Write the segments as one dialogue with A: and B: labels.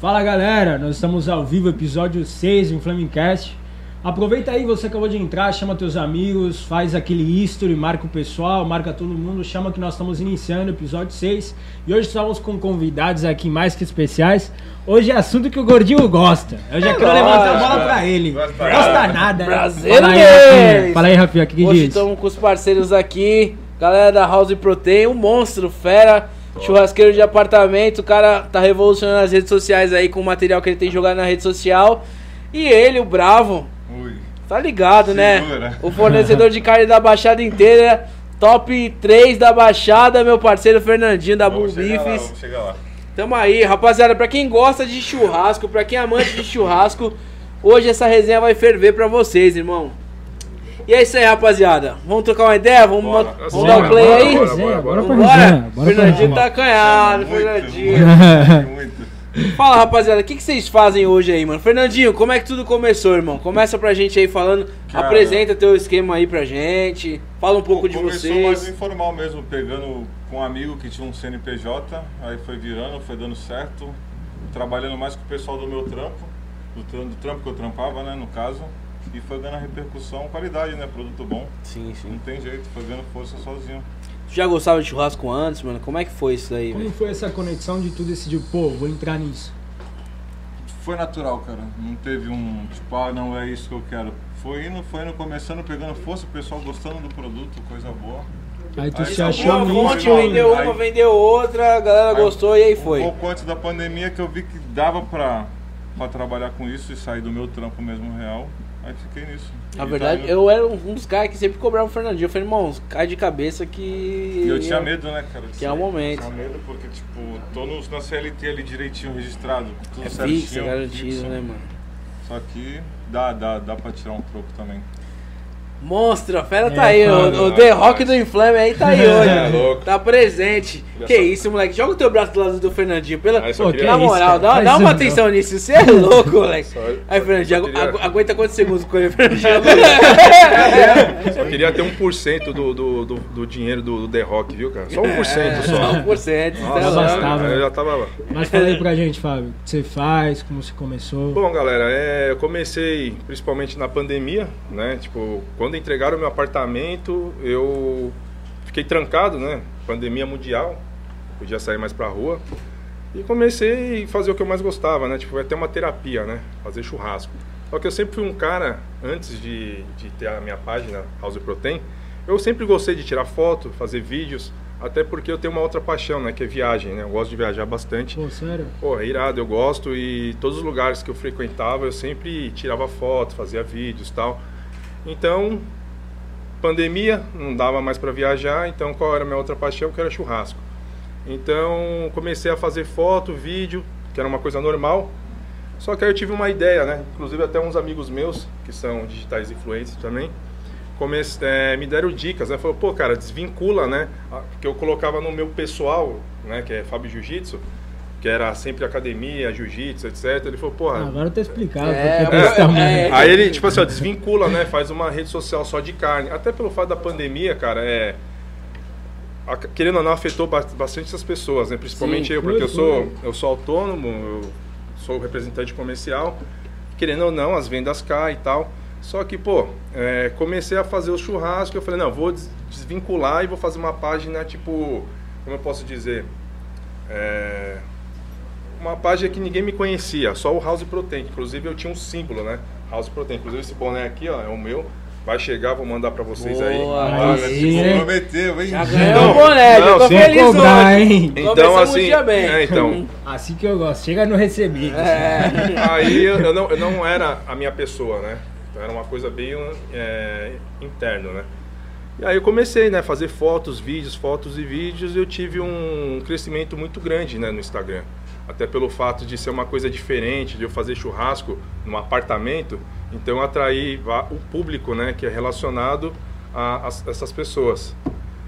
A: Fala galera, nós estamos ao vivo, episódio 6 do Flamingcast. Aproveita aí, você acabou de entrar, chama teus amigos, faz aquele history, marca o pessoal, marca todo mundo, chama que nós estamos iniciando o episódio 6. E hoje estamos com convidados aqui mais que especiais. Hoje é assunto que o gordinho gosta. Eu já quero levantar a bola pra ele.
B: Gosta.
A: Gosta nada. né?
C: Prazer
A: Fala aí, Rafinha.
C: deles.
A: Fala aí, Rafinha, o que, que
C: Hoje
A: diz?
C: estamos com os parceiros aqui, galera da House Protein, um monstro, fera, churrasqueiro de apartamento, o cara tá revolucionando as redes sociais aí com o material que ele tem jogado na rede social. E ele, o bravo,
B: Ui.
C: tá ligado,
B: Segura.
C: né? O fornecedor de carne da Baixada inteira, top 3 da Baixada, meu parceiro Fernandinho da Bull
B: Vamos chegar lá,
C: Bifes.
B: vamos chegar lá.
C: Tamo aí, rapaziada. Pra quem gosta de churrasco, pra quem é amante de churrasco, hoje essa resenha vai ferver pra vocês, irmão. E é isso aí, rapaziada. Vamos trocar uma ideia? Vamos,
B: Bora.
C: bot- vamos
B: Sim,
C: dar o
B: bora,
C: play
B: bora,
C: aí?
B: bora,
A: Bora, bora,
C: Vambora?
A: bora, bora, bora pra
C: Fernandinho
A: resenha.
C: tá acanhado, Um
B: Muito,
C: Fernandinho.
B: muito, muito.
C: Fala, rapaziada, o que, que vocês fazem hoje aí, mano? Fernandinho, como é que tudo começou, irmão? Começa pra gente aí falando,
B: Cara.
C: apresenta teu esquema aí pra gente, fala um pouco de
B: Começou
C: vocês.
B: mais um informal mesmo, pegando com um amigo que tinha um CNPJ, aí foi virando, foi dando certo, trabalhando mais com o pessoal do meu trampo, do, tram- do trampo que eu trampava, né, no caso, e foi dando a repercussão, qualidade, né, produto bom,
C: Sim,
B: não
C: sim.
B: tem jeito, foi ganhando força sozinho.
C: Tu já gostava de churrasco antes, mano? Como é que foi isso aí,
A: Como
C: velho?
A: foi essa conexão de tu decidir, pô, vou entrar nisso?
B: Foi natural, cara, não teve um, tipo, ah, não é isso que eu quero. Foi indo, foi indo, começando, pegando força, o pessoal gostando do produto, coisa boa.
A: Aí tu
B: Aí
A: se
B: tá
A: achou
C: Uma
B: bom,
A: nisso.
C: fonte,
B: irmão.
C: vendeu uma,
B: né? Aí-
C: vendeu outra, a galera
B: Aí,
C: gostou e aí
B: Um
C: foi.
B: pouco antes da pandemia que eu vi que dava pra, pra trabalhar com isso e sair do meu trampo mesmo real. Aí fiquei nisso.
C: Na
B: E tá
C: verdade,
B: indo.
C: eu era um dos caras que sempre cobrava o Fernandinho. Eu falei, irmão, cai de cabeça que.
B: E eu tinha medo, né, cara?
C: Que é o momento.
B: Tinha medo porque, tipo, tô nos, na CLT ali direitinho registrado, com tudo
C: É
B: certinho.
C: fixa, garantido,
B: fixo.
C: né, mano?
B: Só que dá, dá, dá pra tirar um troco também.
C: Monstro, a fera tá
A: É,
C: aí.
A: foda,
C: O, o
B: né,
C: The
B: rapaz?
C: Rock do Inflame aí tá aí hoje.
A: É
D: louco.
C: Tá presente.
D: Já
C: Que
D: só-
C: isso, moleque. Joga o teu braço do lado do Fernandinho. Pela...
D: Aí só
A: Pô,
D: queria-
A: que
C: Na
A: isso,
C: moral,
A: cara?
C: dá,
A: Faz
C: dá
A: isso,
C: uma
A: não.
C: atenção nisso. Você é louco, moleque.
D: Só-
C: Aí,
D: só-
C: Fernandinho,
D: só queria-
C: agu- agu- aguenta quantos segundos com ele, Fernandinho?
D: Só queria ter 1% do, do, do, do dinheiro do, do The Rock, viu, cara? Só 1%
C: Só
D: só.
C: 1%. cento. tá
A: Já bastava, né?
D: eu já tava lá.
A: Mas fala aí pra gente, Fábio, o que você faz, como você começou.
D: Bom, galera, é, eu comecei principalmente na pandemia, né? Tipo, quando entregaram meu apartamento, eu fiquei trancado, né? Pandemia mundial, podia sair mais pra rua. E comecei a fazer o que eu mais gostava, né? Tipo, foi até uma terapia, né? Fazer churrasco. Só que eu sempre fui um cara, antes de, de ter a minha página House Protein, eu sempre gostei de tirar foto, fazer vídeos, até porque eu tenho uma outra paixão, né? Que é viagem, né? Eu gosto de viajar bastante.
A: Pô, sério?
D: Pô, é irado, eu gosto e todos os lugares que eu frequentava eu sempre tirava foto, fazia vídeos e tal. Então, pandemia, não dava mais para viajar, então qual era a minha outra paixão? Que era churrasco. Então, comecei a fazer foto, vídeo, que era uma coisa normal. Só que aí eu tive uma ideia, né? Inclusive até uns amigos meus, que são digitais influencers também, comece, eh, me deram dicas, né? Falou, pô, cara, desvincula, né? Ah, Porque eu colocava no meu pessoal, né? Que é Fábio Jiu-Jitsu, que era sempre academia, jiu-jitsu, etc. Ele falou, porra.
A: Agora tá explicado.
C: É,
A: porque
C: é,
A: desse tamanho.
C: é.
D: Aí ele, tipo assim, ó, desvincula, né? Faz uma rede social só de carne. Até pelo fato da pandemia, cara, é. a- Querendo ou não, afetou ba- bastante as pessoas, né? Principalmente
C: Sim,
D: eu, porque
A: foi,
D: eu sou,
A: foi.
D: eu sou autônomo, eu sou representante comercial. Querendo ou não, as vendas caem e tal. Só que, pô, é, comecei a fazer o churrasco, eu falei, não, vou des- desvincular e vou fazer uma página, tipo, como eu posso dizer? É, uma página que ninguém me conhecia, só o House Protein. Inclusive eu tinha um símbolo, né? House Protein. Inclusive esse boné aqui, ó, é o meu. Vai chegar, vou mandar pra vocês
C: Boa,
D: aí.
A: Aí
D: Ah, né?
A: sim, hein?
B: Prometeu, hein?
C: Já ganhou
D: Não,
C: o boné, já
D: Então, não,
C: tô
D: sem
C: feliz
A: cobrar,
C: hoje.
A: hein?
D: Então
C: Começamos o
D: assim,
C: um dia bem.
D: é, então,
A: Assim que eu gosto. Chega no recebido.
C: É.
D: aí eu eu não, eu não era a minha pessoa, né? Então era uma coisa bem é, interna, né? E aí eu comecei, né, fazer fotos, vídeos, fotos e vídeos, e eu tive um crescimento muito grande, né, no Instagram. Até pelo fato de ser uma coisa diferente, de eu fazer churrasco num apartamento, então eu atraí va- o público, né, que é relacionado a, as- essas pessoas.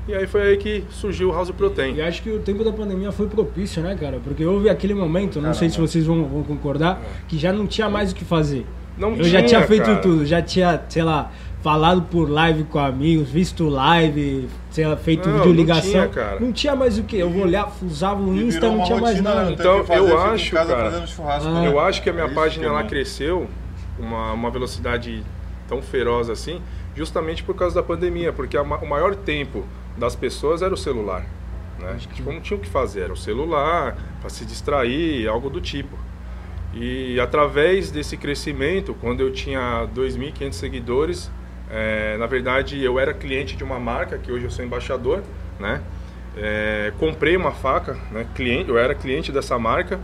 D: E aí foi aí que surgiu o House Protein.
A: E acho que o tempo da pandemia foi propício, né, cara? Porque houve aquele momento, não sei se
B: Caramba.
A: vocês vão, vão concordar, que já não tinha mais o que fazer.
D: Não
A: Eu já tinha feito
D: cara.
A: tudo, já tinha, sei lá, falado por live com amigos, visto live, sei lá, feito
D: Não,
A: videoligação.
D: não tinha, cara.
A: Não tinha mais o que? Eu olhava, usava o
B: E
A: um Insta,
B: virou
A: não
B: uma
A: tinha mais
B: rotina, né?
A: nada.
B: Tem
D: Então,
B: que fazer,
D: eu
B: fica em
D: acho,
B: casa
D: cara,
B: fazendo churrasco,
A: eu
B: né?
D: Eu acho que a minha
B: Isso
D: página
B: é
D: ela
B: bom.
D: cresceu uma, uma velocidade tão feroz assim, justamente por causa da pandemia, porque a ma- o maior tempo das pessoas era o celular. Né? Acho que tipo, não tinha o que fazer, era o celular, para se distrair, algo do tipo. E através desse crescimento, quando eu tinha 2.500 seguidores, eh, na verdade eu era cliente de uma marca, que hoje eu sou embaixador, né? Eh, comprei uma faca, né? cliente, eu era cliente dessa marca.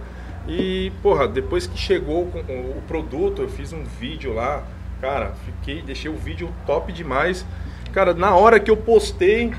D: E, porra, depois que chegou com o o produto, eu fiz um vídeo lá, cara, fiquei, deixei o vídeo top demais. Cara, na hora que eu postei,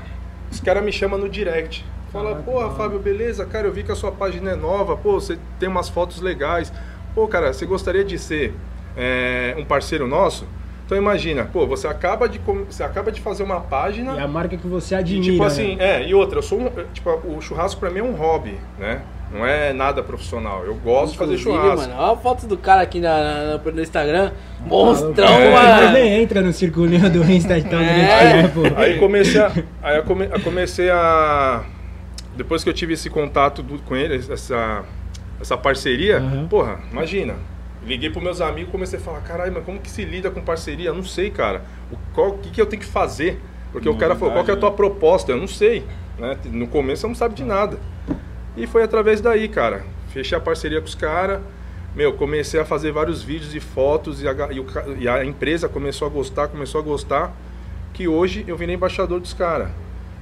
D: os caras me chamam no direct. Fala,
A: Caraca,
D: porra,
A: da hora.
D: Fábio. Fábio, beleza? Cara, eu vi que a sua página é nova, pô, você tem umas fotos legais. Pô, cara, você gostaria de ser é, um parceiro nosso? Então imagina, pô, você acaba de, com- você acaba de fazer uma página
A: E a marca que você
D: e
A: admira.
D: tipo
A: né?
D: assim, é, e outra, eu sou um, tipo, o churrasco pra mim é um hobby, né? Não é nada profissional. Eu gosto de fazer
C: Inclusive,
D: churrasco.
C: Mano, olha a foto do cara aqui na, na- no Instagram. Monstrão,
A: Então, Ele
C: mano.
A: nem entra no circulinho do Insta então,
C: É.
A: direitinho, né, pô?
D: é. Aí comecei a, aí eu come- eu comecei a depois que eu tive esse contato do- com ele, essa essa parceria,
A: Aham.
D: porra, imagina. Liguei pros meus amigos, comecei a falar, caralho, mas como que se lida com parceria? Eu não sei, cara. O qual- que, que eu tenho que fazer? Porque o
B: Na
D: cara falou, qual que é a
B: verdade,
D: tua proposta? Eu não sei. né? No começo eu não sabe de nada. E foi através daí, cara. Fechei a parceria com os caras. Meu, comecei a fazer vários vídeos e fotos e a, ga- e o ca- e a empresa começou a gostar, começou a gostar. Que hoje eu virei embaixador dos caras.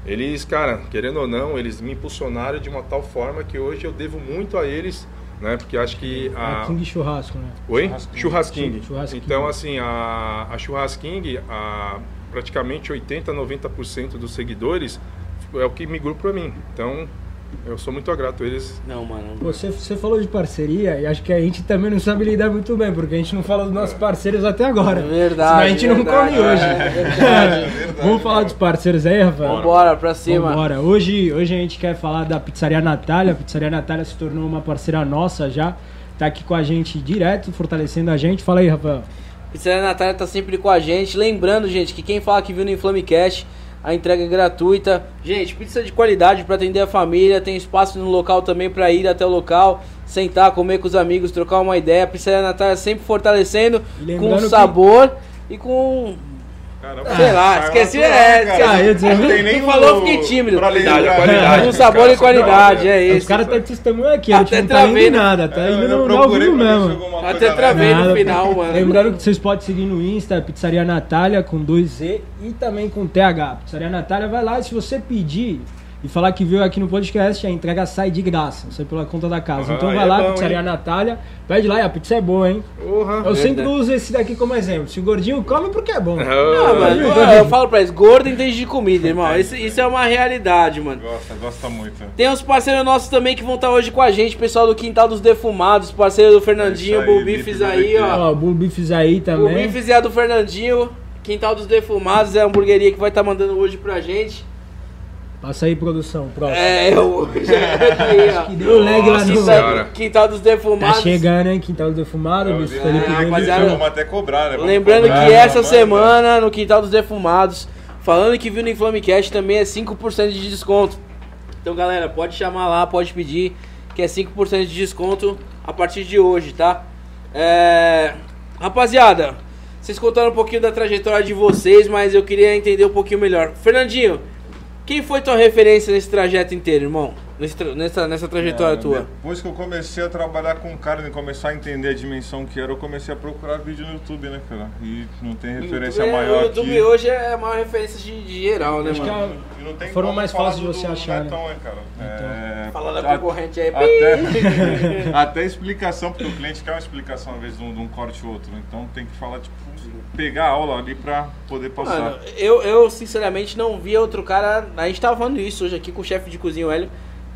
D: Eles, cara, querendo ou não, eles me impulsionaram de uma tal forma que hoje eu devo muito a eles, né? Porque acho que
A: A
D: a,
A: King Churrasco, né?
D: Oi?
B: Churrasquinho.
D: Churrasquinho.
A: Churrasquinho.
D: Então, assim, a, a Churrasquinho, a, praticamente 80%, 90% dos seguidores é o que migrou para mim. Então, eu sou muito grato a eles.
C: Não, mano.
A: Você, você falou de parceria e acho que a gente também não sabe lidar muito bem, porque a gente não fala dos nossos parceiros até agora.
C: É. Verdade,
A: Senão a gente
C: verdade,
A: não corre hoje.
C: é, verdade.
A: Vamos falar dos parceiros aí, Rafael?
C: Vambora, pra cima.
A: Vambora. Hoje, hoje a gente quer falar da Pizzaria Natália. A Pizzaria Natália se tornou uma parceira nossa já. Tá aqui com a gente direto, fortalecendo a gente. Fala aí, Rafael.
C: Pizzaria Natália tá sempre com a gente. Lembrando, gente, que quem fala que viu no Inflamecast, a entrega é gratuita. Gente, pizza de qualidade para atender a família, tem espaço no local também para ir até o local, sentar, comer com os amigos, trocar uma ideia. Pizzaria Natália sempre fortalecendo
A: E lembrando
C: com
A: que-
C: Sabor e com.
B: Caramba,
C: Sei Ah, lá,
B: saiu
C: esqueci,
B: natural,
C: é,
B: cara.
C: esqueci.
A: Ah, eu disse-
B: Não tem nem
C: Tu falou,
B: o-
C: fiquei tímido.
B: pra ler,
D: Qualidade,
B: cara.
D: qualidade.
C: Com sabor
D: cara,
C: e qualidade,
D: só-
C: é
A: Os
C: isso.
A: caras tá de testemunho aqui, a gente
C: Até
A: não tá
C: travei,
A: indo
C: né?
A: nada, tá
B: Eu-
A: indo
B: eu
A: no, no ao
B: procurei
A: vivo
B: pra ver se
A: mesmo.
B: alguma
C: Até
B: coisa
C: travei. Vem no
A: Nada,
C: final,
A: pô.
C: mano.
A: Lembrando que vocês podem seguir no Insta, Pizzaria Natália com 2Z e também com TH. Pizzaria Natália, vai lá e se você pedir e falar que veio aqui no podcast, a entrega sai de graça, sai pela conta da casa.
D: Ah,
A: então vai
D: é
A: lá,
D: bom,
A: Pizzaria
D: hein?
A: Natália, pede lá e a pizza é boa, hein?
D: Porra.
A: Eu sempre
C: Verdade.
A: uso esse daqui como exemplo. Se o gordinho come, porque é bom.
C: Ah, mano,
A: viu,
C: eu,
A: tá
C: eu
A: vendo?
C: falo pra eles, gordo entende de comida, irmão. Isso, isso é uma realidade, mano.
B: Gosta, gosta muito.
C: Tem uns parceiros nossos também que vão estar hoje com a gente, pessoal do Quintal dos Defumados, parceiro do Fernandinho,
B: É isso aí,
C: Bulbifes
B: Lipe
C: aí, ó.
A: Ó, o Bulbifes aí também.
C: Bulbifes e a do Fernandinho, Quintal dos Defumados, é a hamburgueria que vai estar mandando hoje pra gente.
A: Passa aí, produção, próximo.
C: É, eu hoje. Aí, ó.
A: Que deu lag lá no-
C: Quintal,
D: Senhora.
C: Quintal dos
A: Tá
C: Defumados.
A: chegando, hein? Quintal do Defumado,
C: É,
B: Eu
A: o
B: vi-
A: bicho Felipe
B: eu vi-
A: Gomes.
C: rapaziada.
B: Vamos até cobrar, né? Vamos
C: Lembrando
B: cobrar, né?
C: que essa
B: vamos-
C: semana, no Quintal dos Defumados, falando que viu no Inflamecast, também é 5% de desconto. Então, galera, pode chamar lá, pode pedir, que é 5% de desconto a partir de hoje, tá? É... Rapaziada, vocês contaram um pouquinho da trajetória de vocês, mas eu queria entender um pouquinho melhor. Fernandinho, quem foi tua referência nesse trajeto inteiro, irmão? Nesse tra- Nessa, nessa trajetória
B: É,
C: tua?
B: Depois que eu comecei a trabalhar com carne e começar a entender a dimensão que era, eu comecei a procurar vídeo no YouTube, né, cara? E não tem referência
C: YouTube é-
B: maior
C: O YouTube
B: que...
C: hoje é a maior referência de, de geral, né,
A: Acho que
C: mano?
A: é-
B: E não tem
A: Foram
B: como
A: mais
B: falar
A: fáceis de
B: do-
A: você
B: do
A: achar, né? Então,
B: Netão, hein, cara? É,
C: Fala da
B: a-
C: concorrente aí.
B: Até, até explicação, porque o cliente quer uma explicação às vezes de um, de um corte ou outro. Então tem que falar, tipo, pegar a aula ali pra poder passar.
C: Mano, eu, eu sinceramente não via outro cara. A gente tava falando isso hoje aqui com o chefe de cozinha, o Hélio.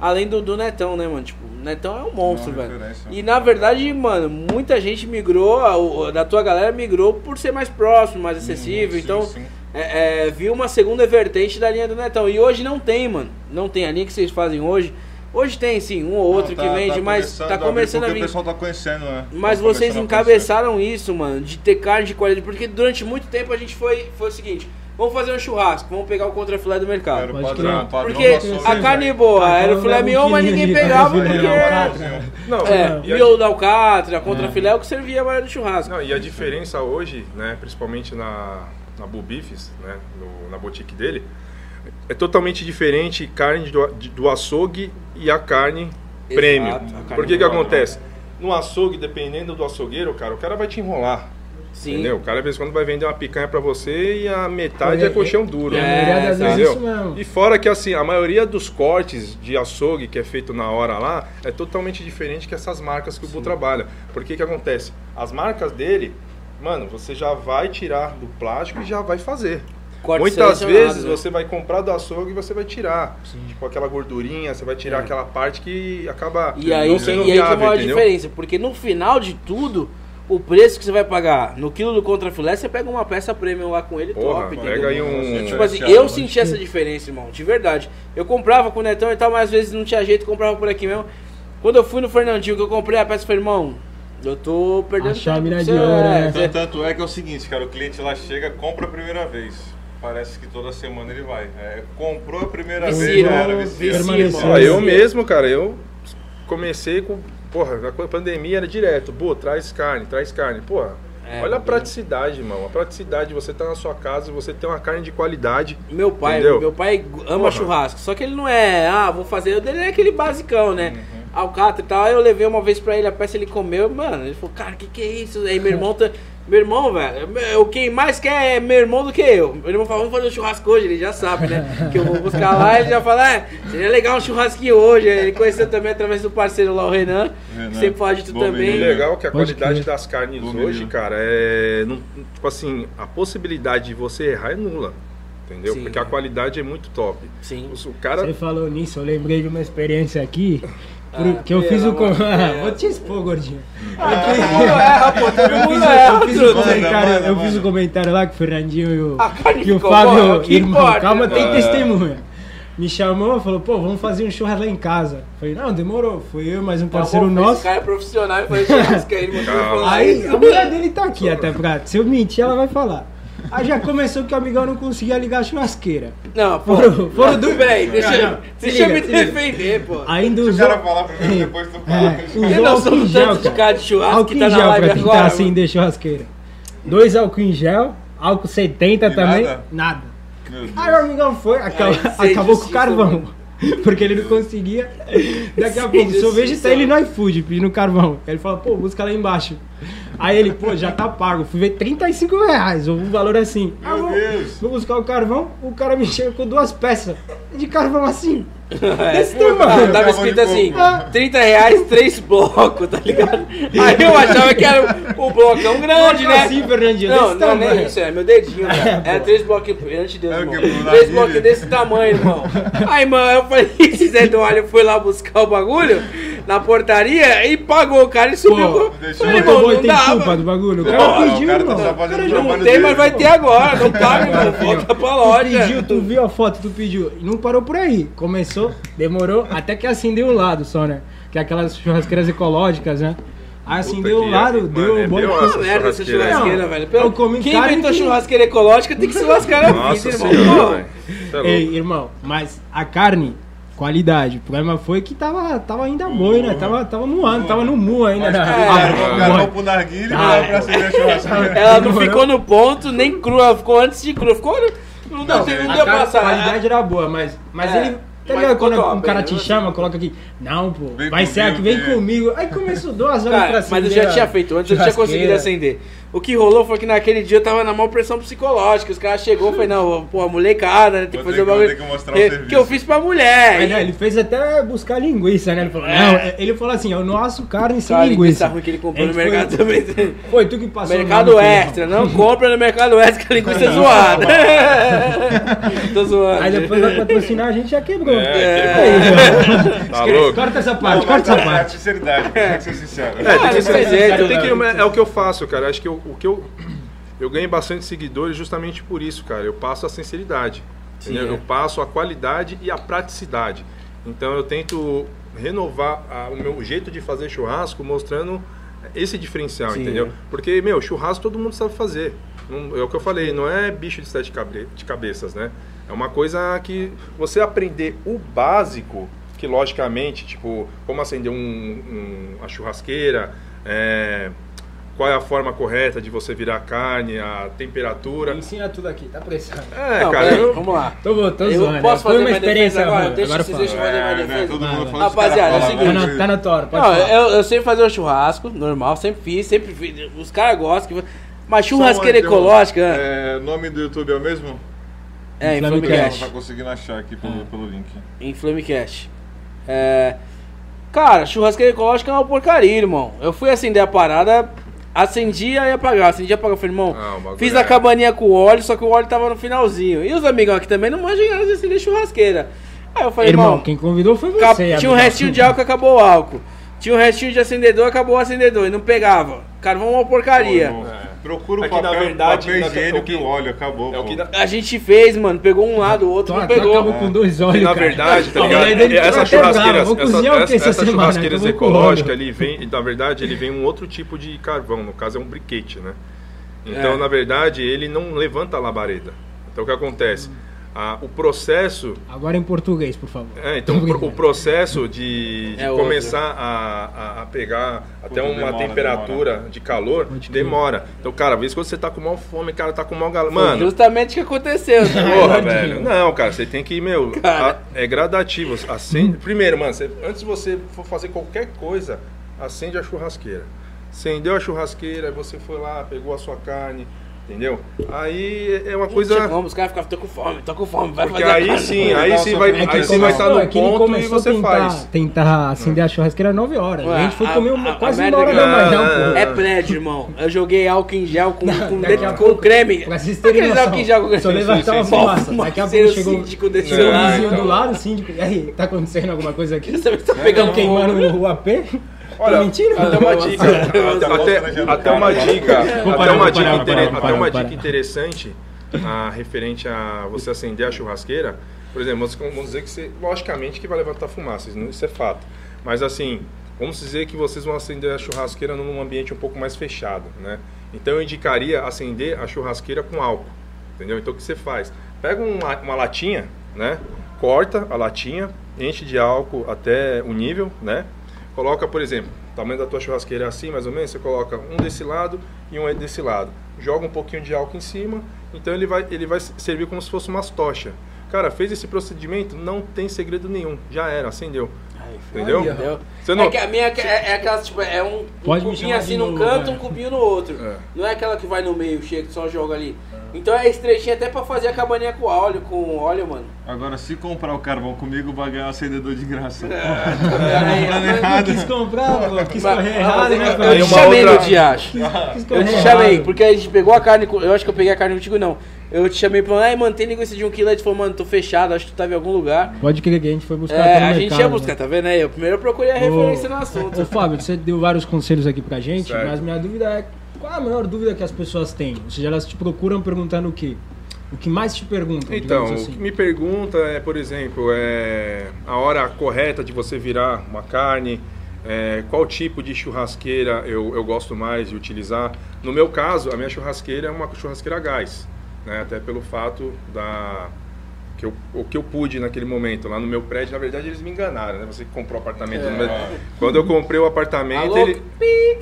C: Além do, do Netão, né, mano? Tipo, o Netão é um monstro,
B: É uma
C: velho.
B: referência.
C: E na verdade, mano, muita gente migrou, a- o- da tua galera migrou por ser mais próximo, mais acessível.
B: Hum, sim,
C: então,
B: sim.
C: é, é, viu uma segunda vertente da linha do Netão. E hoje não tem, mano. Não tem. A linha que vocês fazem hoje Hoje tem sim, um ou outro
B: Não,
C: que
B: tá-
C: vende,
B: tá
C: mas tá começando a
B: porque
C: vir.
B: o pessoal tá conhecendo, né?
C: Mas vocês
B: Tá começando a conhecer.
C: encabeçaram isso, mano, de ter carne de qualidade. Porque durante muito tempo a gente foi, foi o seguinte: vamos fazer um churrasco, vamos pegar o contrafilé do
B: Era
C: mercado.
B: o
A: Pode
B: padrão,
A: crer.
B: padrão
C: Porque
B: do açougue,
C: a carne
D: né?
B: velho.
C: boa
A: Ah,
C: era o
A: então
C: filé
A: leva um
C: mignon, mas
A: quilinho
C: ninguém
A: ali,
C: pegava
A: vai ver,
C: porque
A: né,
C: era.
D: Não,
C: É,
D: e a-
C: miolo da alcatra, contrafilé é o que servia mais no churrasco.
D: Não, e a diferença hoje, né, principalmente na, na Bubifes, né, no- na boutique dele, é totalmente diferente carne do, a- de- do açougue e a carne
C: a
D: prêmio.
C: carne né?
D: Por que que
B: padrão.
D: acontece? No açougue, dependendo do açougueiro, cara, o cara vai te enrolar,
C: Sim.
D: entendeu? O cara, de vez em quando, vai vender uma picanha pra você e a metade
A: É,
D: é, colchão duro.
A: É,
C: É,
A: maioria das
C: tá.
A: vezes é
D: Entendeu?
A: isso mesmo.
D: E fora que assim, a maioria dos cortes de açougue que é feito na hora lá é totalmente diferente que essas marcas que o Bu trabalha. Porque que acontece? As marcas dele, mano, você já vai tirar do plástico e já vai fazer.
C: Corte
D: Muitas
C: selecionado,
D: vezes
C: né?
D: você vai comprar do açougue e você vai tirar. Tipo aquela gordurinha, você vai
C: É.
D: tirar aquela parte que acaba
C: E aí,
D: não
C: que,
D: sendo
C: e aí que é a
D: viável,
C: maior
D: entendeu?
C: diferença, porque no final de tudo, o preço que você vai pagar no quilo do contrafilé, você pega uma peça premium lá com ele
D: Porra,
C: top, entendeu?
D: pega aí
B: É,
D: um.
C: Tipo assim, eu senti essa diferença, irmão, de verdade. Eu comprava com o Netão e tal, mas às vezes não tinha jeito, comprava por aqui mesmo. Quando eu fui no Fernandinho, que eu comprei a peça, eu falei, irmão, eu tô perdendo
A: Achar a
C: tempo,
A: mina de
C: você-
A: ouro,
C: é,
A: né?
C: você-
B: Tanto é que é o seguinte, cara, o cliente lá chega, compra a primeira vez. Parece que toda semana ele vai. É, comprou a primeira vez,
C: Vicia,
B: já era,
C: irmão,
B: vicia.
C: vicia,
A: Permaneceu.
C: irmão.
D: Ah, eu mesmo, cara, eu comecei com. Porra, na co- pandemia era direto. Pô, traz carne, traz carne. Porra,
C: É,
D: olha a
C: meu
D: praticidade, irmão. A praticidade de você estar na sua casa, você ter uma carne de qualidade.
C: Meu pai,
D: Entendeu?
C: meu pai ama
D: Porra.
C: churrasco, só que ele não é, ah, vou fazer, o dele é aquele basicão, né?
B: Uhum.
C: Alcatra e tal, aí eu levei uma vez pra ele a peça, ele comeu, mano, ele falou, cara, que que é isso? Aí meu irmão, tá, meu irmão, velho, é- o quem mais quer é meu irmão do que eu. Meu irmão fala, vamos fazer um churrasco hoje, ele já sabe, né? Que eu vou buscar lá, ele já fala, é, seria legal um churrasquinho hoje. Aí Ele conheceu também através do parceiro lá, o Renan,
B: Renan,
C: que sempre fala de tu
B: bom
D: E
C: também.
B: menino. é
D: legal é que a
A: Pode
D: qualidade
A: crer.
D: das carnes
B: Bom
D: hoje,
B: menino.
D: cara, é. não- tipo assim, a possibilidade de você errar é nula. Entendeu?
C: Sim.
D: Porque a qualidade é muito top.
C: Sim.
D: O cara
A: Você falou nisso, eu lembrei de uma experiência aqui.
C: Ah,
A: pro- que eu
C: pelo
A: fiz o.
C: amor
A: Com...
C: de Deus.
A: Vou te expor, gordinho.
C: Ah, Todo mundo erra, pô, todo
A: Eu fiz,
C: mundo
A: o-
C: erra,
A: eu fiz o
C: truta.
A: comentário,
B: manda,
A: eu
B: manda.
A: fiz o comentário lá que o Fernandinho e o,
C: A carne
A: e o
C: Ah, ficou
A: Fábio,
C: boa, que
A: irmão,
C: importa,
A: calma,
C: né?
A: tem
C: É.
A: testemunha. Me chamou e falou, pô, vamos fazer um churrasco lá em casa. Falei, não, demorou. Foi eu mais um parceiro
C: Esse
A: nosso.
C: cara é profissional e foi churrasco aí, ele mandou eu falar
A: Aí
C: isso.
A: a mulher dele tá aqui até pra. Se eu mentir, ela vai falar. Aí já começou que o amigão não conseguia ligar a churrasqueira.
C: Não, pô.
A: Foram- foram
C: do
A: du-
C: Peraí, deixa,
A: Não, Ah, não, se
C: deixa eu
A: liga,
C: me
A: se liga.
C: defender, pô.
A: Aí Ainda
B: O
A: usou.
C: é
B: cara falar primeiro, depois tu
A: É,
B: fala.
C: Tem
A: usou
C: noção
A: álcool em
C: do
A: gel,
C: tanto de
A: cara.
C: cara de churrasco
A: Álcool
C: que tá
A: em
C: na
A: gel
C: live
A: pra assim,
C: agora,
A: tentar
C: mano.
A: acender churrasqueira. Dois álcool em gel, álcool 70
B: E
A: também,
B: nada?
A: nada.
B: Meu Deus.
A: Aí o amigão foi, acaba-
C: Ai, sem
A: acabou com o
C: justiça,
A: carvão.
C: mano.
A: Porque ele não conseguia. Daqui a
C: Sem
A: pouco, o sorvete
C: justiça,
A: tá ele no
C: mano.
A: iFood pedindo carvão. Aí ele fala, pô, busca lá embaixo. Aí ele, pô, já tá pago. Fui ver 35 reais, ou um valor assim. Ah,
B: Meu
A: vou,
B: Deus.
A: vou buscar o carvão, o cara me chega com duas peças de carvão assim.
C: É.
A: Desse
C: Ah,
A: tamanho.
C: tava
B: de
C: escrito
B: coco.
C: assim,
A: Ah.
C: 30 reais, 3 blocos, tá ligado? Aí eu achava que era o um blocão grande, né?
A: Assim, Fernandinho,
C: não,
A: desse
C: não é nem
A: tamanho.
C: isso, é meu dedinho, cara.
A: É,
C: É, três bloquinhos, antes de Deus,
B: É o que,
C: irmão.
B: Bruno
C: Três
B: Navilha?
C: bloquinhos desse tamanho, irmão. Aí, mano, eu falei, esse Zé do Alho foi lá buscar o bagulho na portaria e pagou o cara e subiu.
A: Pô,
C: com-
B: deixa
A: Não,
C: Falei,
B: eu ver.
C: irmão,
A: acabou,
C: não
A: tem
C: dava.
A: culpa do bagulho. O
B: Não,
A: cara
B: não, o
A: pediu,
B: cara tá
A: irmão.
B: só fazendo
A: O cara já
B: trabalho
C: Não tem, mas vai
B: Pô.
C: ter agora. Não paga, mano. Volta pra loja.
A: Tu pediu, tu viu a foto, tu pediu. E não parou por aí. Começou, demorou, até que acendeu um lado só, né? Que é aquelas churrasqueiras ecológicas, né? Aí
D: Puta
A: acendeu um
D: que-
A: lado,
D: mano,
A: deu
D: é
A: um bom.
D: bem
C: Nossa, merda essa
D: churrasqueira.
C: churrasqueira,
A: Não,
C: velho. Pelo...
A: eu comi
C: Quem
A: carne
C: inventou
A: que-
C: churrasqueira ecológica tem que se lascar na vida,
D: Nossa
C: irmão.
D: senhora,
C: Pô,
D: velho. Cê é
A: Ei,
D: louco.
A: irmão, mas a carne, qualidade. O problema foi que tava, tava ainda boi, né? Tava, tava moando, tava no mu ainda.
B: Mas,
A: né?
B: cara, é
A: Ah,
B: o
A: boi.
B: cara vai pro narguilha e
A: Ah,
B: vai
A: é.
B: pra acender a churrasqueira.
C: Ela não
A: Demorou.
C: ficou no ponto, nem crua, ela ficou antes de crua. Ficou. Não, deu-
A: A
C: não, deu, pra
A: cara-
C: passar. né?
A: A qualidade era boa, mas, mas
C: É,
A: ele. Tá
C: mas
A: ligado quando
C: ficou
A: um
C: top,
A: cara
C: né?
A: te chama, coloca aqui, não, pô,
B: Vem
A: vai ser
B: comigo,
A: aqui, vem
B: vem.
A: comigo. Aí começou duas horas pra
C: Ah, Cara,
A: acender.
C: mas eu já
A: a
C: tinha feito antes, eu tinha conseguido assim.
A: churrasqueira.
C: acender. O que rolou foi que naquele dia eu tava na maior pressão psicológica. Os caras chegou e falei, não, pô, a molecada, né? Tem que
B: Vou
C: fazer
B: ter
C: o
B: que- vou
C: bagulho.
B: ter que mostrar o
C: que,
B: serviço.
C: eu fiz pra mulher.
A: Aí,
C: e-
A: né, ele fez até buscar linguiça, né? Ele falou, não, ele falou assim, eu não asso carne sem
C: É. Cara, linguiça
A: linguiça.
C: tá ruim que ele comprou
A: Ele
C: no
A: foi,
C: mercado também.
A: Foi tu que passou. o
C: Mercado
A: nome,
C: Extra,
A: filho, irmão.
C: não compra no Mercado Extra que a linguiça é zoada. Tô zoando.
A: Aí depois vai patrocinar, a gente já quebrou.
D: É, Tá louco?
A: Corta essa
B: Não,
A: parte,
B: mas
A: corta essa
B: é
A: parte.
B: sinceridade, tem que ser sincero.
D: É, tem
C: Ah,
D: que
C: não tem
D: ser,
C: jeito,
D: cara, tem
C: né?
D: que- é o que eu faço, cara. Acho que eu- o que eu eu ganhei bastante seguidores justamente por isso, cara. Eu passo a sinceridade,
C: Sim, é.
D: entendeu? Eu passo a qualidade e a praticidade. Então eu tento renovar a- o meu jeito de fazer churrasco mostrando esse diferencial,
C: Sim. é.
D: entendeu? Porque, meu, churrasco todo mundo sabe fazer. Não- é o que eu falei, não é bicho de sete cabre- de cabeças, né? É uma coisa que você aprender o básico, que logicamente, tipo, como acender um, um- a churrasqueira, é, qual é a forma correta de você virar a carne, a temperatura.
A: Ensina tudo aqui, tá pressão.
D: É,
C: Não,
D: cara,
C: peraí,
D: eu-
C: vamos lá.
A: Tô bom, tô
C: Eu
A: zoando. né?
C: posso
A: Foi
C: fazer
A: uma
C: minha
A: experiência
C: defesa agora?
A: ruim,
C: Deixa- vocês
A: fala.
C: deixam-
B: É, né? Todo
A: Vai,
B: mundo
A: vai.
B: falando os
C: Rapaziada,
B: caras
C: é o
B: falam, né?
A: Tá na,
C: seguinte,
A: tá na tora, pode
C: Não,
A: falar.
C: eu, eu sempre fazia um churrasco, normal, sempre fiz, sempre fiz. Os caras gostam. que- Mas
B: Só um
C: churrasqueira
B: adendo.
C: ecológica. É,
B: É, nome do YouTube é o mesmo?
C: é em
A: Flamecast.
B: Não,
A: Cash.
B: não tá conseguindo achar aqui pelo, pelo link.
C: Em Flamecast. É, Cara, churrasqueira ecológica é uma porcaria, irmão. Eu fui acender a parada, acendia e apagava, acendia e apagava. Falei, irmão,
D: Ah, o bagulho
C: fiz
D: é-
C: a cabaninha com óleo, só que o óleo tava no finalzinho. E os amigão aqui também não manjam nada de acender churrasqueira. Aí eu falei,
A: Irmão,
C: irmão,
A: quem convidou foi você. é,
C: Cap- tinha
A: Abdul.
C: um restinho de álcool que acabou o álcool. Tinha um restinho de acendedor, acabou o acendedor e não pegava. Carvão é uma porcaria.
B: Pô, Procura o
D: Aqui, É. na
B: papel,
D: verdade,
B: papel
D: na- o
B: higiênico
D: que-
B: e o óleo, acabou.
D: é o que
B: pô.
D: dá-
C: A gente fez, mano, pegou um lado, o outro
A: Tô,
C: não
A: tô
C: pegou.
A: Então, acabou com dois olhos,
D: E, na
A: cara.
D: verdade, tá
A: Não,
D: ligado?
A: daí ele tirou
D: Essas
A: até o bravo.
D: churrasqueiras,
A: Vou
D: essas,
A: cozinhar o que
D: essas,
A: essa semana?
D: churrasqueiras
A: Eu vou com
D: ecológicas,
A: óleo.
D: ele vem, e, na verdade, ele vem um outro tipo de carvão, no caso é um briquete, né? Então,
C: É.
D: na verdade, ele não levanta a labareda. Então, o que
A: Hum.
D: acontece? Ah, o processo
A: Agora em português, por favor.
D: é, então o, pro- o processo de, de
C: É outro.
D: começar a, a- a pegar até
B: Puta,
D: uma
B: demora,
D: temperatura de calor
A: Pode crer.
D: demora. Então, cara, às vezes quando você tá com mal fome, cara, tá com mal galo.
C: Foi
D: Mano,
C: Justamente o que aconteceu. né?
D: Porra,
A: Verdade.
D: velho. Não, cara, você tem que, meu,
C: Cara.
D: a- é gradativo. Acende,
A: Hum.
D: primeiro, mano, você- antes de você for fazer qualquer coisa, acende a churrasqueira. Acendeu a churrasqueira, aí você foi lá, pegou a sua carne, entendeu? Aí é uma
C: Não
D: coisa.
C: tinha como, os caras ficavam, tô com fome, tô com fome, vai
D: Porque
C: fazer. a
D: aí
C: carne."
D: sim,
B: Não,
D: aí sim
B: só
D: vai,
B: pra-
D: aí
B: que
D: sim
B: ele
D: vai estar
A: Não,
D: no
A: é que ele
D: ponto e
A: começou a
D: você
A: tentar,
D: faz.
A: tentar acender a churrasqueira às 9 horas.
C: Ué,
A: a gente foi
C: a-
A: comer
C: a-
A: uma,
C: a
A: quase
C: merda
A: uma hora
C: que-
A: da manhã.
D: Ah,
A: pô.
C: É prédio, irmão. Eu joguei álcool em gel com, com,
A: Daqui a
C: com
A: pouco-
C: creme.
A: Pra vocês terem
C: Aqueles
A: noção,
C: álcool em gel com creme.
A: só levantar uma
C: Sim, sim, sim.
A: fumaça.
C: Mó
A: Daqui a
C: fumaceiro
A: pouco chegou um-
C: síndico tipo, desse
A: Seu
D: Ah,
C: lado.
A: vizinho
D: então.
A: do lado, o síndico. E aí, tá acontecendo alguma coisa aqui?
C: Você tá
A: Estão
C: pegando
A: queimando
C: fogo.
A: o AP?
D: Olha,
A: tá mentindo?
D: até uma dica, até, até uma dica,
A: Vou
D: até
A: parar,
D: uma
A: vou
D: dica,
A: parar, vou
D: intere-
A: parar, vou
D: até uma
A: parar, vou
D: dica interessante ah, referente a você acender a churrasqueira. Por exemplo, vamos- vamos dizer que você, logicamente que vai levantar fumaça, isso não- isso é fato. Mas assim, vamos dizer que vocês vão acender a churrasqueira num ambiente um pouco mais fechado, né? Então eu indicaria acender a churrasqueira com álcool, entendeu? Então o que você faz? Pega um la- uma latinha, né? Corta a latinha, enche de álcool até o nível, né? Coloca, por exemplo, o tamanho da tua churrasqueira é assim, mais ou menos, você coloca um desse lado e um desse lado. Joga um pouquinho de álcool em cima, então ele vai, ele vai servir como se fosse umas tochas. Cara, fez esse procedimento, não tem segredo nenhum. Já era, acendeu. Entendeu?
A: Olha.
C: Entendeu?
D: Você não-
C: É que a minha é, é aquela, tipo, é um, um
A: Pode me
C: cubinho
A: chamar de
C: assim num
A: novo,
C: canto,
A: vai.
C: um cubinho no outro.
D: É.
C: Não é aquela que vai no meio, chega, que só joga ali. Então é estreitinha até pra fazer a cabaninha com óleo, com óleo, mano.
B: Agora, se comprar o carvão comigo, vai ganhar um acendedor de graça.
D: É.
C: Aí,
B: Tá
C: mas-
A: Eu
B: errado.
A: quis comprar, pô. Quis
C: mas-
A: correr errado, né,
C: eu
D: Aí
C: te
D: uma
A: velho?
C: chamei
D: outra-
C: no dia, acho.
A: Quis
C: Eu te
A: correr
C: chamei,
A: errado.
C: porque a gente pegou a carne, com- eu acho que eu peguei a carne contigo, não. Eu te chamei pra ai, mano, tem linguiça de um quilo, aí tu falou, mano, tô fechado, acho que tu tava em algum lugar.
A: Pode crer que a gente foi buscar
C: É,
A: até no
C: a gente
A: mercado,
C: ia buscar,
A: né?
C: tá vendo aí? Eu primeiro procurei a referência no
A: Ô,
C: assunto.
A: Fábio, você deu vários conselhos aqui pra gente,
D: Certo.
A: mas minha dúvida é: qual a maior dúvida que as pessoas têm? Ou seja, elas te procuram perguntando o quê? O que mais te perguntam?
D: Então,
A: digamos
D: o
A: assim?
D: que me pergunta é, por exemplo, é a hora correta de você virar uma carne, é, qual tipo de churrasqueira eu, eu gosto mais de utilizar. No meu caso, a minha churrasqueira é uma churrasqueira a gás, né, até pelo fato da que eu, o que eu pude naquele momento lá no meu prédio, na verdade eles me enganaram, né? Você que comprou o apartamento.
A: É.
D: no meu- Quando eu comprei o apartamento,
C: Alô?
D: ele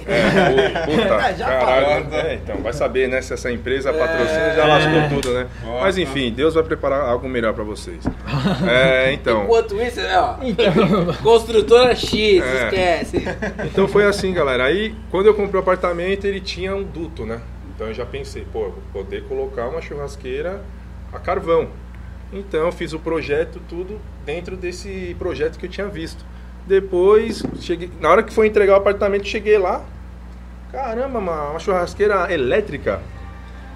D: é, pô, puta,
A: Já
D: caralho. É, então, vai saber, né? Se essa empresa patrocina, já lascou tudo, né?
B: Nossa.
D: Mas enfim, Deus vai preparar algo melhor pra vocês. É, então.
C: Enquanto isso, é, ó.
A: Então,
C: Construtora X,
D: É.
C: esquece.
D: Então foi assim, galera. Aí, quando eu comprei o apartamento, ele tinha um duto, né? Então eu já pensei, pô, eu vou poder colocar uma churrasqueira a carvão. Então eu fiz o projeto tudo dentro desse projeto que eu tinha visto. Depois, cheguei, na hora que foi entregar o apartamento, cheguei lá. Caramba, uma, uma churrasqueira elétrica.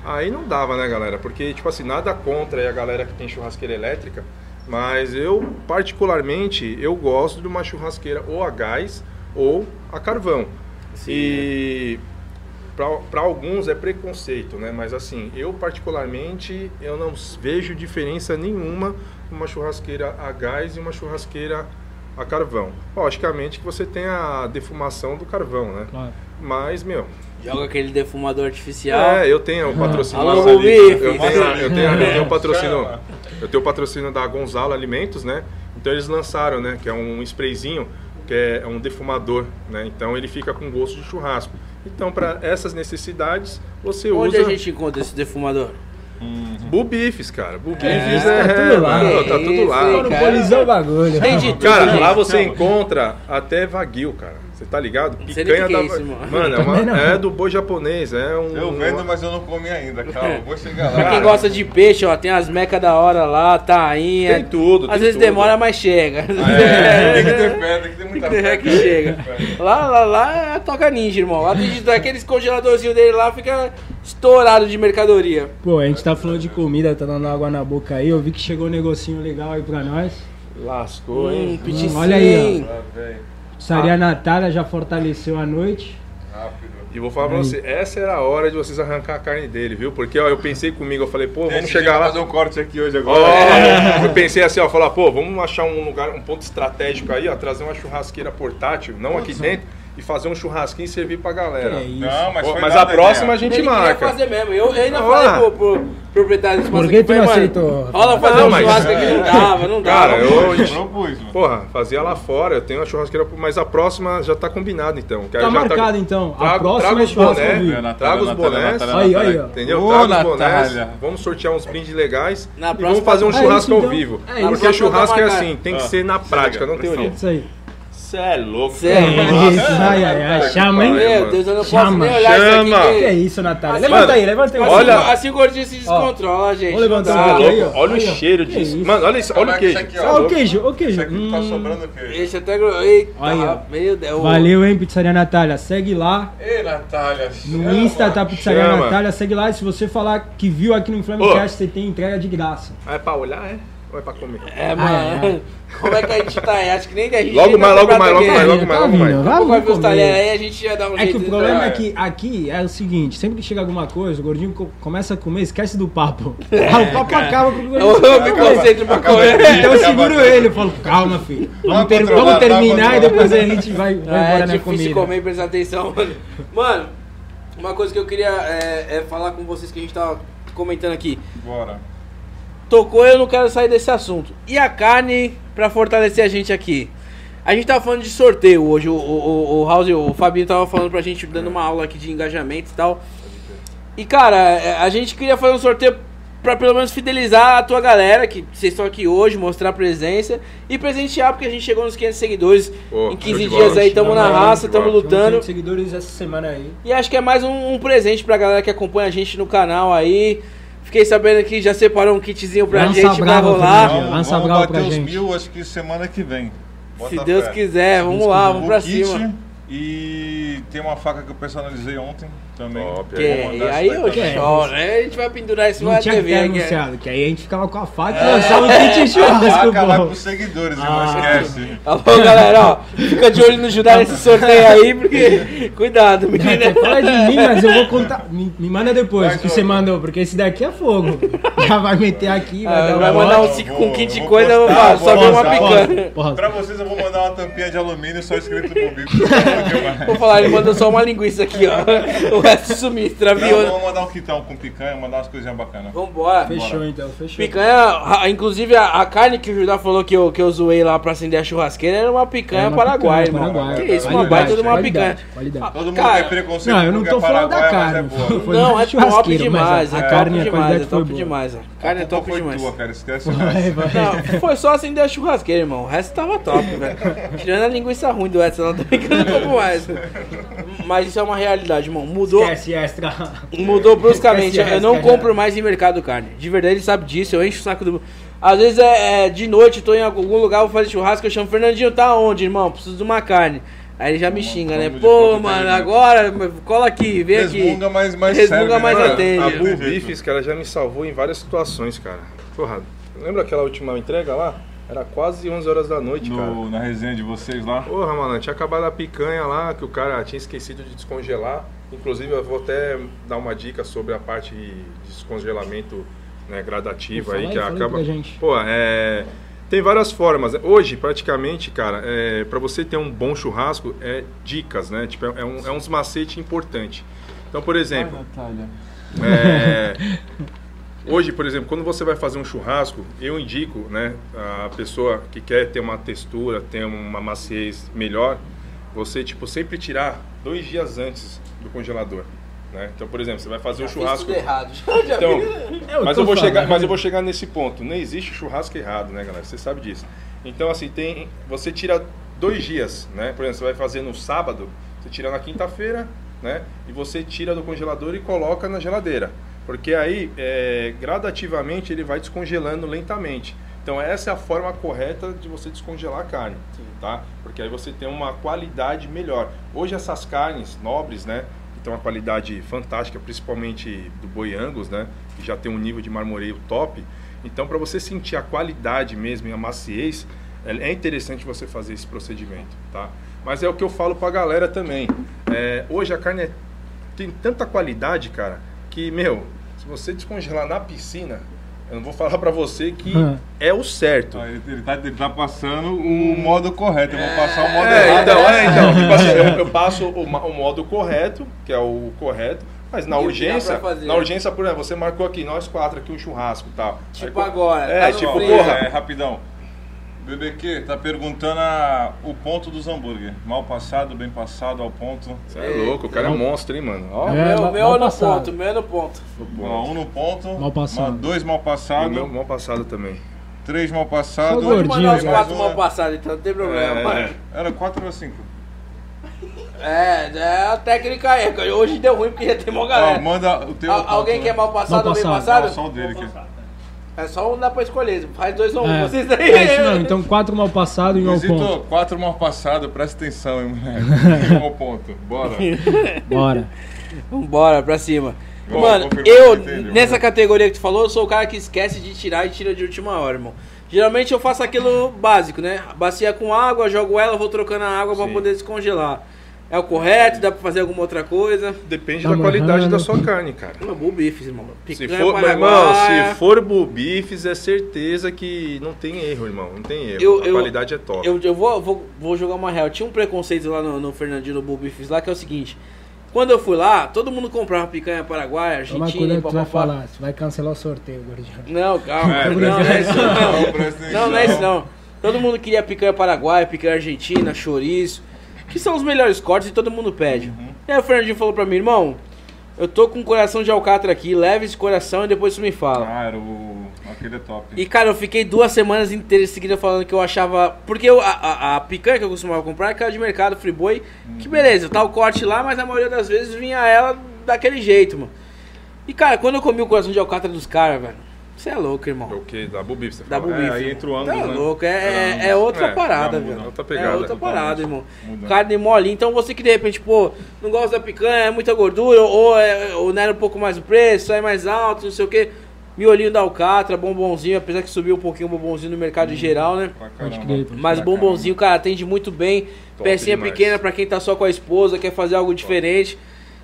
D: Aí não dava, né, galera? Porque, tipo assim, nada contra aí a galera que tem churrasqueira elétrica, mas eu, particularmente, eu gosto de uma churrasqueira ou a gás ou a carvão. e para alguns é preconceito, né? Mas assim, eu particularmente, eu não s- vejo diferença nenhuma uma churrasqueira a gás e uma churrasqueira a carvão. Logicamente que você tem a defumação do carvão, né?
A: Claro.
D: Mas, meu,
C: Joga aquele defumador artificial.
D: é, eu tenho o patrocínio
C: Alô,
D: ali.
C: Rubi,
D: Eu
C: filho.
D: tenho, eu tenho, eu tenho o patrocínio.
B: Chama.
D: Eu tenho o patrocínio da Gonzalo Alimentos, né? Então eles lançaram, né? Que é um sprayzinho, que é um defumador, né? Então ele fica com gosto de churrasco. Então, para essas necessidades, você
C: Onde
D: usa
C: a gente encontra esse defumador?
D: bubifes, cara. Bubifes
C: É,
D: é,
A: tá tudo lá.
D: meu, tá
C: Isso,
D: tudo lá.
C: hein, cara.
A: Monopolizou o bagulho.
C: Tem de tudo,
D: Cara,
C: gente.
D: lá você encontra até Wagyu, cara. Você tá ligado?
C: sei nem o
D: Picanha
C: que
D: da.
C: que é isso, mano.
D: mano, é,
A: Também não.
D: uma... é do boi japonês. É um.
B: Eu vendo, mas eu não comi ainda,
D: É.
B: calma, vou chegar lá. É,
C: Pra quem gosta de peixe, ó, tem as mecas da hora lá, tainha.
D: Tem tudo,
C: Às
D: tem
C: vezes
D: tudo.
A: né?
C: demora, mas chega.
B: É, tem que ter fé, tem que ter muita fé.
C: É que chega. Lá, lá, lá é a toca ninja, irmão. Lá tem daqueles congeladorzinhos dele lá, fica estourado de mercadoria.
A: Pô, a gente tá falando de comida, tá dando água na boca aí. Eu vi que chegou um negocinho legal aí pra nós.
D: Lascou,
C: Hum,
D: hein?
C: piticin.
A: é. olha aí,
B: Lá vem,
C: Ah.
A: Saria Natália já fortaleceu a noite.
B: rápido.
D: E vou falar pra você, essa era a hora de vocês arrancar a carne dele, viu? Porque ó, eu pensei comigo, eu falei, pô, vamos
B: Decidi
D: chegar
B: fazer
D: lá.
B: um corte aqui hoje
D: Ó,
B: agora. É.
D: Eu pensei assim, ó, falar, pô, vamos achar um lugar, um ponto estratégico aí, ó, trazer uma churrasqueira portátil, não aqui dentro, e fazer um churrasquinho e servir pra galera.
A: Que isso.
B: Não, mas
D: Pô,
B: foi
D: mas
B: nada
D: a próxima a
B: ideia.
D: gente
C: Ele queria
D: marca.
C: fazer mesmo. Eu, eu ainda
D: Ah.
C: falei pro, pro proprietário do espaço
A: Por que
C: aqui,
A: tu
C: falei,
A: não
C: mano,
A: aceitou?
C: Rola fazer
D: Não,
C: um
D: mas-
C: churrasco aqui, não dava, não dava.
D: Cara, eu-
B: Eu propus, mano.
D: Porra, fazia lá fora, eu tenho uma churrasqueira, mas a próxima já tá combinada então. que aí
A: Tá
D: já
A: marcado, então. A
D: Trago-
A: próxima
D: trago
A: é
D: os
A: churrasco
D: boné,
A: ao vivo.
D: Natália, Traga os
B: Natália,
D: bonés,
B: Natália,
A: Aí,
B: Natália.
A: aí, ó.
D: entendeu?
B: Ô,
D: Traga os bonés,
B: Natália.
D: vamos sortear uns brindes legais
C: Na
D: e
C: próxima-
D: vamos fazer um
A: É
D: churrasco
A: isso,
D: ao
A: então.
D: vivo.
A: É isso.
D: Porque churrasco é
C: Marcar.
D: assim, tem que
B: Ah.
D: ser na prática, não teoria.
A: Isso aí.
D: Você é louco.
C: Cê é
A: É
C: louco.
A: isso, ai, ai, ai. Chama, hein?
C: Meu Deus, eu não posso
A: Chama,
C: nem olhar isso
D: chama.
C: aqui.
A: Que é
C: que-
A: isso, Natália?
C: Assim,
A: Levanta
D: mano,
A: aí, levanta aí.
C: Assim,
D: Olha.
C: assim o gordinho se descontrola, gente. Tá
A: Vou levantar
C: Não
A: um
C: dá.
A: pouquinho.
D: Olha, olha o
A: Olha,
D: cheiro
A: que
D: disso.
A: É isso.
D: Mano, olha isso, olha o
B: Caraca, isso
D: queijo.
B: aqui,
D: Cê é
A: Olha o
C: assim,
D: louco.
A: queijo, olha o queijo.
B: Isso aqui tá
A: Hum.
B: sobrando queijo.
C: Esse até... gro- Eita,
A: Olha.
C: meu Deus.
A: Valeu, hein, Pizzaria Natália. Segue lá.
B: Ei, Natália. é
A: No
B: chama.
A: Insta tá Pizzaria
D: Chama.
A: Natália. Segue lá. E se você falar que viu aqui no Flamecast, você tem entrega de graça.
D: Ah, É pra olhar, é? Ou é pra comer?
A: Ah,
C: É, mano. Como é que a gente tá aí? Acho que nem que a gente...
D: Logo
C: nem tá
D: mais, logo
C: pra
D: mais, logo
C: ninguém.
D: mais, logo
A: Tá
D: mais, logo
A: vindo,
D: mais.
A: vai.
C: Daqui a pouco vai ver os
A: comer.
C: talheres aí, a gente já dá um
A: É
C: jeito.
A: que o
C: de-
A: problema
B: Ah,
A: é
B: é.
A: que aqui é o seguinte, sempre que chega alguma coisa, o gordinho co- começa a comer, esquece do papo. Ah, o papo acaba com o gordinho.
C: Eu, eu me
A: Acaba.
C: concentro pra
B: Acaba
C: comer. É,
B: aqui.
A: Então eu
B: Acaba
A: seguro
B: aqui.
A: ele, eu falo, calma, filho. Vamos, ter-
B: controlar,
A: vamos terminar
B: vai
A: e depois a gente vai, vai
C: Ah,
A: embora na
C: é difícil
A: comida.
C: comer e prestar atenção, mano. Mano, uma coisa que eu queria é, é falar com vocês que a gente tava comentando aqui.
B: Bora.
C: Tocou, eu não quero sair desse assunto. E a carne, pra fortalecer a gente aqui? A gente tava falando de sorteio hoje. O, o, o, o House, o Fabinho tava falando pra gente, dando uma aula aqui de engajamento e tal. E cara, é, a gente queria fazer um sorteio pra pelo menos fidelizar a tua galera, que vocês estão aqui hoje, mostrar a presença e presentear, porque a gente chegou nos 500 seguidores
D: Pô,
C: em
D: show
C: 15
D: de
C: dias
D: bola.
C: aí, tamo na
D: Show de
C: raça,
D: bola.
C: tamo
D: Show de
C: lutando.
A: seguidores essa semana aí.
C: E acho que é mais um, um presente pra galera que acompanha a gente no canal aí. Fiquei sabendo que já separou um kitzinho pra
A: Lança
C: gente pra
A: brava,
C: rolar.
A: Fernandinho.
B: Vamos,
A: lança a
B: vamos
A: brava
B: bater
A: pra
B: os
A: gente.
B: mil, acho que semana que vem. Bota
C: Se Deus
B: fé.
C: quiser, vamos
A: Deus
C: lá,
A: quiser.
C: vamos
B: O
C: pra
B: Um kit
C: cima.
B: e tem uma faca que eu personalizei ontem também.
D: Top,
C: Que,
D: Eu vou
B: mandar
C: e
B: essa
C: aí
B: daí
C: eu
B: também.
C: choro, né? A gente vai pendurar isso
A: Não
C: na
A: tinha que ter
C: TV. né?
A: anunciado, que aí a gente ficava com a faca e lançava o kit de
B: A
A: churrasco,
B: faca É. vai
A: pô.
B: pros seguidores, viu?
A: Ah.
B: não esquece.
C: Alô, Tá galera, ó, fica de olho no Judá nesse sorteio aí, porque cuidado, menina.
A: Você Fala de mim, mas eu vou contar. Me, me manda depois
B: Faz
A: o que
B: outro.
A: você mandou, porque esse daqui é fogo. Já vai meter aqui, vai
C: Ah,
A: dar
C: vai
A: uma
C: mandar
A: volta.
C: um cinco
B: Eu
C: com
B: vou-
C: kit
B: eu
C: de
B: vou
C: coisa, eu vou
B: postar,
C: falar,
B: vou
C: só vem uma
B: postar.
C: picanha.
A: Porra,
B: Pra vocês eu vou mandar uma tampinha de alumínio só escrito no bico. Não,
C: Vou falar, ele mandou só uma linguiça aqui, ó. O resto sumiu,
B: eu
C: traviou.
B: vou mandar um quitão com picanha, mandar umas coisinhas bacanas.
C: Vambora.
A: fechou então, fechou.
C: um- Picanha, é, a- inclusive a, a carne que o Judá falou que eu, que eu zoei lá pra acender a churrasqueira era uma picanha
A: É uma
C: paraguaia,
A: picanha
C: irmão.
A: paraguaia,
C: que isso, uma
A: qualidade,
C: baita de uma
A: qualidade,
C: picanha.
A: qualidade.
C: Ah,
B: Todo mundo
C: cara,
B: tem preconceito
A: Não, eu não
B: porque
A: tô
B: é
A: falando da
B: paraguaia,
A: carne.
B: mas é boa.
A: Foi mais
C: não, é top
A: churrasqueiro, mas
C: demais. A,
A: a
C: carne,
A: carne,
C: é
A: a
C: demais, é
A: qualidade
C: top
A: foi boa.
C: demais. A carne é
B: A culpa
C: top
B: Então foi
C: demais.
B: tua, cara, esquece.
A: Vai,
B: essa.
A: vai.
C: Não, foi só acender a churrasqueira, irmão. O resto tava top, velho. Tirando a linguiça ruim do Edson, não tô brincando um pouco mais. Mas isso é uma realidade, irmão. Mudou,
A: Esquece extra.
C: Mudou bruscamente.
A: Esquece
C: Eu não
A: resto, cara.
C: compro mais em mercado carne. De verdade, ele sabe disso. Eu encho o saco do. Às vezes é, é, de noite, eu tô em algum lugar, vou fazer churrasco, eu chamo Fernandinho, tá onde, irmão? Preciso de uma carne. Aí ele já me xinga, né?
B: vamos de
C: Pô,
B: conta de
C: mano,
B: alimento.
C: agora cola aqui, vem aqui.
B: Resmunga, mas- mas
C: Resmunga,
B: serve,
C: mas
B: né?
C: atende.
D: A
B: Não tem
D: Bull
B: jeito.
D: Bifes, cara, já me salvou em várias situações, cara. Porra, lembra aquela última entrega lá? Era quase 11 horas da noite, cara.
B: No- Na resenha de vocês lá.
D: Porra, mano, tinha acabado a picanha lá, que o cara tinha esquecido de descongelar. Inclusive, eu vou até dar uma dica sobre a parte de descongelamento né, gradativo
A: Fala
D: aí,
A: aí,
D: que
A: fala aí
D: acaba.
A: pra gente.
D: Pô, é. Tem várias formas. né? Hoje, praticamente, cara, é, para você ter um bom churrasco, é dicas, né? Tipo, é, um, é uns macete importante. Então, por exemplo,
B: Natália.
D: é, hoje, por exemplo, quando você vai fazer um churrasco, eu indico, né, a pessoa que quer ter uma textura, ter uma maciez melhor, você tipo sempre tirar dois dias antes do congelador, né? Então, por exemplo, você vai fazer um churrasco.
C: Tá Tudo errado. Já
D: Então,
C: É,
A: Eu
D: mas,
A: tô
D: eu
A: falando.
D: vou
A: né?
D: chegar, mas eu vou chegar nesse ponto. Não existe churrasco errado, né, galera? Você sabe disso. Então, assim, tem, você tira dois dias, né? Por exemplo, você vai fazer no sábado, você tira na quinta-feira, né? E você tira do congelador e coloca na geladeira. Porque aí, é, gradativamente, ele vai descongelando lentamente. Então, essa é a forma correta de você descongelar a carne, tá? Porque aí você tem uma qualidade melhor. Hoje, essas carnes nobres, né? que tem uma qualidade fantástica, principalmente do boi Angus, né? Que já tem um nível de marmoreio top. Então, para você sentir a qualidade mesmo e a maciez, é é interessante você fazer esse procedimento, tá? Mas é o que eu falo para a galera também. É, hoje a carne é- tem tanta qualidade, cara, que, meu, se você descongelar na piscina, eu não vou falar para você que
A: Hum.
D: é o certo.
B: Ah, Ele, ele, tá, ele tá passando o modo correto, eu vou passar o modo
D: É,
B: errado.
D: então,
A: né?
D: é, então. tipo assim, eu, eu passo o, ma- o modo correto, que é o correto, mas na
C: E o que dá
D: urgência,
C: pra fazer.
D: na urgência, por exemplo, você marcou aqui, nós quatro aqui um churrasco e tal.
C: Tipo
D: co-
C: agora,
D: É,
C: tá no
D: tipo,
C: freezer.
D: porra.
B: É, rapidão. BBQ tá perguntando a- o ponto dos hambúrguer. Mal passado, bem passado, ao ponto.
D: Você é louco, o cara é monstro, hein, mano. Ó,
A: É,
C: meu
A: mal-
C: meu
A: mal
C: é no
A: passado.
C: ponto, meu é no ponto.
B: Ó, um no ponto.
A: Mal passado.
B: ma- Dois mal
D: o
B: passado.
D: meu mal passado também.
B: Três mal
A: Só
B: passado.
A: gordinho,
C: Mandar os
A: cara.
C: quatro
B: Mais
C: mal
B: uma.
C: passados, então não tem problema.
D: É.
B: Era quatro ou cinco?
C: É, é a técnica é. cara. Hoje deu ruim porque já tem mó
B: Ó,
C: galera.
B: manda o teu.
C: É.
B: né?
C: Al- alguém quer mal passado ou bem
A: Mal
C: passado?
A: passado.
B: Só o dele aqui.
C: É só um dá pra escolher. Faz dois ou um,
A: É,
C: vocês aí.
A: é isso mesmo. Então, quatro mal passado e um ao ponto.
B: Luizito, quatro mal passado, presta atenção, hein, moleque. Um ao ponto. Bora.
A: Bora.
C: Vambora, pra cima.
B: Bom,
C: Mano,
B: confirmou,
C: eu,
B: entendeu?
C: nessa categoria que tu falou, eu sou o cara que esquece de tirar e tira de última hora, irmão. Geralmente eu faço aquilo básico, né? Bacia com água, jogo ela, vou trocando a água pra
D: Sim.
C: poder descongelar. É o correto? Dá pra fazer alguma outra coisa?
D: Depende
A: Tá
D: da qualidade
A: amarrando.
D: da sua carne, cara.
C: Não, bom bifes, irmão.
D: Se
C: Picanha,
D: for, meu irmão,
C: paraguaia.
D: se for bubifes, é certeza que não tem erro, irmão. Não tem erro.
C: Eu-
D: a
C: eu-
D: qualidade é top.
C: Eu, eu vou, vou, vou jogar uma real. Tinha um preconceito lá no, no Fernandinho no Bubifis lá, que é o seguinte. Quando eu fui lá, todo mundo comprava picanha paraguaia,
E: Toma
C: argentina,
E: cuidado que tu vai
C: papapá.
E: falar. Tu vai cancelar o sorteio, gordinho.
C: Não, calma.
B: É,
C: não, não
B: presta
C: é isso
B: atenção,
C: não.
B: presta atenção.
C: Não, não é isso não. Todo mundo queria picanha paraguaia, picanha argentina, chouriço, que são os melhores cortes e todo mundo pede. E aí o Fernandinho falou pra mim, irmão, eu tô com um coração de alcatra aqui, leva esse coração e depois tu me fala.
B: Ah, era o. Aquele é top.
C: E cara, eu fiquei duas semanas inteiras seguidas falando que eu achava. Porque eu- a, a, a picanha que eu costumava comprar era aquela de mercado, Friboi, que beleza, tá o corte lá, mas a maioria das vezes vinha ela daquele jeito, mano. E cara, quando eu comi o coração de alcatra dos caras, velho, você é louco, irmão.
D: O que? Da bubifes, você
C: Da
D: fala?
C: Bubifes.
B: É, aí entra o ângulo,
C: Tá
B: né?
C: louco, é, é,
B: É,
C: é outra
D: é,
C: parada,
D: já muda,
C: velho.
D: outra pegada,
C: é outra parada, irmão.
B: totalmente. Muda.
C: Carne mole. Então você que de repente, pô, não gosta da picanha, é muita gordura, ou, é, ou não era um pouco mais o preço, sai mais alto, não sei o quê. Miolinho da Alcatra, bombonzinho, apesar que subiu um pouquinho o bombonzinho no mercado
B: Hum,
C: em geral, né?
B: Pra
A: Pode
B: caramba.
A: crer.
C: Mas o bombonzinho, cara, atende muito bem.
D: né? Top
C: Pecinha
D: demais.
C: pequena pra quem tá só com a esposa, quer fazer algo diferente.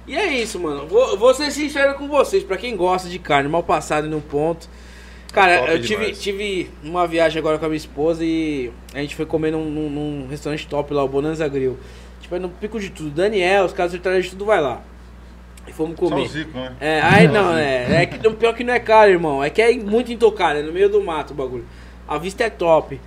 C: E é isso, mano. Vou, vou ser sincero com vocês. Pra quem gosta de carne, mal passado e num ponto. Cara,
D: Top
C: eu tive,
D: demais.
C: tive uma viagem agora com a minha esposa e a gente foi comer num, num- num restaurante top lá, o Bonanza Grill. Tipo, é no pico de tudo. Daniel, os caras de tudo, vai lá. E fomos
B: Só o
C: comer.
B: Zico, né?
C: É, aí não, é. É que o pior que não é caro, irmão. É que é muito intocado, é no meio do mato o bagulho. A vista é top.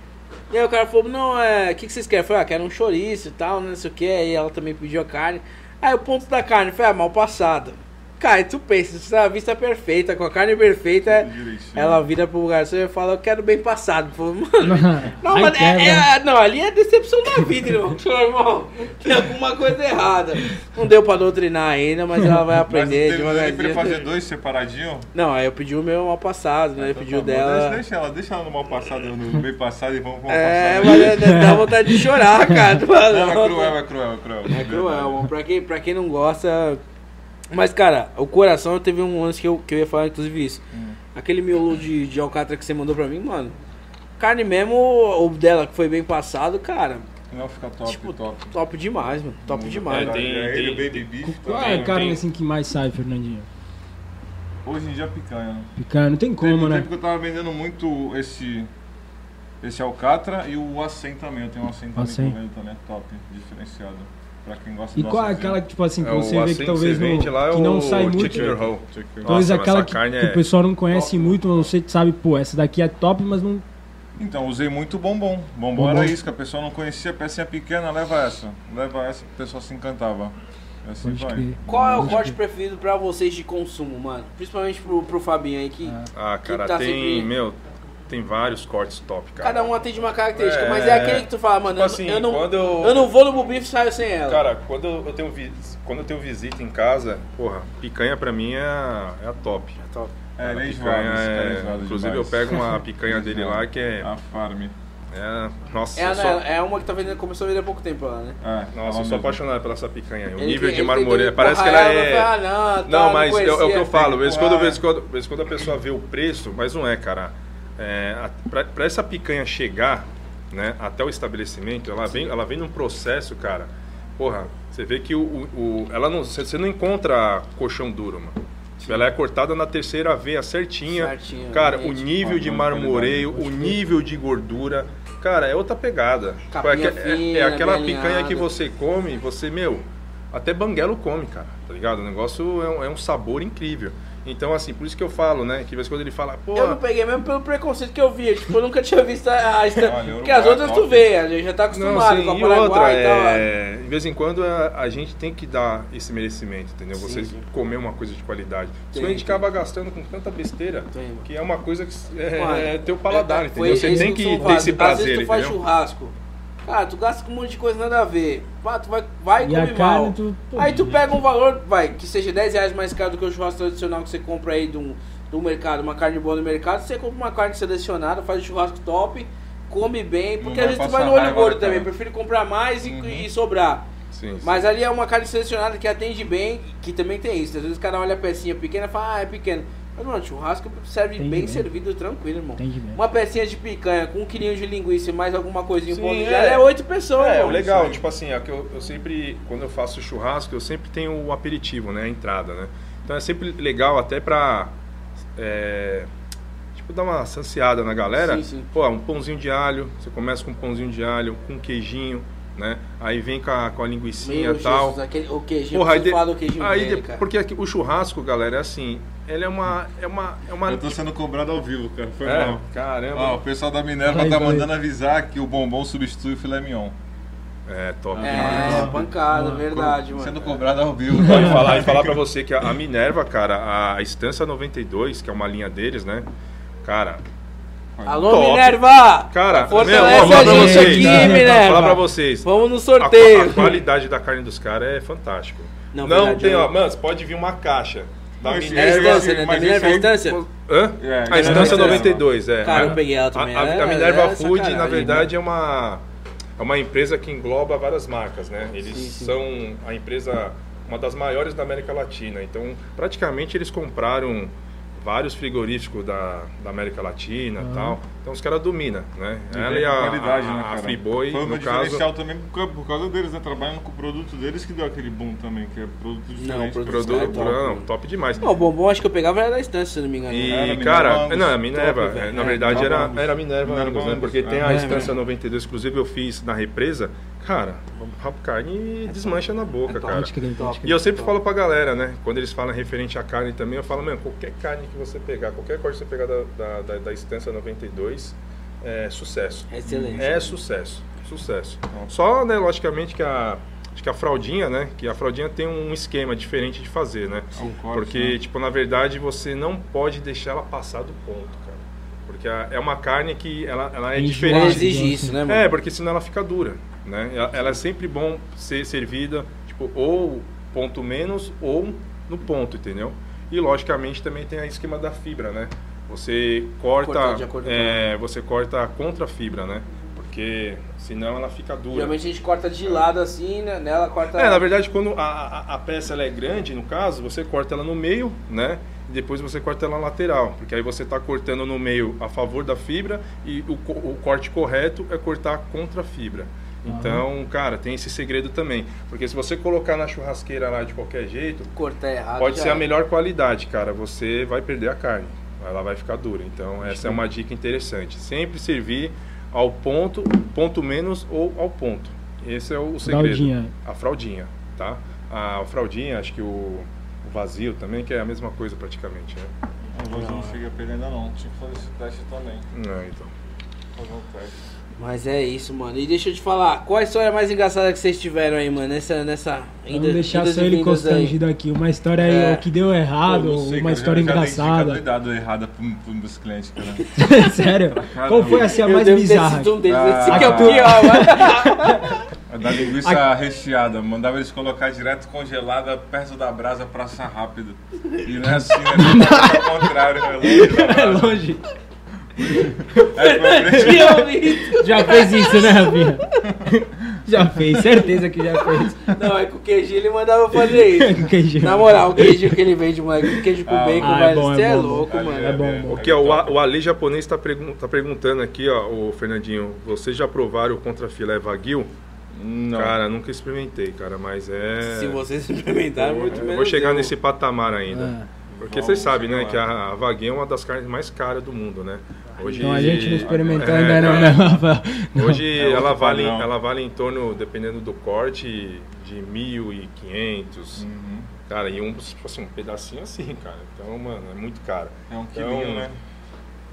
C: E aí o cara falou, não, é. O que, que vocês querem? Eu falei, ah, quero um chouriço e tal, não sei o que. Aí ela também pediu a carne. Aí o ponto da carne foi, ah, mal passado. Cara, e tu pensa, isso é a vista perfeita, com a carne perfeita,
B: Direitinho.
C: ela vira pro garçom e fala, eu quero bem passado. Eu falei, mano, não,
A: Ai,
C: mas é-
A: quebra.
C: é- não, ali é decepção da vida, irmão. Meu irmão, tem alguma coisa errada. Não deu pra doutrinar ainda, mas ela vai
B: Mas
C: aprender
B: teve ali pra ele fazer
C: devagarzinho.
B: dois separadinhos?
C: Não, aí eu pedi o meu mal passado, né? Ele pediu
B: Tá bom,
C: dela.
B: Deixa, deixa ela, deixa ela no mal passado, no bem passado e vamos pro mal
C: É,
B: passado.
C: mas é- dá vontade de chorar, cara.
B: Não, é cruel, é cruel, é cruel.
C: É cruel, mano. Pra quem, pra quem não gosta. Mas, cara, o coração teve um lance que eu, que eu ia falar, inclusive, isso.
B: Hum.
C: Aquele miolo de, de alcatra que você mandou pra mim, mano. Carne mesmo, ou dela, que foi bem passado, cara.
B: Não, fica top,
C: tipo,
B: top.
C: top demais, mano. Top demais.
D: É, tem-
B: ele, o
D: tem- Ah,
B: baby beef.
A: Qual
B: tá?
A: é a
D: Tem-
A: carne
D: tem-
A: assim que mais sai, Fernandinho?
B: Hoje em dia é picanha. né?
A: Picanha, não tem
B: Teve
A: como,
B: um
A: né?
B: tempo que eu tava vendendo muito esse Esse Alcatra e o Acen também. Eu tenho um Acen também
A: Acen.
B: que eu vendo também, é top, diferenciado. Pra quem gosta
A: E
B: do
A: qual é
B: açãozinho.
A: aquela que, tipo assim, que
D: É, o
A: você vê
D: assim
A: que
D: que
A: talvez
D: você vende
A: não,
D: lá é
A: que não
D: o
A: sai muito?
D: chicken
A: Talvez
D: roll.
B: Chicken
D: Nossa, mas
A: aquela
D: essa
A: que,
D: carne
A: que o
D: é-
A: pessoal não conhece muito, mas você sabe, pô, essa daqui é top, mas não.
B: Então, usei muito bombom. Bombom,
A: Bombom.
B: era isso, que a pessoa não conhecia, pecinha pequena, leva essa. Leva essa que o pessoal se encantava. E assim
A: Pode
B: vai.
A: crer.
C: Qual é o corte preferido pra vocês de consumo, mano? Principalmente pro, pro Fabinho aí, que
D: Ah,
C: Que
D: cara,
C: tá
D: tem,
C: sempre-
D: meu, tem vários cortes top, cara.
C: cada um atende uma característica,
D: É.
C: mas é aquele que tu fala, mano,
D: Tipo
C: eu,
D: assim,
C: eu não,
D: quando
C: eu...
D: eu-
C: não vou no Bubife e saio sem ela.
D: Cara, quando eu tenho, vi- quando eu tenho visita em casa, porra, picanha pra mim é, a- é a top.
C: Top.
B: É, ele
D: A
B: é enjoado,
D: picanha
B: esse cara é
D: é-
B: enjoado
D: Inclusive
B: demais.
D: eu pego uma picanha dele lá que é...
B: A farm. É,
D: é- nossa,
C: É, a-
D: eu só,
C: é uma que tá vendendo, começou a vender há pouco tempo lá, né?
B: ela
D: nossa, eu
B: mesmo.
D: sou apaixonado pela essa picanha. O
C: Ele
D: nível
C: tem-
D: de
C: ele
D: marmoreio,
C: tentou
D: parece que ela
C: empurrar
D: é...
C: ela, eu falei, ah, não, tá,
D: não,
C: não
D: mas é, é o que
C: conhecia. Ah.
D: eu falo. Vez quando,
B: empurrar.
D: vez, quando, vez quando a pessoa vê o preço, mas não é, cara. É, a- pra, pra essa picanha chegar né, até o estabelecimento, ela vem, ela vem num processo, cara. Porra, você vê que o, o- o- ela não, você você não encontra colchão duro, mano. Ela é cortada na terceira veia certinha.
C: Certinho, né? Tipo,
D: cara, o
C: realmente.
D: nível de marmoreio, o nível de gordura. Cara, é outra pegada.
C: Capinha
D: é, é- é
C: fina,
D: aquela
C: bem
D: picanha que
C: alinhada.
D: você você come, você, meu, até banguelo come, cara, tá ligado? O negócio é um, é um sabor incrível. Então, assim, por isso que eu falo, né? Que de vez em quando ele fala, pô,
C: Eu não peguei mesmo pelo preconceito que eu via. Tipo, eu nunca tinha visto a, a estampa.
B: Olha,
C: Porque as
B: Uruguai,
C: outras tu
B: top.
C: vê, a gente já tá
D: não,
C: acostumado
D: assim,
C: com a
D: e outra,
C: Paraguai e tal. né?
D: é, de vez em quando a, a gente tem que dar esse merecimento, entendeu?
C: Sim,
D: você
C: sim.
D: comer uma coisa de qualidade.
C: Tem,
D: Senão a gente
C: tem.
D: acaba gastando com tanta besteira,
C: Tem, mano.
D: que é uma coisa que
C: Mano,
D: é, é teu paladar,
C: é-
D: entendeu?
C: foi
D: Você
C: isso
D: tem
C: eu
D: que
C: falo.
D: ter esse
C: Às
D: prazer,
C: vezes tu faz
D: entendeu?
C: churrasco. Cara, tu gasta com um monte de coisa nada a ver. Pá, tu vai, vai
A: E
C: comer
A: a carne,
C: mal.
A: tu- pô,
C: aí tu pega um valor, vai, que seja 10 reais mais caro do que o churrasco tradicional que você compra aí de um- do mercado, uma carne boa no mercado, você compra uma carne selecionada, faz um churrasco top, come bem, porque às
B: vai
C: vezes tu
B: passar
C: vai no olho
B: raiva,
C: gordo
B: né, cara?
C: também, prefiro comprar mais e,
D: Uhum.
C: e sobrar.
D: Sim, sim.
C: Mas ali é uma carne selecionada que atende bem, que também tem isso. Às vezes o cara olha a pecinha pequena e fala, ah, é pequena. Mas, mano, churrasco serve
A: Atende
C: bem,
A: bem.
C: servido, tranquilo, irmão.
A: Atende bem.
C: Uma pecinha de picanha com um quilinho de linguiça e mais alguma coisinha
D: Sim,
C: em ponto
D: é.
C: de ela é oito pessoas,
D: É,
C: irmão.
D: o legal,
B: aí.
D: tipo assim, é que eu, eu sempre, quando eu faço churrasco, eu sempre tenho o aperitivo, né? A entrada, né? Então é sempre legal até pra. é, tipo, dar uma saciada na galera.
C: Sim, sim.
D: Pô, um pãozinho de alho, você começa com um pãozinho de alho, com um queijinho, né? Aí vem com a, com a linguiçinha
C: Meu
D: e tal.
C: Jesus, aquele, o queijinho,
D: Porra, aí
C: preciso
D: de-
C: falar do queijinho
D: aí
C: dele,
D: de-
C: cara.
D: porque aqui, o churrasco, galera, é assim, ele é uma. É uma. É uma
B: Eu tô sendo cobrado ao vivo, cara. Foi
D: é,
B: mal.
D: caramba.
B: Ó, o pessoal da Minerva
A: Vai,
B: tá
A: vai.
B: mandando avisar que o bombom substitui o filé mignon.
D: É, top.
C: É,
D: demais.
C: é pancada, verdade, mano.
B: Sendo cobrado ao vivo.
D: é. Pode falar e falar pra você que a, a Minerva, cara, a Estância 92, que é uma linha deles, né? Cara,
C: Alô,
D: Top.
C: Minerva!
D: cara,
C: Fortalece Tá
D: vou
C: a
D: falar pra
C: gente
D: vocês,
C: aqui,
D: vou
C: Minerva!
D: falar pra vocês.
C: Vamos no
D: a-
C: sorteio!
D: A, qualidade da carne dos caras é fantástica.
C: Não,
D: Não,
C: verdade,
D: tem,
C: eu-
D: ó, mano, pode vir uma caixa da
B: Tá, Mas
C: É a
D: Minerva.
C: instância, né?
B: Mas
C: Tem Minerva
B: esse aí-
C: instância?
D: Hã?
B: É,
D: a Estância
B: Estância
D: 92, é.
C: Cara,
D: A-
C: eu peguei ela também,
D: A, a-
C: é-
D: a Minerva
C: é
D: Food, na
C: sacanagem,
D: verdade, é uma, é uma empresa que engloba várias marcas, né? Eles
C: Sim, sim.
D: são a empresa, uma das maiores da América Latina. Então, praticamente, eles compraram vários frigoríficos da, da América Latina e tal. Então, os caras dominam, né? Ela e a,
B: qualidade,
D: a,
B: né,
D: a
B: cara?
D: Friboi,
B: Foi o
D: no
B: meu
D: caso...
B: diferencial também por causa, por causa deles, né? Trabalhando com o produto deles que deu aquele boom também, que é produto diferente.
C: produto-
D: Produto,
C: É top,
D: não,
C: né?
D: top demais.
C: Não, o bombom acho que eu pegava né? era da instância, se eu não me engano.
D: E,
B: Era Minerva
D: cara,
B: Angus.
D: não, a Minerva,
C: Top,
D: é,
C: velho.
D: na verdade era,
B: Angus.
D: era Minerva
B: Minerva
D: Angus, né?
B: Angus,
D: Porque tem
B: é.
D: a
B: É,
D: Estância 92, inclusive eu fiz na represa. Cara, rabo carne desmancha na
C: É
D: boca, cara.
A: Pode crer, pode
D: E
A: crer.
D: eu sempre falo pra galera, né? Quando eles falam referente à carne também, eu falo, mano, qualquer carne que você pegar, qualquer corte que você pegar da, da, da, da Estância 92, é sucesso.
C: Excelente.
D: É sucesso, sucesso.
B: Top.
D: Só, né, logicamente que a acho que a fraldinha, né, que a fraldinha tem um esquema diferente de fazer, né?
B: É um corte,
D: Porque
B: né?
D: tipo, na verdade você não pode deixar ela passar do ponto, cara. Porque a- é uma carne que ela, ela é
A: Enjoa.
C: Ela
D: diferente.
A: assim.
C: exige isso, né, mano?
D: É, porque senão ela fica dura, né? Ela, ela é sempre bom ser servida, tipo, ou ponto menos ou no ponto, entendeu? E logicamente também tem a esquema da fibra, né? Você
C: Cortar
D: corta,
C: de acordo com
D: é, você corta contra a fibra, né? Porque senão ela fica dura.
C: Geralmente a gente corta de lado assim, né? Nela corta.
D: É, na verdade, quando a, a- a peça ela é grande, no caso, você corta ela no meio, né? E depois você corta ela na lateral, porque aí você está cortando no meio a favor da fibra e o, co- o corte correto é cortar contra a fibra. Então, cara, tem esse segredo também. Porque se você colocar na churrasqueira lá de qualquer jeito,
C: Cortar
A: tá
C: errado.
D: pode
C: já
D: ser a
C: é.
D: melhor qualidade, cara. Você vai perder a carne. Ela vai ficar dura. Então, essa é uma dica interessante. Sempre servir ao ponto, ponto menos ou ao ponto. Esse é o segredo.
A: Fraldinha.
D: A fraldinha, tá? A fraldinha, acho que o, o vazio também, que é a mesma coisa praticamente, né?
B: O Luiz não cheguei a perder ainda não. Tinha que fazer esse teste também.
D: Não, então.
B: Fazer um teste.
C: Mas é isso, mano. E deixa eu te falar, qual a história mais engraçada que vocês tiveram aí, mano? Nessa. nessa
A: Vamos deixar
C: idas e
A: só ele
C: vindas aí.
A: constrangido aqui. Uma história aí,
C: É.
A: o que deu
B: Pô,
A: errado,
B: não sei, cara,
A: uma
B: eu
A: história
B: já, já dei dica
A: engraçada.
B: doidada errada pro- pro- pros um clientes, cara.
A: Sério?
B: Caramba.
A: Qual foi assim, a
C: Eu
A: mais
C: devo ter
A: bizarra?
C: sido um deles.
B: Ah.
C: Esse que é o pior, mano.
B: A Da linguiça recheada, mandava eles colocar direto congelada perto da brasa pra assar rápido. E não é assim, né? É o contrário, é longe da
A: É
B: brasa.
A: longe.
B: É pra frente.
C: Tinha ouvido.
A: Já fez isso, né, Rafinha? Já fez, certeza que já fez.
C: Não, é com o queijo ele mandava eu fazer isso.
A: Queijo.
C: Na moral, o queijo que ele vende, moleque, um queijo com
B: Ah,
C: bacon,
A: ah, é
C: mas
A: bom, é
C: você é
A: bom,
C: louco,
B: Ali,
C: mano.
A: É bom,
B: ali,
A: bom.
B: ali,
D: Aqui, ó, o, A-
B: top.
D: o Ali japonês está perguntando aqui, ó, o Fernandinho, vocês já provaram o contrafilé Wagyu?
B: Não.
D: Cara, nunca experimentei, cara, mas é...
C: Se vocês experimentaram, muito
D: Eu
C: menos.
D: vou chegar
C: eu.
D: nesse patamar
A: É.
D: ainda. Porque vocês
B: Vamos
D: sabem, né,
B: chegar lá.
D: que a, a Wagyu é uma das carnes mais caras do mundo, né? Hoje,
A: Então a gente não experimentou
D: É,
A: ainda não,
D: cara.
A: né, Rafa? Não.
D: Hoje
B: É outro
D: ela, vale,
B: padrão.
D: ela vale em torno, dependendo do corte, de 1.500.
B: Uhum.
D: Cara, e um, tipo assim, um pedacinho assim, cara. Então, mano, é muito caro.
B: É um
D: Então,
B: quilinho, né?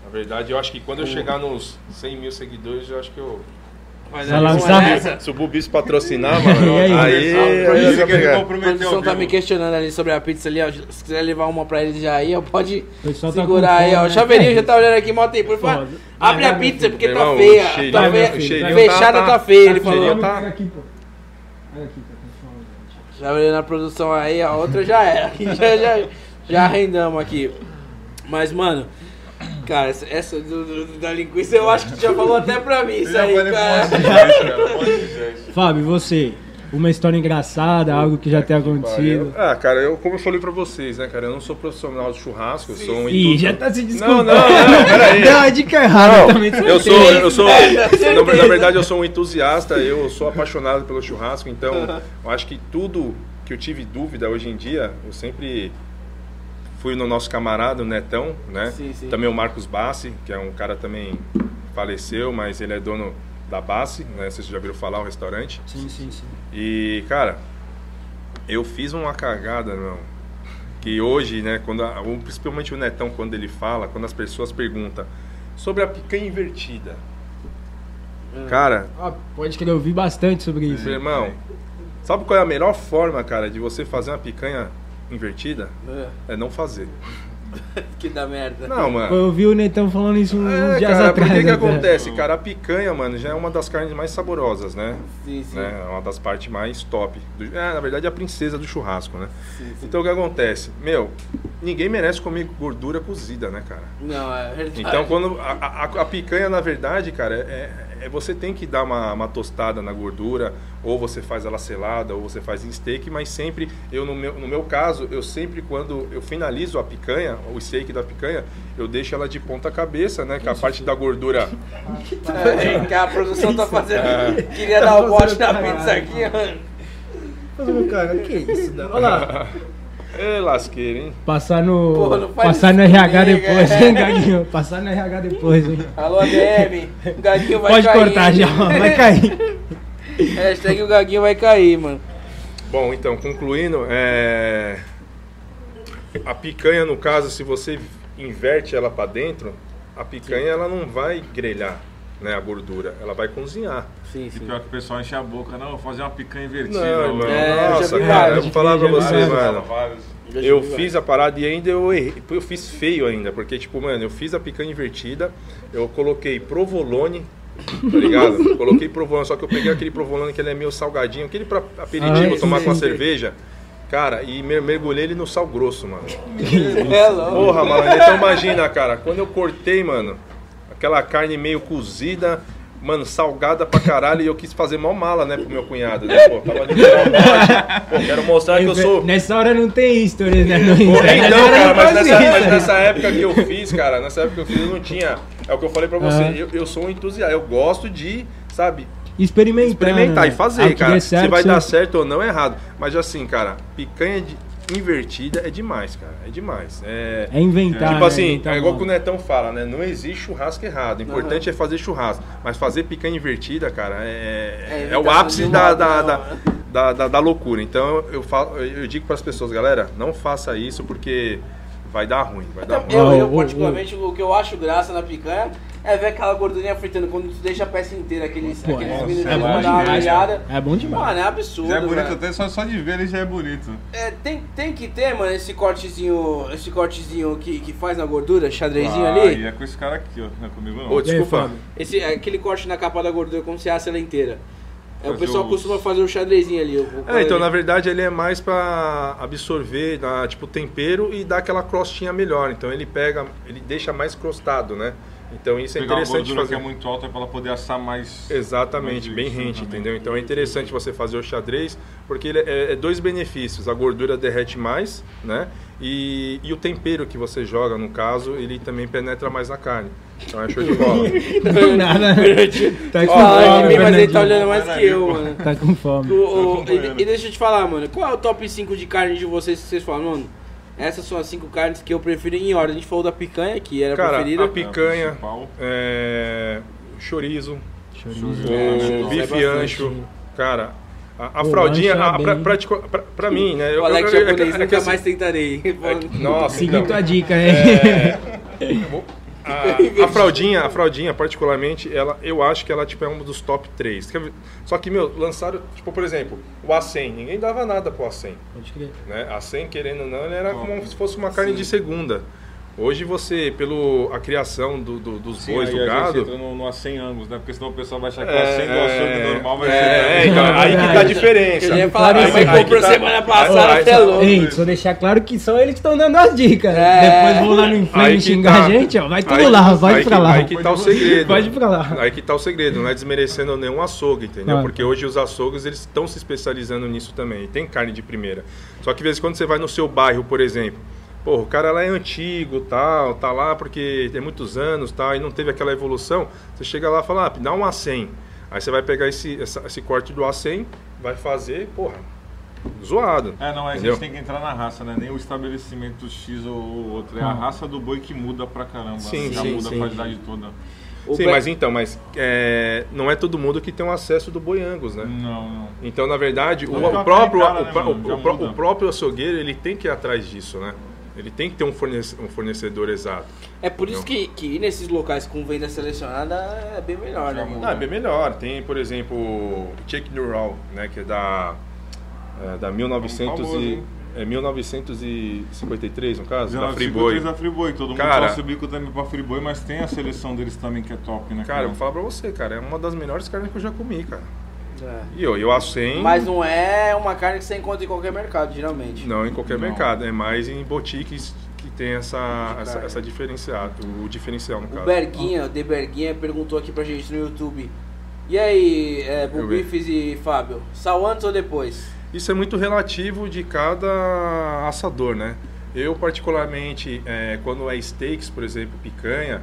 D: Na verdade, eu acho que quando eu chegar nos 100 mil seguidores, eu acho que eu.
C: Mas é
A: Vai
C: aí,
A: lançar,
C: vamos
A: né?
C: nessa?
D: Se o Bubis patrocinar, mano,
A: E aí?
D: aí.
B: Ah,
D: aí
B: isso
D: eu
B: que ele
D: pegar.
C: A
B: comprometeu
C: produção
B: ao
C: tá me
B: vivo.
C: questionando ali sobre a pizza ali, ó. Se quiser levar uma pra ele já aí, ó, pode
A: pessoal tá com
C: segurar aí, ó.
A: fome,
C: O
A: né?
C: chaveirinho já tá olhando aqui, mó tempo. Ele
A: Pô,
C: fala, abre
A: vai,
C: a
A: vai, meu
C: pizza
A: filho.
C: porque tá
D: Irmão, o
C: feia.
D: cheirinho
C: Tá
A: tá-
D: o
C: feia.
D: cheirinho
C: Fechada
D: tá-
C: tá
D: tá-
C: feia, ele
D: o cheirinho
C: falou.
D: tá-
A: Olha aqui, pô. Olha aqui, tá com fome, gente.
C: Já olhei Tá na produção aí, a outra já era. já, já, já arrendamos aqui. Mas, mano, cara, essa, essa do- do- da linguiça eu acho que já falou até pra mim
B: Eu
C: isso
B: já
C: aí,
B: falei pra um monte
C: cara.
B: de gente, cara. Um monte de gente.
A: Fábio, e você? Uma história engraçada, algo que já tem acontecido.
D: Ah, cara, eu, como eu falei pra vocês, né, cara, eu não sou profissional de churrasco, eu sou um
A: Ih,
D: intuito-
A: já tá se
D: Não,
A: desculpando.
D: não, não, peraí.
A: Deu uma dica errada também.
D: Eu
A: certeza.
D: sou, eu sou,
C: Certeza.
D: na, na verdade eu sou um entusiasta, eu sou apaixonado pelo churrasco, então eu acho que tudo que eu tive dúvida hoje em dia, eu sempre fui no nosso camarada, o Netão, né?
C: Sim, sim.
D: Também o Marcos Bassi, que é um cara também faleceu, mas ele é dono da Bassi, né? Vocês já viram falar o restaurante.
A: Sim, sim, sim.
D: E, cara, eu fiz uma cagada, meu. Que hoje, né, quando a- o- principalmente o Netão, quando ele fala, quando as pessoas perguntam sobre a picanha invertida. Cara,
A: Ah, pode crer, eu vi bastante sobre isso.
D: meu irmão, sabe qual é a melhor forma, cara, de você fazer uma picanha invertida? É não fazer.
C: Que da merda.
D: Não,
A: Pô,
D: mano.
A: Eu vi o Netão falando isso uns
D: É,
A: dias
D: cara,
A: atrás. né,
D: porque que
A: até.
D: acontece, cara? A picanha, mano, já é uma das carnes mais saborosas, né?
C: Sim, sim.
D: né? É uma das partes mais top. do- é, na verdade, é a princesa do churrasco, né? Então, o que acontece? Meu, ninguém merece comer gordura cozida, né, cara?
C: Não, é verdade.
D: Então, quando a, a- a picanha, na verdade, cara, é, é- você tem que dar uma, uma tostada na gordura, ou você faz ela selada, ou você faz em steak, mas sempre, eu no meu, no meu caso, eu sempre quando eu finalizo a picanha, o steak da picanha, eu deixo ela de ponta cabeça, né? Que a parte da gordura
C: É, vem cá, a produção tá fazendo.
B: É. Tá
C: Queria dar o bote na pizza aqui, mano.
E: Ô, cara, que isso?
C: né?
E: Olha lá.
D: é lasqueira, hein?
A: Passar no.
C: Porra, não faz
A: passar no
C: isso
A: RH
C: comigo,
A: depois,
C: é.
A: hein, Gaguinho? Passar no RH depois, hein?
C: Alô, DM. O Gaguinho vai
A: Pode
C: cair. né?
A: cortar já, vai cair.
C: Hashtag o Gaguinho vai cair, mano.
D: Bom, então, concluindo, é... a picanha, no caso, se você inverte ela para dentro, a picanha ela não vai grelhar né, a gordura, ela vai cozinhar.
C: Sim,
B: E
C: sim.
B: pior que o pessoal enche a boca. Não, vou fazer uma picanha invertida.
D: Não, irmão,
C: É, eu já
D: nossa,
C: vi
D: cara,
C: vários, né?
D: eu vou falar pra
A: já vi
D: você,
A: vários.
D: mano.
B: Vários.
D: Eu fiz a parada e ainda eu errei. Eu fiz feio ainda, porque, tipo, mano, eu fiz a picanha invertida, eu coloquei provolone, tá ligado? coloquei provolone, só que eu peguei aquele provolone que ele é meio salgadinho, aquele pra aperitivo,
A: Ah,
D: tomar com a
A: sim.
D: cerveja. Cara, e mer- mergulhei ele no sal grosso, mano.
C: É louco.
D: Porra, mano, então imagina, cara, quando eu cortei, mano, aquela carne meio cozida, mano, salgada pra caralho, e eu quis fazer mal mala, né, pro meu cunhado, né, pô, tava de mal mala. Pô, quero mostrar que eu sou...
A: Nessa hora não tem history, né? Não,
D: Pô, então, cara, mas nessa, mas
A: isso.
D: nessa época que eu fiz, cara, nessa época que eu fiz, eu não tinha. É o que eu falei pra você,
A: Aham.
D: eu, eu sou um entusiasta, eu gosto de, sabe,
A: Experimentar.
D: experimentar
A: né?
D: e
A: Ah,
D: fazer,
A: que
D: cara.
A: dê certo,
D: Se vai
A: você-
D: dar certo ou não, é errado. Mas assim, cara, picanha de- invertida é demais, cara. É demais. É,
A: É
B: Então,
A: inventar.
D: tipo
A: né?
D: assim,
A: Inventar
D: é igual
A: moda.
D: que o Netão fala, né? Não existe churrasco errado. O importante é fazer churrasco. Mas fazer picanha invertida, cara, é,
C: É
D: é o
C: imitação
D: ápice
C: de
D: da,
C: moda,
D: da,
C: não,
D: da,
C: né?
D: da- da- da loucura. Então eu, falo, eu digo para as pessoas, galera, não faça isso porque vai dar ruim. Vai
B: Tá
D: dar ruim.
C: Eu,
A: Não,
C: eu,
A: o- o-
C: particularmente, o que eu acho graça na picanha é ver aquela gordurinha fritando quando tu deixa a peça inteira, aqueles,
A: Pô,
C: aqueles
A: é,
B: meninos
A: é
B: que
A: bom
B: vão
C: dar uma
A: demais.
C: brilhada.
A: cara. É bom demais.
C: Mano, é absurdo.
B: Já é bonito
C: velho.
B: até só, só de ver ele já é bonito.
C: É, tem, tem que ter, mano, esse cortezinho, esse cortezinho que, que faz na gordura, xadrezinho
B: Ah,
C: ali.
B: E é com esse cara aqui, ó. Não é comigo não.
A: E
D: Ô,
A: aí,
D: desculpa.
A: Fábio?
C: Esse, aquele corte na capa da gordura, como se asse ela inteira. É, o
B: Fazer
C: pessoal
B: os-
C: costuma fazer o xadrezinho ali. o- o-
D: É, então na verdade ele é mais pra absorver, dar, tipo tempero e dar aquela crostinha melhor. Então ele pega, ele deixa mais crostado, né? Então isso é
B: Pegar uma
D: interessante
B: gordura
D: fazer.
B: que é muito alta pra ela poder assar mais. né,
D: Exatamente,
B: mais
D: bem
B: isso
D: rente,
B: também.
D: entendeu? Então é interessante você fazer o xadrez, porque ele é, é dois benefícios. A gordura derrete mais, né? E, e o tempero que você joga, no caso, ele também penetra mais na carne. Então é show de bola.
A: Do nada.
D: né? é-
A: Tá com
C: Fala de
A: fome,
C: mim, mas ele tá
A: Fernandinho.
C: olhando mais que eu, mano.
A: Tá com fome.
C: O- o-
B: Tá acompanhando.
C: e, e deixa eu te falar, mano, qual é o top 5 de carne de vocês que vocês falam, mano? Essas são as 5 carnes que eu prefiro em ordem. A gente falou da picanha, que era a
D: Cara,
C: preferida.
D: a picanha,
B: É a principal.
D: é, chorizo,
A: Chorizo.
C: É,
D: o bife
C: bastante.
D: ancho, cara. A, a
A: O
D: fraldinha,
A: ancho é
D: a, pra,
A: bem-
D: pratico- pra- pra mim, né?
C: O Alex
D: eu-
C: japonês,
D: é que- é que
C: nunca
D: assim-
C: mais tentarei.
D: Nossa,
A: Seguindo
D: então,
A: tua dica,
D: É.
A: hein?
D: a, a fraldinha, a fraldinha particularmente, ela, eu acho que ela tipo, é um dos top 3. Só que, meu, lançaram, tipo, por exemplo, o A100. Ninguém dava nada pro A100.
A: Pode crer.
D: Né? A 100, querendo ou não, ele era
B: Bom,
D: como se fosse uma carne
C: sim.
D: de segunda. Hoje você, pelo a criação do, do- dos
B: Sim,
D: bois,
B: aí
D: do
B: a gente entra
D: gado...
B: no, no a 100 ângulos, né? Porque senão o pessoal vai achar que o a 100 do açougue
D: É,
B: normal vai
D: é,
B: ser.
D: então, aí que tá a
A: Verdade.
D: diferença.
C: Eu já ia
A: Aí
C: falar, minha mãe
A: que- aí que
C: comprou
D: tá-
C: semana passada,
D: aí-
C: até
D: aí-
C: louco.
A: Ei, só deixar claro que são eles que estão dando as dicas.
C: É.
A: Depois vão lá no
D: Aí
A: Inflame
D: que
A: xingar
D: tá.
A: a gente, ó. Vai tudo
D: Aí-
A: lá, vai
D: aí
A: pra
D: que-
A: lá.
D: Aí que tá o segredo.
A: Pode ir pra lá. Ah.
D: Aí que tá o segredo, não é desmerecendo nenhum açougue, entendeu?
A: Claro.
D: Porque hoje os açougues, eles estão se especializando nisso também. E tem carne de primeira. Só que, de vez em quando, você vai no seu bairro, por exemplo. Pô, o cara lá é antigo, tal, tá lá porque tem muitos anos, tal, e não teve aquela evolução. Você chega lá e fala, ah, dá um A100. Aí você vai pegar esse, essa- esse corte do A100, vai fazer, porra, zoado.
B: É, não, a
D: Entendeu?
B: gente tem que entrar na raça, né? Nem o estabelecimento X ou o outro. É a raça do boi que muda pra caramba. né?
D: Sim,
B: já
D: sim,
B: muda
D: sim.
B: a qualidade toda.
C: O
D: Sim,
C: pe-
D: mas então, mas é, não é todo mundo que tem um acesso do boi Angus, né?
B: Não, não.
D: Então, na verdade, o,
B: Não,
D: o
B: já
D: próprio,
B: tem cara,
D: o,
B: né,
D: pró-
B: mano? Já
D: o pró-
B: muda.
D: o próprio açougueiro ele tem que ir atrás disso, né? Ele tem que ter um, fornece- um fornecedor exato.
C: É por isso que, que ir nesses locais com venda selecionada é bem melhor, né,
B: Já
C: mano?
B: muda.
D: Ah, é bem melhor. Tem, por exemplo, o Check Neural, né? Que é da, é, da 1900
B: Famoso,
D: e,
B: hein?
D: é 1953, no caso, da
B: 1953
D: Friboi.
B: da Friboi. Todo
D: Cara-
B: mundo torce o bico também pra Friboi, mas tem a seleção deles também que é top, né?
D: Cara, eu vou falar pra você, cara, é uma das melhores carnes que eu já comi, cara.
C: É.
D: E eu, eu assei...
C: Mas não é uma carne que você encontra em qualquer mercado, geralmente.
D: Não, em qualquer
B: Não.
D: mercado. É mais em boutiques que tem essa,
C: De
D: essa,
C: carne.
D: essa diferencial, o diferencial, no
C: O
D: caso.
C: Berguinha, o De Berguinha, perguntou aqui pra gente no YouTube. E aí, é,
D: Eu vi.
C: Bubifes e Fábio, sal antes ou depois?
D: Isso é muito relativo de cada assador, né? Eu, particularmente, eh, quando é steaks, por exemplo, picanha,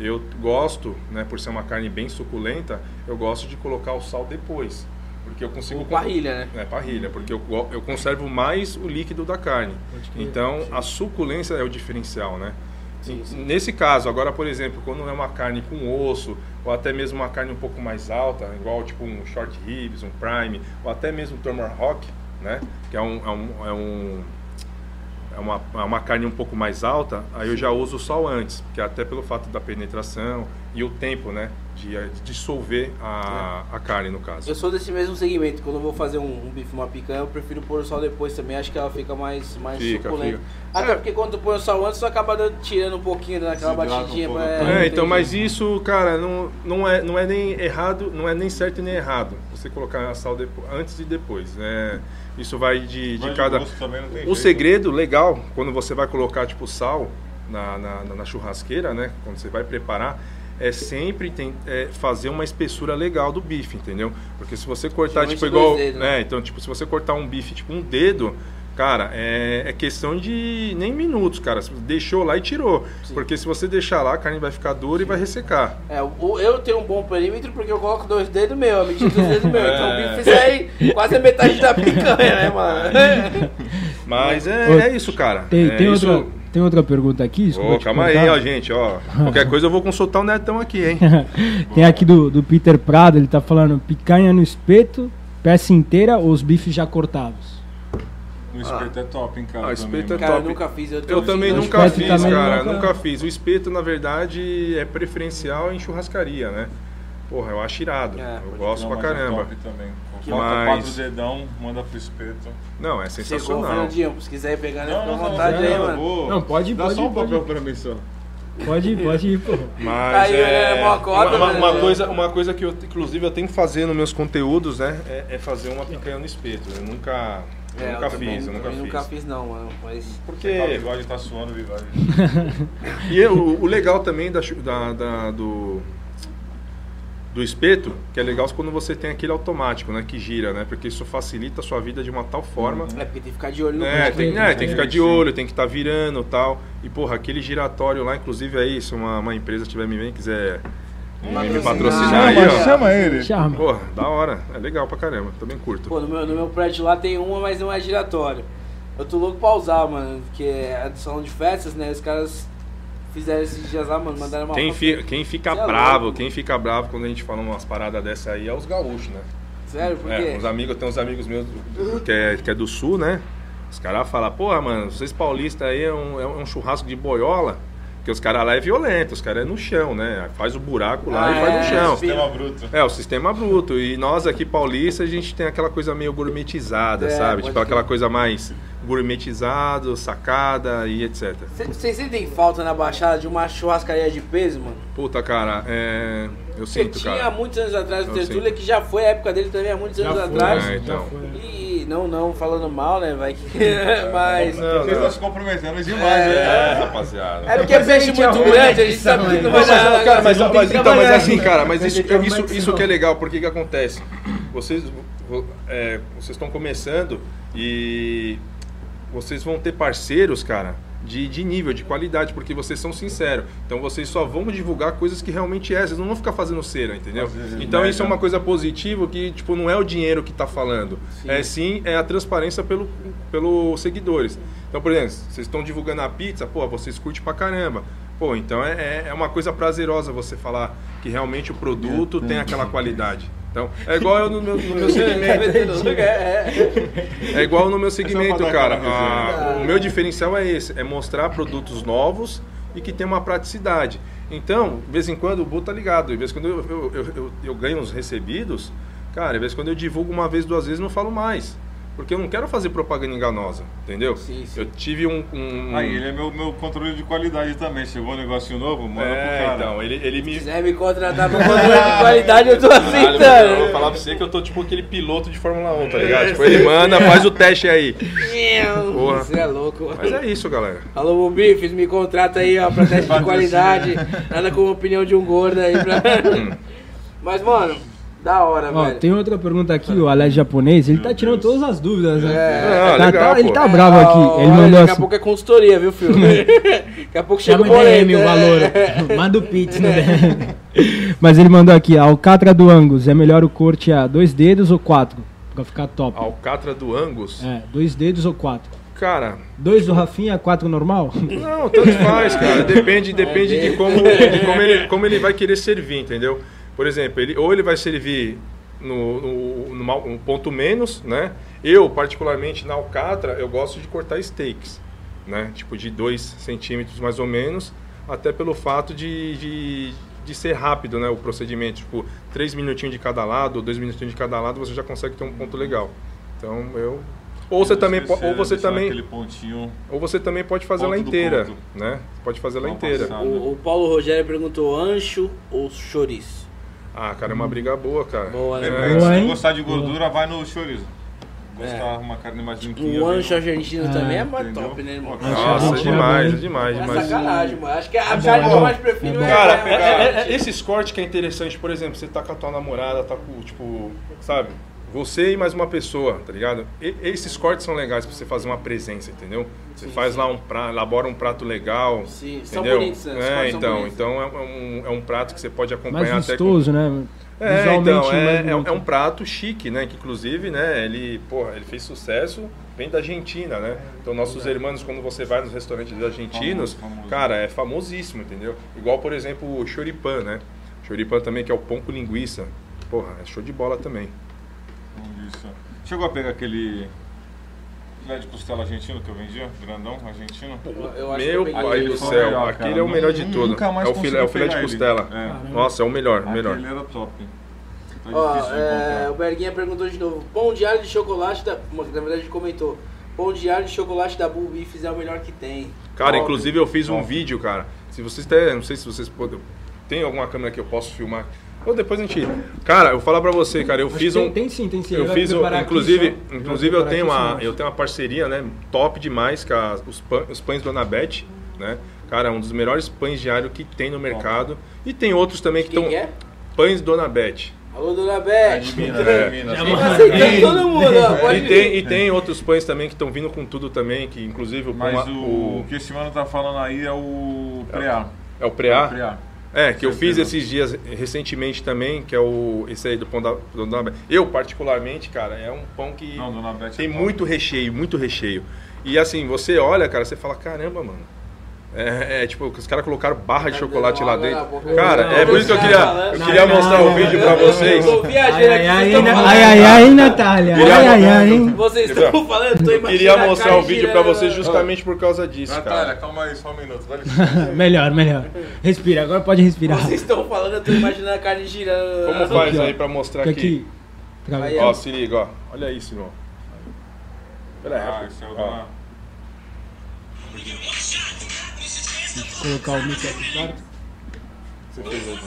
D: eu gosto, né, por ser uma carne bem suculenta, eu gosto de colocar o sal depois. Porque eu consigo.
C: Ou parrilha, né?
D: É, parrilha, porque eu, go- eu conservo mais o líquido da carne. Então, a suculência é o diferencial, né?
C: Sim, sim.
D: Nesse caso, agora, por exemplo, quando é uma carne com osso, ou até mesmo uma carne um pouco mais alta, igual tipo um short ribs, um prime, ou até mesmo um tomahawk, né? Que é um... É um, é um- é uma, é uma carne um pouco mais alta, aí eu já uso o sal antes, porque até pelo fato da penetração e o tempo, né, de, eh, de dissolver a, a carne, no caso.
C: É. Eu sou desse mesmo segmento. Quando eu vou fazer um, um bife, uma picanha, eu prefiro pôr o sal depois também. Acho que ela fica mais, mais
D: Fica,
C: suculenta.
D: fica.
C: Até
D: É.
C: porque quando tu põe o sal antes, tu acaba dando- tirando um pouquinho daquela
B: Desidrata um
C: batidinha.
B: pouco.
C: pra-
B: É,
C: não
D: É,
C: tem
D: então, mas
C: jeito.
D: isso, cara, não, não, é, não é nem errado, não é nem certo e nem errado. Você colocar a sal depo- antes e depois. né? Isso vai de, de
B: Vai de
D: cada.
B: gosto também, não tem
D: o
B: jeito. né?
D: segredo legal, quando você vai colocar, tipo, sal na, na, na- na churrasqueira, né? Quando você vai preparar, é sempre tem- é, fazer uma espessura legal do bife, entendeu? Porque se você cortar,
C: Geralmente
D: tipo,
C: dois
D: igual.
C: dedos, né?
D: né? então, tipo, se você cortar um bife, tipo, um dedo. Cara, é, é questão de nem minutos, cara. Você Deixou lá e tirou. Porque se você deixar lá, a carne vai ficar dura e vai ressecar.
C: É, o- eu tenho um bom perímetro porque eu coloco dois dedos meu, a
D: É. É.
C: medida dos dedos meu. Então o bife sai quase a metade da picanha, né, mano?
D: Mas
A: Ô,
D: é, é isso, cara.
A: Tem,
D: É
A: tem,
D: isso-
A: outra, tem outra pergunta aqui? Desculpa
D: Ô,
A: te
D: calma aí,
A: cortar.
D: ó, gente, ó. Qualquer coisa eu vou consultar o Netão aqui, hein?
A: Tem aqui do, do Peter Prado, ele tá falando picanha no espeto, peça inteira ou os bifes já cortados?
B: O espeto é top, hein, cara?
D: Ah,
B: também,
D: espeto
B: mano.
D: é
C: Cara, eu
D: top.
C: nunca fiz. Eu, um
D: Eu também
A: O
D: nunca
A: espeto
D: fiz,
A: também
D: cara,
A: nunca-
D: nunca... fiz. O espeto, na verdade, é preferencial em churrascaria, né? Porra, eu acho irado.
C: É,
D: eu
C: pode
D: gosto
B: Não,
D: pra
B: mas é
D: caramba.
B: top também. Coloca
D: mais?
B: quatro dedão, manda pro espeto.
D: Não, é
C: Chegou,
D: sensacional.
C: Fernandinho. Se quiser pegar, né? Fica à
B: tá
C: vontade aí, mano.
A: Não, pode-
B: Dá
A: pode-
B: só um
A: pode.
B: papel pra mim, só.
A: Pode ir, pode ir, pô.
D: Mas
C: Tá aí,
D: é...
C: é, mó cota,
D: uma, uma- uma
C: né?
D: coisa, uma coisa que eu, inclusive, eu tenho que fazer nos meus conteúdos, né? É, é fazer uma picanha no espeto. Eu nunca, eu
C: É,
D: nunca
C: eu também-
D: fiz, eu nunca
C: também
D: fiz.
C: nunca fiz, não, mano. Mas.
B: Tá, o
D: Porque
B: bigode tá suando, o bigode.
D: E eu- o, o legal também da, chu- da- da- do, do espeto, que é legal quando você tem aquele automático, né? Que gira, né? Porque isso facilita a sua vida de uma tal forma.
C: É porque tem que ficar de olho no
D: Né,
C: bicho,
D: tem,
C: né?
D: né, tem que ficar de olho, tem que estar virando e tal. E, porra, aquele giratório lá, inclusive aí, se uma, uma empresa tiver me vendo e quiser né, me,
C: Chama,
D: me patrocinar Ah, aí,
C: Chama,
D: ó.
B: chama ele.
A: Chama.
D: Porra, da hora. É legal pra caramba. Também curto.
C: Pô, no meu, no meu prédio lá tem uma, mas não é giratório. Eu tô louco pra usar, mano. Porque é a do salão de festas, né? Os caras fizeram esses dias lá, mano. Mandaram uma
D: Quem,
C: foto.
D: fi- quem fica
C: Você é
D: bravo,
C: louco.
D: quem fica bravo quando a gente fala umas paradas dessa aí é os gaúchos, né?
C: Sério, por
D: É,
C: quê?
D: uns amigos, tem uns amigos meus do- que é, que é do sul, né? Os caras falam, porra, mano, vocês paulistas aí é um, é um churrasco de boiola. Porque os caras lá é violento, os caras é no chão, né? Faz o buraco lá
C: Ah,
D: e faz
C: é,
D: no chão.
C: sim.
B: Sistema bruto.
D: É, o sistema bruto. E nós aqui paulistas, a gente tem aquela coisa meio gourmetizada,
C: É, pode
D: sabe? Tipo,
C: crer.
D: aquela coisa mais gourmetizado, sacada e etc.
C: Vocês sentem falta na Baixada de uma churrascaria de peso, mano?
D: Puta, cara, é... eu
C: Porque
D: sinto,
C: tinha há
D: cara.
C: muitos anos atrás o
D: Eu
C: Tertúlia, que já foi a época dele também, há muitos anos atrás.
D: né? então.
C: E não, não, falando mal, né, vai que... Mas...
D: Não,
B: Vocês estão
D: não.
B: se comprometendo demais,
D: É,
B: né?
D: rapaziada.
C: É porque é peixe
E: Infelizmente,
C: muito
E: é ruim,
C: grande,
E: né?
C: a gente sabe que não vai
E: Mas,
C: dar nada.
D: Cara, mas,
E: Você não
D: mas,
E: tem que
D: então, mas
E: trabalhar,
D: assim,
E: né?
D: cara, mas
E: Você
D: isso,
E: tem que arrumar
D: isso,
E: isso,
D: isso
E: não.
D: que é legal, porque que acontece? Vocês vo- é, vocês estão começando e vocês vão ter parceiros, cara, de, de nível, de qualidade, porque vocês são sinceros. Então vocês só vão divulgar coisas que realmente é, vocês não vão ficar fazendo cera, entendeu?
B: Às vezes,
D: Então
B: né,
D: isso é
B: cara?
D: uma coisa positiva que, tipo, não é o dinheiro que tá falando. É sim, é a transparência pelo, pelos seguidores. Então, por exemplo, vocês estão divulgando a pizza, pô, vocês curtem pra caramba. Pô, então é, é- é uma coisa prazerosa você falar que realmente o produto tem aquela qualidade. Então, é igual eu no meu, no meu segmento.
C: É, é.
D: É igual no meu segmento,
B: Essa é uma
D: cara.
B: bacana,
D: Ah,
C: né?
D: o meu diferencial é esse, é mostrar produtos novos e que tem uma praticidade. Então, de vez em quando o Bu tá ligado, de vez em quando eu, eu, eu- eu- eu ganho uns recebidos, cara, de vez em quando eu divulgo uma vez, duas vezes não falo mais. Porque eu não quero fazer propaganda enganosa, entendeu?
C: Sim, sim.
D: Eu tive um. um-
B: Aí, ele é meu, meu controle de qualidade também. Chegou um negocinho novo, manda
D: É,
B: pro cara.
D: então, ele, ele
C: Se
D: me.
C: quiser me contratar pra controle de qualidade, eu tô assim,
D: Caralho,
C: então.
D: mano, eu vou
C: aceitando.
D: falar pra você que eu tô tipo aquele piloto de Fórmula 1, tá ligado? Tipo, ele manda, faz o teste aí. Porra.
C: Você é louco.
D: Mas é isso, galera.
C: Alô, Bubifes, me contrata aí, ó, pra teste de qualidade.
D: assim, né?
C: Nada como a opinião de um gordo aí pra...
D: Hum.
C: Mas, mano, da hora,
A: Ó,
C: velho.
A: tem outra pergunta aqui, o Alex japonês, ele tá tirando todas as dúvidas, né?
C: É.
D: Ah,
A: Tá-
D: legal,
A: tá- ele
D: pô.
A: tá bravo aqui, ele
C: Olha,
A: mandou
C: Daqui a
A: assim,
C: pouco é consultoria, viu, filho? daqui a pouco chega
A: chama
C: o
A: em
C: boleto.
A: DM o
C: é.
A: valor, manda o pix, né? Mas ele mandou aqui, Alcatra do Angus, é melhor o corte a dois dedos ou quatro? Pra ficar top.
D: Alcatra do Angus.
A: É, dois dedos ou quatro?
D: Cara,
A: Dois do Rafinha, quatro normal?
D: Não, tanto faz, cara. Depende, depende de, como,
B: É
D: de como, ele, como ele vai querer servir, entendeu? Por exemplo, ele, ou ele vai servir no, no, numa- um ponto menos, né? Eu, particularmente, na Alcatra, eu gosto de cortar steaks, né? Tipo, de 2 centímetros, mais ou menos, até pelo fato de, de, de ser rápido, né? O procedimento, tipo, 3 minutinhos de cada lado, ou 2 minutinhos de cada lado, você já consegue ter um ponto legal. Então, eu... Ou você
B: Eu
D: também... po-
B: esqueci,
D: Ou você
B: deixar
D: também...
B: Aquele pontinho.
D: Ou você também pode fazer ela
B: Ponto do
D: inteira,
B: ponto.
D: né? Você pode fazer ela
B: Vamos
D: inteira.
B: passar.
C: O, o Paulo Rogério perguntou ancho ou chouriço?
D: Ah, cara, é uma briga boa, cara.
C: Boa, né?
D: É,
B: Lembrando, se
A: hein?
B: não gostar de gordura, vai no chorizo. Gostar uma carne mais limpinha.
C: O Um ancho
B: bem-
C: argentino
A: Ah,
C: também Tipo, é mais
B: entendeu?
C: top, né, irmão?
B: Pô,
D: Nossa,
A: Gente,
D: demais,
A: é bom, hein?
D: demais,
C: É
D: demais.
C: sacanagem, mano. Acho que a
A: É
C: carne que eu mais prefiro é.
D: Cara,
C: é-
D: é-
C: é-
D: é- é- esses cortes que é interessante, por exemplo, você tá com a tua namorada, tá com, tipo, sabe? Você e mais uma pessoa, tá ligado? E- esses cortes são legais pra você fazer uma presença, entendeu? Você faz lá um prato, elabora um prato legal.
C: Sim, são
D: entendeu?
C: bonitos, né? Os
D: É,
C: cortes são
D: então,
C: bonitos.
D: então é um, é um prato que você pode acompanhar
A: Mais
D: até com
A: vistoso, né?
D: É,
A: visualmente
D: então, é,
A: mas
D: é-
A: muito.
D: é um prato chique, né? Que inclusive, né, ele, porra, ele fez sucesso, vem da Argentina, né? Então nossos irmãos, quando você vai nos restaurantes argentinos,
B: Famoso, famoso.
D: cara, é famosíssimo, entendeu? Igual, por exemplo, o choripan, né? Choripan também, que é o pão com linguiça. Porra, é show de bola também.
B: Isso. Chegou a pegar aquele filé de costela argentino que eu vendia? Grandão, argentino?
C: Eu acho
D: Meu
C: que eu peguei
D: pai
C: ele.
D: do
B: só
D: céu,
B: melhor,
D: aquele
B: cara.
D: é o melhor de
B: Nunca
D: tudo.
B: mais
D: É o filé, é o
B: consegui
D: filé de
B: pegar ele.
D: costela.
B: É.
D: Nossa, é o melhor, o melhor.
B: Aquele era top. Tá
C: Ó,
B: difícil de
C: é, o
B: encontrar.
C: Berguinha perguntou de novo: pão de alho de chocolate da. Na verdade, ele comentou: pão de alho de chocolate da Bull Beefs é o melhor que tem.
D: Cara,
C: Óbvio.
D: inclusive eu fiz um
B: Óbvio.
D: vídeo, cara. Se vocês têm, não sei se vocês podem, tem alguma câmera que eu posso filmar. Ou depois a gente. Cara, eu vou falar pra você, cara, eu
A: Acho
D: fiz
A: que tem-
D: um
A: Tem sim, tem sim.
D: eu
A: vai
D: fiz, um-
A: preparar aqui
D: inclusive,
A: só.
D: inclusive
A: Vai
D: eu
A: preparar
D: tenho
A: aqui
D: uma,
A: só.
D: eu tenho uma parceria, né, top demais com as- os, pã- os pães Dona Beth, né? Cara, um dos melhores pães de alho que tem no mercado. E tem outros também que
C: Quem
D: estão
C: que é?
D: pães Dona Beth.
C: Alô, dona Beth!
B: De Minas,
D: É.
B: de Minas.
A: Já
B: Sim.
A: mandou.
C: Aceitando todo mundo, ó, Ah, pode
D: E
C: vir.
D: tem, e tem outros pães também que estão vindo com tudo também, que inclusive o, pão
B: Mas
D: a-
B: o,
D: o-
B: que esse mano tá falando aí é o preá.
D: é o preá.
B: Preá.
D: É, que eu fiz
B: Certeza.
D: esses dias recentemente também, que é o esse aí do pão da, do Dona Beth. Eu particularmente, cara, é um pão que
B: Não, Dona Beth é
D: tem
B: top.
D: muito recheio, muito recheio. E assim, você olha, cara, você fala, caramba, mano. É, é, tipo, os caras colocaram barra
C: Tá
D: de chocolate
C: dando
D: lá
C: água na
D: dentro.
C: boca.
D: Cara, é por isso que eu queria, eu
A: Não,
D: queria
A: não,
D: mostrar
A: não,
D: o vídeo
A: não,
D: pra
A: não,
D: vocês.
C: Eu tô viajando
A: Ai, ai,
C: aqui, vocês
A: ai,
C: tão
A: na-
C: falando-
A: ai, ai, ai, Natália.
D: Queria-
A: Ai, ai, ai, hein?
C: Vocês
D: Entendeu?
C: estão falando, eu tô
D: Eu
C: imaginando.
D: queria
C: a
D: mostrar
C: cara
D: o vídeo
C: girando.
D: pra vocês justamente por causa disso,
B: Natália,
D: cara.
B: calma aí, só um minuto. Vai
A: Melhor, melhor. Respira, agora pode respirar.
C: Vocês estão falando, eu tô imaginando a carne girando.
D: Como faz
A: ó.
D: aí pra mostrar
A: Fica
D: Tá aqui?
A: aqui. Trava-
C: Aí,
D: Ó, se liga, ó. Olha isso, irmão. Pera aí,
B: ah,
D: rapaz.
B: esse é o
D: Ó.
B: da...
A: Colocar o mic aqui perto.
D: Você fez aí.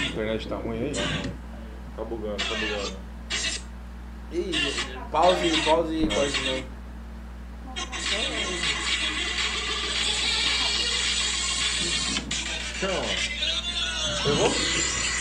D: A internet tá ruim aí?
B: Tá bugando, tá bugando.
C: Ih, pause, pause, pause né? de novo.
D: Então, Pegou?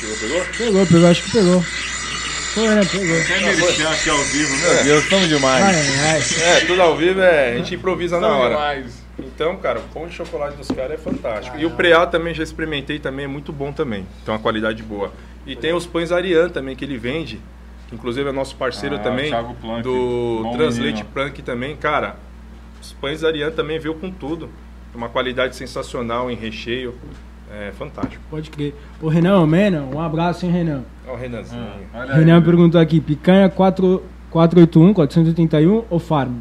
D: Pegou, pegou?
A: Pegou, pegou, acho que pegou. Foi, né? Pegou.
B: Tem é merchan aqui ao vivo, meu Deus, tamo
A: Ai,
B: demais.
A: ai.
D: É, tudo ao vivo é. A gente improvisa na
B: Tamo
D: hora.
B: demais.
D: Então, cara, o pão de chocolate dos caras é fantástico.
B: Ah.
D: E o preá também já experimentei também, é muito bom também. Então, uma qualidade boa. E tem os pães Ariane também que ele vende. que Inclusive é nosso parceiro
B: Ah,
D: também
B: Thiago Planck,
D: do
B: bom
D: Translate
B: menino.
D: Plank também, cara. Os pães Ariane também veio com tudo. Uma qualidade sensacional em recheio. É fantástico.
A: Pode crer. Ô, Renan, ô, Mena, um abraço, hein, Renan.
D: Ó, o Renanzinho.
B: Olha
A: Renan
B: aí.
A: perguntou aqui, picanha 4, 481, 481 ou farm?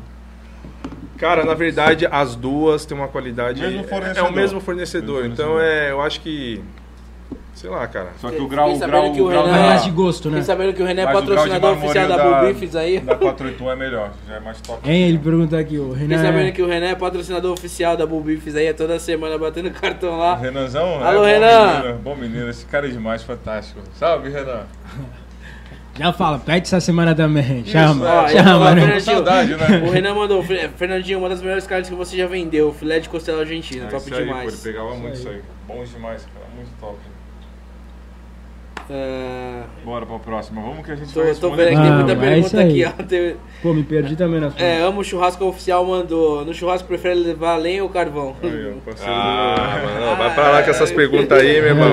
D: Cara, na verdade, as duas têm uma qualidade.
B: Mesmo
D: é
B: fornecedor.
D: o mesmo fornecedor.
B: Mesmo
D: então,
B: fornecedor.
D: é, eu acho que. Sei lá, cara.
B: Só que o
C: Fiquei
B: grau, o
C: sabendo
B: grau,
C: que o
B: o grau
C: Renan- é
B: da-
A: Mas de gosto, né?
C: Fiquei sabendo que o René é
B: mas o grau de
C: patrocinador
B: marmoreio
C: oficial da Bull Beefs aí.
B: Da 481 é melhor, já é mais top.
A: Hein, ele perguntou aqui, o Renan.
C: Fiquei sabendo que o Renan é patrocinador oficial da Bull Beefs aí, é toda semana batendo cartão lá.
B: Renanzão, é
C: Alô,
B: bom
C: Renan.
B: menino, bom menino, esse cara é demais, fantástico. Salve, Renan.
A: Já fala, pede essa semana também. Chama,
C: Ó, eu vou
A: chama,
C: falar,
A: né?
C: Fernandinho,
B: Saudade, né?
C: O Renan mandou, Fer- Fernandinho, uma das melhores carnes que você já vendeu, filé de costela argentina, É top
B: É isso aí, pô, ele
C: demais.
B: pegava muito isso aí. Bom demais, cara, muito top.
C: Ah,
B: Bora pra próxima, vamos que a gente
C: tô,
B: vai
C: tô
B: responder.
C: vendo que tem muita
A: Vamos, é isso
C: pergunta aqui,
A: aí.
C: ó. Tem-
A: Pô, me perdi também na sua.
C: é, amo o churrasco oficial, mandou. No churrasco prefere levar lenha ou carvão?
B: Aí, ó, parceiro
D: Ah,
B: do-
D: mano, vai pra lá com essas perguntas aí, meu irmão.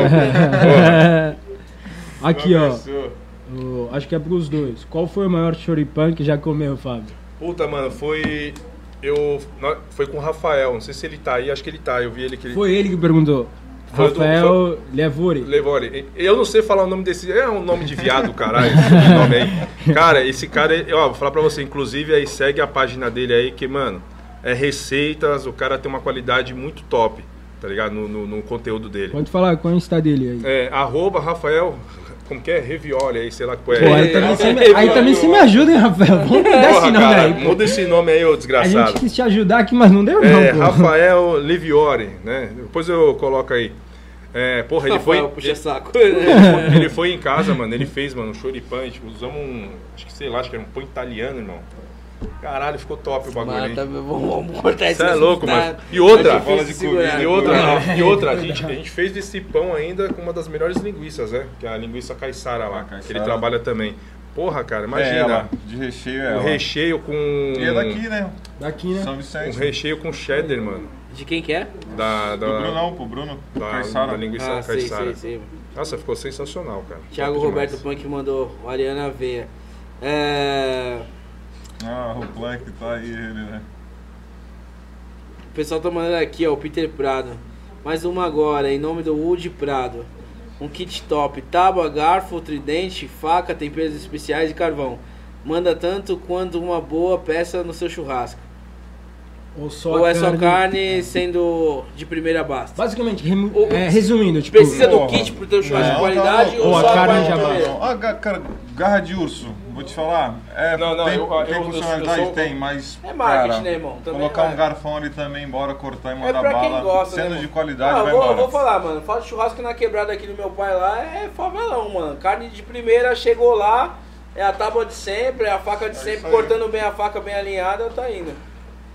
A: aqui, ó.
B: Começou.
A: o- acho que é pros dois. Qual foi o maior choripan que já comeu, Fábio?
D: Puta, mano, foi. Eu. nó- Foi com o Rafael. Não sei se ele tá aí, acho que ele tá. Eu vi ele que ele.
A: Foi ele que perguntou.
D: Foi do-
A: Rafael Levore.
D: Levou ele. Eu não sei falar o nome desse. É um nome de viado, caralho. esse nome aí. Cara, esse cara, é- ó, vou falar pra você, inclusive, aí segue a página dele aí, que, mano, é receitas, o cara tem uma qualidade muito top, tá ligado? No, no- no conteúdo dele.
A: Pode falar qual é o Insta dele aí.
D: É, arroba Rafael. Como que é? Revioli aí, sei lá qual é.
A: Pô, aí também, você, me, aí também você me ajuda, hein, Rafael? Vamos mudar tá esse
D: Porra,
A: nome
D: cara,
A: aí, pô.
D: muda esse nome aí, ô
A: A gente
D: desgraçado.
A: quis te ajudar aqui, mas não deu
D: É,
A: não, pô.
D: Rafael Liviori, né? Depois eu coloco aí. É, porra, ele foi.
C: Rafael, puxa saco.
D: Ele foi em casa, mano, ele fez, mano, um choripan, tipo, usamos um, acho que sei lá, acho que era um pão italiano, irmão. Caralho, ficou top o bagulho.
C: Mata,
D: hein?
C: meu, vamos vamos cortar esse
D: Você é
C: assunto,
D: louco,
C: tá?
D: mano. E outra,
C: Tá difícil
B: Bola de
C: segurar.
B: comida,
D: e outra, e outra, a gente, a gente fez desse pão ainda com uma das melhores linguiças, né? Que é a linguiça caiçara lá,
B: Ah, caiçara.
D: que ele trabalha também. Porra, cara,
B: É ela,
D: imagina.
B: de recheio é
D: um
B: ela.
D: recheio com.
B: E é daqui, né?
A: Daqui, né?
B: São
D: Um
B: Vicente.
D: recheio com cheddar, mano.
C: De quem que é?
D: Da,
B: Do
D: da,
B: Brunão, pro Bruno.
D: da,
B: Caissara.
D: da linguiça
C: Ah, sei,
D: caiçara.
C: sei, sei. mano.
D: Nossa, ficou sensacional, cara.
C: Thiago
D: Top
C: Roberto
D: demais.
C: Punk mandou o Ariana Veia. É,
B: Ah, o Plank tá aí, ele, né?
C: o pessoal tá mandando aqui, ó, o Peter Prado. Mais uma agora, em nome do Wood Prado. Um kit top, tábua, garfo, tridente, faca, temperos especiais e carvão. Manda tanto quanto uma boa peça no seu churrasco.
A: Ou só
C: Ou
A: a
C: é só carne sendo de primeira basta.
A: Basicamente, remu-
C: Ou-
A: é, resumindo, tipo.
C: Precisa do
B: Porra.
C: kit pro teu
A: É.
C: churrasco de
B: Não,
C: qualidade
B: não,
C: ou
A: Ou a
C: só a
A: carne
C: carne
A: já
C: de
A: basta.
C: primeira?
B: Não, ah, ga- cara, garra de urso, vou te falar. É,
D: Não, não,
B: tem,
D: eu- eu-
B: tem
D: eu- eu
B: funcionalidade?
D: sou-
B: Tem, mas.
C: É marketing,
B: cara,
C: né, irmão? Também
B: colocar
C: vai.
B: um garfão ali também, bora cortar e
C: É
B: mandar
C: pra
B: bala.
C: quem gosta, né,
B: Sendo
C: mano?
B: de qualidade,
C: Ah,
B: vai
C: vou,
B: embora.
C: vou falar, mano. Faz churrasco na quebrada aqui do meu pai lá, é favelão, mano. Carne de primeira, chegou lá, é a tábua de sempre, é a faca de
B: É isso
C: sempre,
B: aí.
C: cortando bem a faca, bem alinhada, tá indo.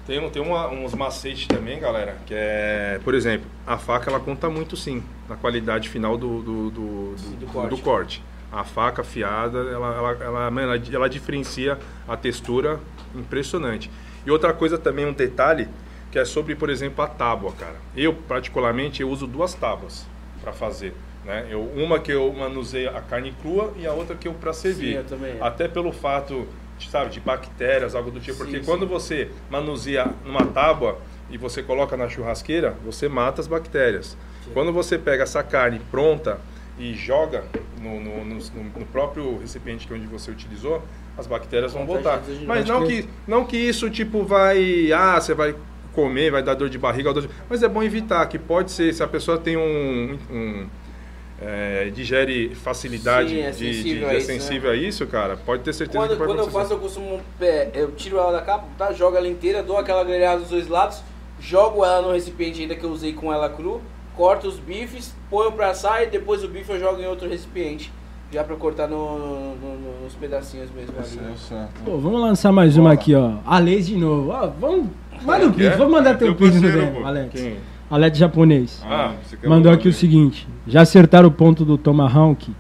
D: Tem, um- tem uma- uns macetes também, galera, que é... Por exemplo, a faca, ela conta muito, sim, na qualidade final do, do, do,
C: Sim, do
D: do-
C: corte.
D: do corte. A faca afiada, ela, ela, ela, mano, ela, ela diferencia a textura impressionante. E outra coisa também, um detalhe, que é sobre, por exemplo, a tábua, cara. Eu, particularmente, eu uso duas tábuas para fazer. Né? Eu, uma que eu manuseio a carne crua e a outra que eu para servir.
C: eu também. é.
D: Até pelo fato, de, sabe, de bactérias, algo do tipo. porque
C: Sim, sim.
D: quando você manuseia numa tábua e você coloca na churrasqueira, você mata as bactérias. Quando você pega essa carne pronta e joga no, no- no- no- no próprio recipiente que é onde você utilizou, as bactérias vão
C: Contagia
D: voltar.
C: desde-
D: Mas
C: pode
D: não
C: crer.
D: que, não que isso tipo vai, ah, você vai comer, vai dar dor de barriga, dor de- mas é bom evitar, que pode ser, se a pessoa tem um- um é, digere facilidade
C: Sim, é
D: de, de-
C: sensível
D: de-
C: a
D: é
C: isso,
D: sensível a isso, cara, pode ter certeza
C: Quando,
D: que pode
C: quando eu faço,
D: acontecer.
C: eu costumo. é, eu tiro ela da capa, tá? Jogo ela inteira, dou aquela grelhada dos dois lados, jogo ela no recipiente ainda que eu usei com ela cru, corto os bifes, ponho pra assar e depois o bife eu jogo em outro recipiente. Já pra cortar no- no- no- nos pedacinhos mesmo ali.
B: Esse é o certo.
A: Pô, vamos lançar mais uma aqui, ó. A Leis de novo. Ó, vamos. Manda o
D: Quem é?
A: pix, vamos mandar teu
D: Teu
A: pix no
D: parceiro,
A: DM,
D: pô.
A: Alex.
D: um Quem?
A: Alex japonês.
D: Ah,
B: você quer
A: Mandou
B: mandar
A: aqui o
B: ver?
A: seguinte: já acertaram o ponto do Tomahawk?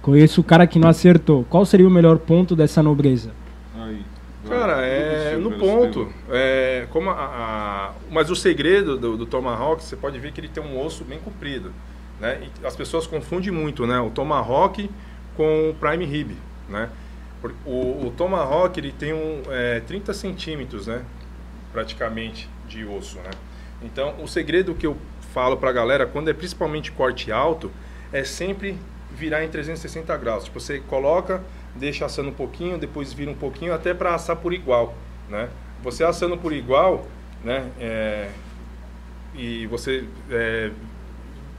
A: Conheço o cara que não acertou. Qual seria o melhor ponto dessa nobreza?
B: Aí,
D: Cara, é no ponto. É, como a- a- mas o segredo do, do Tomahawk, você pode ver que ele tem um osso bem comprido. Né? E as pessoas confundem muito né? o Tomahawk com o Prime Rib. Né? Por- O, o Tomahawk ele tem um, é, 30 centímetros né? praticamente de osso. Né? Então, o segredo que eu falo pra galera, quando é principalmente corte alto, é sempre virar em 360 graus. Tipo, você coloca, deixa assando um pouquinho, depois vira um pouquinho, até para assar por igual, né? Você assando por igual, né? é, e você é,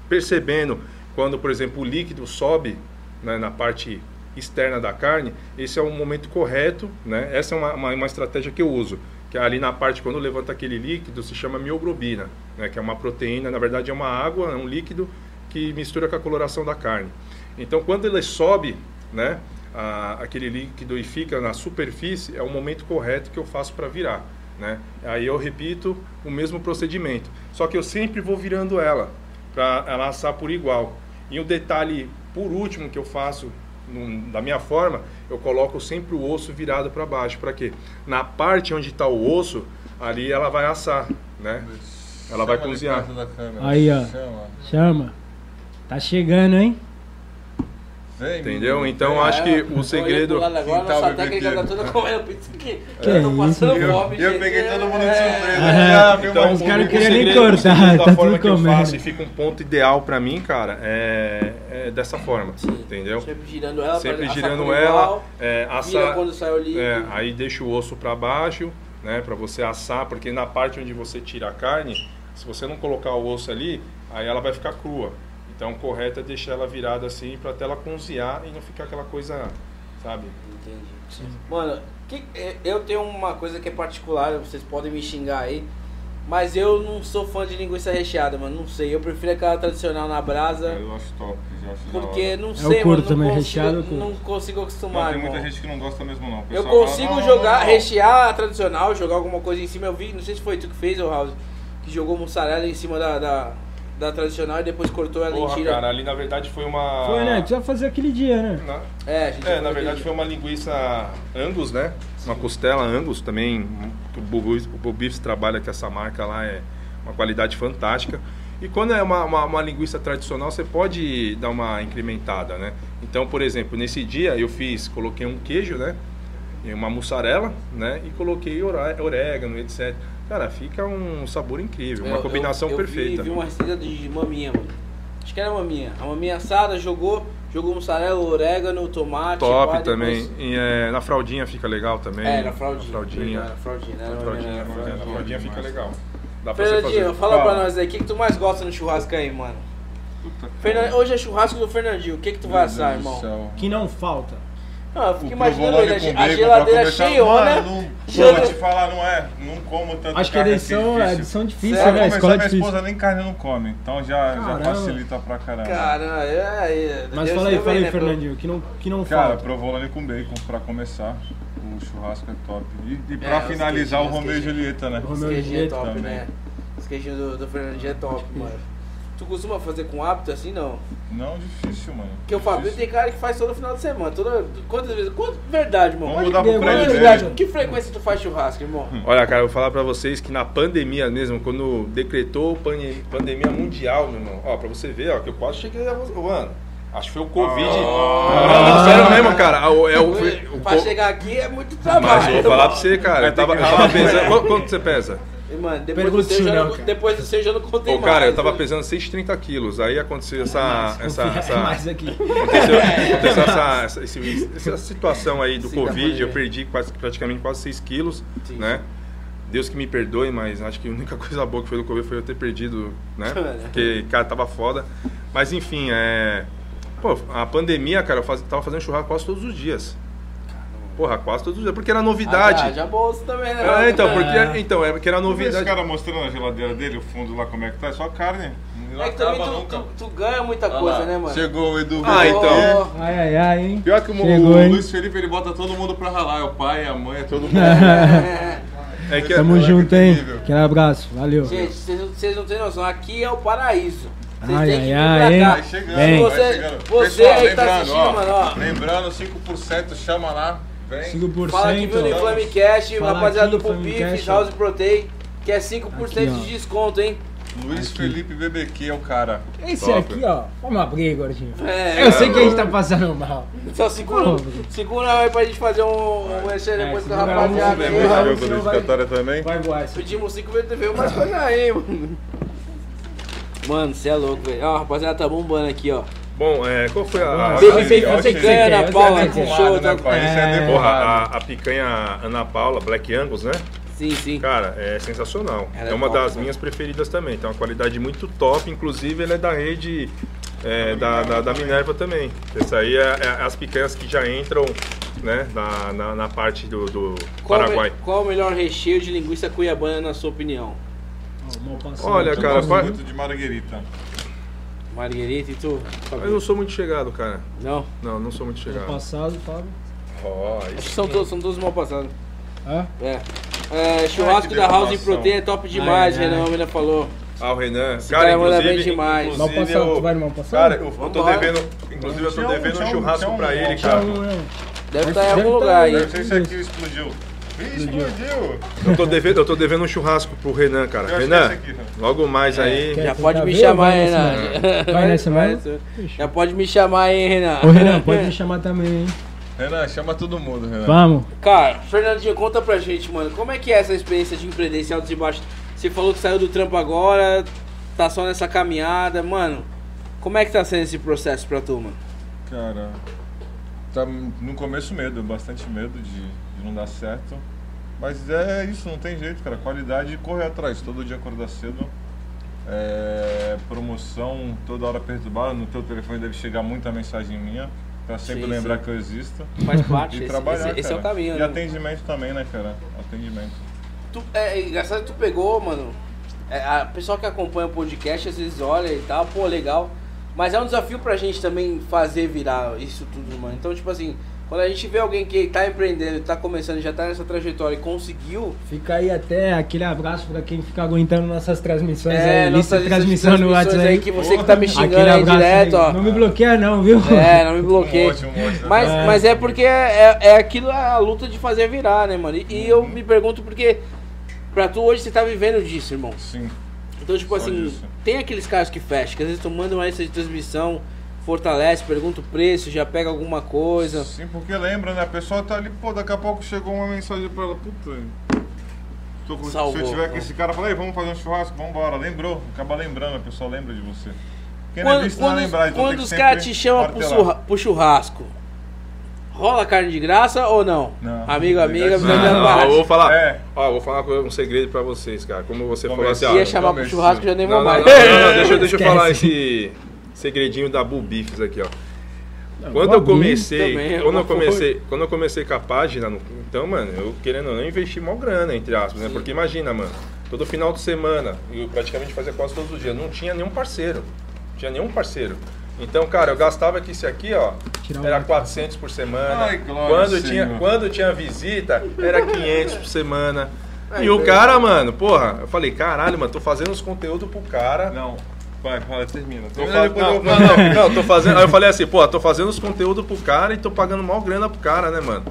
D: percebendo quando, por exemplo, o líquido sobe né, na parte externa da carne, esse é o momento correto, né? Essa é uma, uma, uma estratégia que eu uso, que é ali na parte quando levanta aquele líquido se chama mioglobina, né? Que é uma proteína, na verdade é uma água, é um líquido que mistura com a coloração da carne. Então, quando ele sobe, né? a- aquele líquido e fica na superfície, é o momento correto que eu faço para virar, né? Aí eu repito o mesmo procedimento, só que eu sempre vou virando ela, para ela assar por igual. E o detalhe, por último, que eu faço num- da minha forma, eu coloco sempre o osso virado para baixo. Para quê? Na parte onde está o osso, ali ela vai assar, né? Ela vai cozinhar.
A: Aí, ó. Chama. Tá chegando, hein?
C: Hum,
D: Entendeu? Então
C: é.
D: acho que
C: Tô olhando
D: o segredo.
C: pro lado agora,
B: Quem tá
C: nossa
B: o
C: técnica
B: bebequeiro?
C: tá toda comendo pizza aqui.
A: Que
C: eu tô
A: isso,
C: passando
A: cara?
C: fome,
B: Eu
C: gente.
B: peguei todo mundo de
C: É.
B: surpresa.
A: É,
B: Ah, viu,
D: Então,
B: mas
A: os caras
B: o-
A: queriam
D: o
A: nem
D: segredo- o segredo
A: cortar,
D: da
A: tá
D: forma
A: tudo
D: que eu
A: comendo.
D: faço e fica um ponto ideal pra mim, cara, é, é dessa forma, entendeu?
C: Sempre girando ela,
D: Sempre
C: pra-
D: girando
C: assar por
D: ela,
C: igual,
D: é,
C: vira
D: assar,
C: quando sai o líquido.
D: É, aí deixa o osso para baixo, né, para você assar, porque na parte onde você tira a carne, se você não colocar o osso ali, aí ela vai ficar crua. Então, o correto é deixar ela virada assim para até ela cozinhar e não ficar aquela coisa, sabe?
C: Entendi. Mano, que- é, eu tenho uma coisa que é particular, vocês podem me xingar aí. Mas eu não sou fã de linguiça recheada, mano. Não sei. Eu prefiro aquela tradicional na brasa.
B: Eu acho top, já acho É, da
C: Porque
B: hora.
C: não
A: Eu
C: sei, mano.
A: curto
C: Não
A: É também,
C: consigo,
A: recheado eu curto.
C: não consigo
B: Mas
C: acostumar,
B: tem muita
C: irmão.
B: gente que não gosta mesmo, não. O
C: Eu
B: pessoal fala,
C: consigo
B: "Não, não,
C: jogar,
B: não, não."
C: rechear a tradicional, jogar alguma coisa em cima. Eu vi, não sei se foi tu que fez, ô House, que jogou mussarela em cima da, da, da tradicional e depois cortou ela em
D: Porra,
C: tira.
D: cara, ali na verdade foi uma...
A: Foi, né? Precisa fazer aquele dia, né?
D: Na-
C: É, a gente
D: É,
C: jogou
D: na verdade
C: aquele-
D: foi uma linguiça Angus, né? Uma costela Angus também. que O Bobifs trabalha com essa marca lá, é uma qualidade fantástica. E quando é uma, uma, uma linguiça tradicional, você pode dar uma incrementada, né? Então, por exemplo, nesse dia eu fiz, coloquei um queijo, né? E uma mussarela, né? E coloquei oré- orégano, etc. Cara, fica um sabor incrível, uma
C: É, Eu-
D: combinação
C: eu, eu vi-
D: perfeita.
C: Vi, uma receita de maminha, mano. Acho que era maminha. A maminha assada jogou, jogou mussarela, orégano, tomate.
D: Top
C: pá,
D: também.
C: depois-
D: E, é, na fraldinha fica legal também.
C: É, era fraldinha.
D: Na fraldinha.
C: Era fraldinha, não era
D: Na
C: maminha,
D: fraldinha,
C: era
D: na fraldinha, na
C: fraldinha.
D: fraldinha fica legal. Dá pra você
C: Fernandinho,
D: fazer.
C: fala pra nós aí, o que, que tu mais gosta no churrasco aí, mano?
B: Puta
C: Fernan- Hoje é churrasco do Fernandinho, o que que tu vai assar,
B: Meu Deus do
C: irmão?
B: céu.
A: Que não falta.
C: Ah, eu fico
B: O
C: imaginando
B: provolone
C: ele, a,
B: com
C: ge- a
B: bacon,
C: geladeira
B: pra começar,
C: cheia, né?
B: mano, não-
C: Geladeira-
B: Vou te falar, não é. Não como tanto
A: Acho que a
B: carne
A: edição
B: assim,
A: é
B: difícil.
A: edição difícil,
B: Pra
C: Sério?
A: né? A
B: começar,
A: escola é
B: minha
A: difícil.
B: esposa nem carne não come, então já, já
A: Caramba.
B: facilita pra caramba.
C: Cara, é, é,
A: Mas
C: Deus
A: fala aí,
C: deu
A: fala aí,
C: bem, né, pô?
A: Fernandinho, que não, que não
B: Cara,
A: falta.
B: provolone com bacon pra começar. O churrasco é top. E, e
C: É,
B: pra
C: os
B: finalizar, o
C: queijinhos,
B: Romeu e
C: os queijinhos.
B: Julieta, né?
A: Romeu
C: Esse
A: Meu
C: queijinho é
A: jeito
C: top,
B: também.
C: né? Esse queijinho do, do Fernandinho é top, mano. Tu costuma fazer com hábito assim, não?
B: Não, difícil, mano.
C: Porque o Fabinho
B: Difícil.
C: tem cara que faz todo final de semana. Toda, quantas vezes? Quantas, verdade, irmão.
B: Vamos mudar
A: Olha
B: pro
A: que
B: prédio
A: demônio,
B: dele.
C: verdade. Com que frequência tu faz churrasco, irmão?
D: Olha, cara, eu vou falar pra vocês que na pandemia mesmo, quando decretou pane- pandemia mundial, meu irmão, ó, pra você ver, ó, que eu quase cheguei a. Mano, acho que foi o Covid. Não, sério mesmo, cara. o- É o, foi- o
C: pra
D: co-
C: chegar aqui é muito
D: Mas
C: trabalho.
D: eu vou falar pra você, cara. Eu tava, eu tava pesando. Qu- Quanto você pesa?
C: E, Mano, depois do
A: Pergunta
C: seu
A: se
C: já
A: não,
C: não,
A: cara.
C: depois do seu já não contei
D: Ô,
C: mais. né?
D: cara, eu tava pesando 630 quilos. Aí aconteceu essa. essa,
A: Confia
D: essa-
A: mais aqui.
D: aconteceu aconteceu essa, essa, esse- essa situação aí do
C: É. Sim, dá pra
D: Covid.
C: ver.
D: Eu perdi quase- praticamente quase 6 quilos,
C: Sim.
D: né? Deus que me perdoe, mas acho que a única coisa boa que foi do Covid foi eu ter perdido, né?
C: Cara.
D: Porque, cara, tava foda. Mas enfim, é. Pô, a pandemia, cara, eu faz- tava fazendo churrasco quase todos os dias. Porra, quase todos os dias. Porque era novidade.
C: Ah, já bolso também, né?
D: Ah, então,
A: É.
D: porque, então, é porque era
B: Eu vi esse
D: novidade.
B: cara mostrando a geladeira dele, o fundo lá, como é que tá, é só carne. Não
C: É que também
B: acaba
C: tu,
B: nunca.
C: tu- tu ganha muita
F: Ah
C: coisa,
F: lá,
C: né, mano?
B: Chegou o Edu.
D: Ah, então.
C: Ó,
A: Ai, ai, ai, hein?
B: Pior que o,
A: Chegou,
B: o
A: hein?
B: Luiz Felipe, ele bota todo mundo pra ralar. É o pai, a mãe, é todo mundo.
D: É que
A: Tamo
D: é,
A: junto, hein?
B: incrível.
A: Aquele abraço, valeu.
C: Gente, vocês não- vocês não têm noção, aqui é o paraíso. Vocês
A: Ai,
C: têm que vir
A: ai, ai,
C: pra
B: Vai
C: cá.
A: hein?
B: chegando,
A: Bem.
B: vai
C: Você-
B: chegando.
C: você
B: Pessoal,
C: aí que tá
B: lembrando,
C: assistindo, mano, ó.
B: Lembrando, 5% chama lá. Vem.
A: 5%.
C: Fala que viu no Inflame Cash,
A: Fala
C: rapaziada
A: aqui,
C: do
A: Inflame
C: Pupif,
A: Cash,
C: House
A: ó.
C: Protein, que é 5%
A: Aqui, ó.
C: de desconto, hein?
B: Luiz Felipe BBQ é o cara.
A: Esse
D: Top.
A: aqui, ó, vamos abrir, gordinho.
C: É,
A: Eu sei que a gente tá passando mal.
C: Só segura, segura aí pra gente fazer um, um extra
A: É,
C: depois com a
A: segura
C: rapaziada.
A: um,
C: aí,
A: segura
C: mano.
A: um. senão vai-
B: também?
A: Vai voar esse.
C: Pedimos 5 vezes TV, umas coisas aí, mano. Mano, cê é louco, velho. Ó, rapaziada, tá bombando aqui, ó.
D: bom, é, qual foi a. a-
C: Baby
B: sei,
C: Face
B: eu
C: na
B: sei que
A: você
C: picanha,
A: quer,
C: Ana
A: eu
C: Paula,
A: sei que
C: com
A: você
C: show,
B: Porra,
C: tá?
B: né, pai? Isso é
A: É.
D: Porra,
B: demorado.
D: a, a picanha Ana Paula, Black Angus, né?
C: Sim, sim.
D: Cara, é sensacional.
C: Ela é
D: é uma
C: top,
D: das
C: né?
D: minhas preferidas também. Tem uma qualidade muito top. Inclusive, ela é da rede é, da, da, da Minerva também. Essa aí é, é as picanhas que já entram né, na, na, na parte do, do
C: Qual, o me-
D: Paraguai.
C: qual o melhor recheio de linguiça cuiabana, na sua opinião?
A: Ó, mal passado.
D: Olha,
B: Eu
D: cara,
B: gosto
D: pa-
B: muito de marguerita.
C: Marguerita e tu?
D: Eu não sou muito chegado, cara.
C: Não?
D: Não, não sou muito
A: Mal
D: chegado.
A: passado, Fábio.
D: Ó,
C: Acho
D: isso
C: que são todos, são todos mal passados.
A: Hã?
C: É. É, churrasco
B: que
C: da House em
B: deformação.
C: Protein é top demais,
A: Ai, ai.
C: Renan Almeida falou.
D: Ah, o Renan.
C: cara
D: Cara,
C: manda
D: inclusive,
C: bem demais.
D: inclusive,
A: Mal passado,
D: eu-
A: tu vai no mal passado?
D: Cara, eu eu tô
C: Vambora.
D: devendo. Inclusive, eu tô
B: Tinha um-
D: devendo
B: tinha
D: um
B: um-
D: churrasco
B: tinha um-
D: pra ele,
B: tinha
C: Tá.
D: cara.
A: Não, não.
C: Deve
A: Deve
C: estar em algum
A: tá-
C: lugar aí.
B: Deve ser isso aqui, explodiu. Ih, Explodiu.
D: Eu tô devendo, eu tô devendo um churrasco pro Renan, cara.
B: Eu acho que é
D: Renan,
B: esse aqui, Renan.
D: logo mais aí. Ah,
A: Quer
C: Já
A: tentar
C: pode me
A: ver ou
C: chamar,
A: tá vai nessa
C: Renan.
A: mesmo? Vai nessa mesmo?
C: Já pode me chamar, hein, Renan?
A: Ô, Renan, pode me chamar também, hein?
B: Renan, chama todo mundo, Renan.
A: Vamos.
C: Cara, Fernandinho, conta pra gente, mano, como é que é essa experiência de empreender esse altos e baixos? Você falou que saiu do trampo agora, tá só nessa caminhada, mano. Como é que tá sendo esse processo pra tu, mano?
B: Cara, tá no começo medo, bastante medo de, de não dar certo. Mas é isso, não tem jeito, cara. Qualidade e correr atrás, todo dia acordar cedo. É, promoção toda hora perturbada, no teu telefone deve chegar muita mensagem minha, pra sempre
C: Sim,
B: lembrar
C: sim.
B: que eu existo.
C: Faz parte,
B: E
C: esse,
B: trabalhar,
C: esse- esse é
B: cara.
C: o caminho,
B: E
C: né?
B: atendimento também, né, cara? Atendimento.
C: Tu, é, é engraçado que tu pegou, mano. É, a pessoa que acompanha o podcast às vezes olha e tal, pô, legal. Mas é um desafio pra gente também fazer virar isso tudo, mano. Então, tipo assim, quando a gente vê alguém que tá empreendendo, tá começando, já tá nessa trajetória e conseguiu.
A: Fica aí até aquele abraço pra quem fica aguentando nossas transmissões aí.
C: nossa
A: é, Lista de transmissão no
C: É, transmissões
A: WhatsApp aí.
C: que você que tá me xingando
A: Aquele
C: aí
A: abraço
C: direto,
A: aí.
C: ó.
A: Não me bloqueia não, viu?
C: É, não me bloqueia.
B: Um monte, um monte, né?
C: Mas,
A: É.
C: mas é porque é, é aquilo, a luta de fazer virar, né, mano? E, e eu me pergunto porque pra tu hoje você tá vivendo disso, irmão.
B: Sim.
C: Então, tipo
B: Só
C: assim,
B: disso.
C: tem aqueles caras que fecham, que às vezes tu manda uma lista de transmissão, fortalece, pergunta o preço, já pega alguma coisa.
B: Sim, porque lembra, né? A pessoa tá ali, pô, daqui a pouco chegou uma mensagem pra ela, puta. Tô com...
C: Salvou,
B: se eu tiver
C: né?
B: com esse cara, fala, "Ei, vamos fazer um churrasco, vamos embora. Lembrou, acaba lembrando, a pessoa lembra de você. Quem não é
C: Quando,
B: visto não é
C: quando,
B: lembrado, então
C: quando
B: tem que
C: os
B: sempre
C: caras te chamam pro,
B: martelar.
C: surra- pro churrasco, rola carne de graça ou não?
B: Não.
C: Amigo, amiga, me
B: Não,
C: dá
B: não,
C: barra.
D: eu vou falar,
B: É.
D: ó, eu vou falar uma coisa, um segredo pra vocês, cara. Como você falou assim,
B: Comercial.
D: ó,
C: Ia chamar pro
B: Comerci-
C: churrasco, já nem
D: Não,
C: vou
D: não,
C: mais.
D: não,
B: É,
D: não, não, deixa, eu- deixa eu
A: Esquece.
D: falar esse segredinho da Bubifes aqui, ó. Quando eu
A: Bull Beef
D: comecei,
C: também é
D: quando
C: uma
D: eu comecei, quando eu comecei com a página, no- então, mano, eu querendo ou não investi mal grana, entre aspas, né? Porque imagina, mano, todo final de semana, eu praticamente fazia quase todos os dias, não tinha nenhum parceiro. Não tinha nenhum parceiro. Então, cara, eu gastava que isso aqui, ó,
A: Tirar
D: era
A: um-
D: 400 por semana.
B: Ai, glória
D: quando
B: ao
D: tinha,
B: Senhor.
D: quando tinha visita, era 500 por semana. e o cara, mano, porra, eu falei, caralho, mano, tô fazendo os conteúdos pro cara.
B: Não, vai, fala, assim, termina.
D: Tô
B: Termina,
D: fa-
B: depois
D: não,
B: eu
D: não, não, não, tô fazendo. Aí eu falei assim, pô, tô fazendo os conteúdos pro cara e tô pagando mal grana pro cara, né, mano?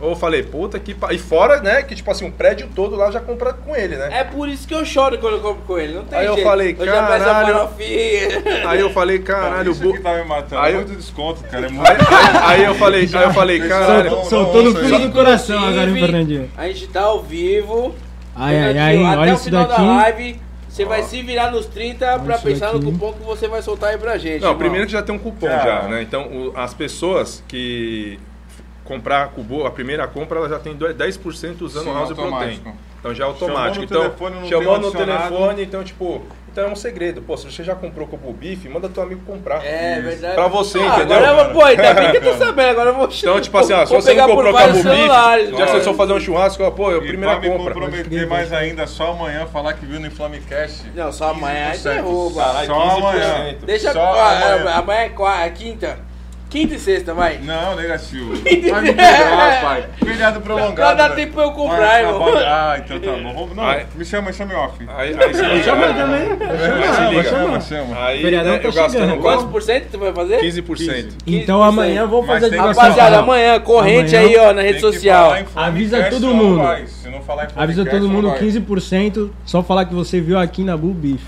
D: Ou eu falei, puta que. Pa... E fora, né, que tipo assim, um prédio todo lá eu já compra com ele, né?
C: É por isso que eu choro quando eu compro com ele, não tem
D: Aí eu
C: jeito.
D: falei,
C: já peço a
D: "Caralho."
C: farofinha.
D: Aí eu falei, caralho,
B: Caralho,
D: o bu...
B: isso que tá me matando.
D: Aí eu-
B: muito desconto, cara. É muito.
D: aí, aí eu falei, aí eu falei, caralho.
B: Não,
A: Soltou
B: não,
A: no fundo
B: não.
A: do coração agora, hein,
C: Inclusive,
A: Fernandinho?
C: A gente tá ao vivo.
A: Ai, ai,
C: Fernandinho,
A: ai,
C: até
A: olha
C: o
A: isso
C: final
A: daqui.
C: da live, você vai se virar nos 30 pra
A: isso
C: pensar no
A: daqui.
C: cupom que você vai soltar aí pra gente.
D: Não,
C: irmão.
D: primeiro que já tem um cupom
B: Ah.
D: já, né? Então, o- as pessoas que f- comprar cubo, a primeira compra, ela já tem do- 10% usando
B: Sim,
D: o House Protein.
B: automático.
D: Então já é automático.
B: Chamou no
D: então,
B: telefone, não
D: chamou
B: tem
D: no
B: adicionado.
D: telefone, então tipo, então é um segredo. Pô, se você já comprou cubo bife, manda teu amigo comprar.
C: É verdade.
D: Pra você,
C: Ah,
D: entendeu?
C: Agora eu vou, pô, ainda bem que eu tô sabendo, agora eu vou
D: Então, tipo assim, ó, se
C: vou
D: você
C: pegar
D: não
C: por
D: comprou
C: vários
D: cabo
C: celulares, né?
D: bife, já
C: mano.
D: que vocês vão fazer um churrasco, ó, pô, é a
B: E
D: primeira
B: pra me
D: compra.
B: comprometer mais ainda, só amanhã falar que viu no Inflamecast.
C: Não, só amanhã é
B: 15%.
C: derruba.
B: Caralho,
D: Só
B: 15%.
D: amanhã.
C: Deixa
B: Só
C: ó, é, amanhã.
B: amanhã.
C: é qua- é quinta. Quinta e sexta, vai.
B: Não, negativo. Vai me quebrar, pai. Feriado prolongado. né?
C: Não dá
B: velho.
C: tempo pra eu comprar,
B: Vai
C: irmão.
B: acabar- Ah, então tá bom. Vamos- Não,
D: Ai.
B: me chama, chama em off.
D: Aí, aí se liga.
A: Chama
D: aí,
A: também.
D: aí se
B: Chama,
D: liga.
B: chama, chama.
D: Aí,
A: Feriadão
D: né,
A: tá
D: eu gastando
A: chegando.
C: Quantos
D: quase
C: por cento tu vai fazer?
D: 15%.
A: Então
C: 15%.
A: amanhã vamos
B: Mas
A: fazer a
B: tem que
A: divulgação.
C: Rapaziada,
B: Pessoal,
C: amanhã, corrente
A: amanhã
C: aí, ó, na
B: Tem
C: rede
B: que
C: social.
B: falar em Inflamecast,
A: Avisa todo
B: ela
A: mundo.
B: vai. Se não falar em
A: Avisa
B: Inflamecast,
A: todo mundo
B: ela vai.
A: 15%, só falar que você viu aqui na Bull Beef.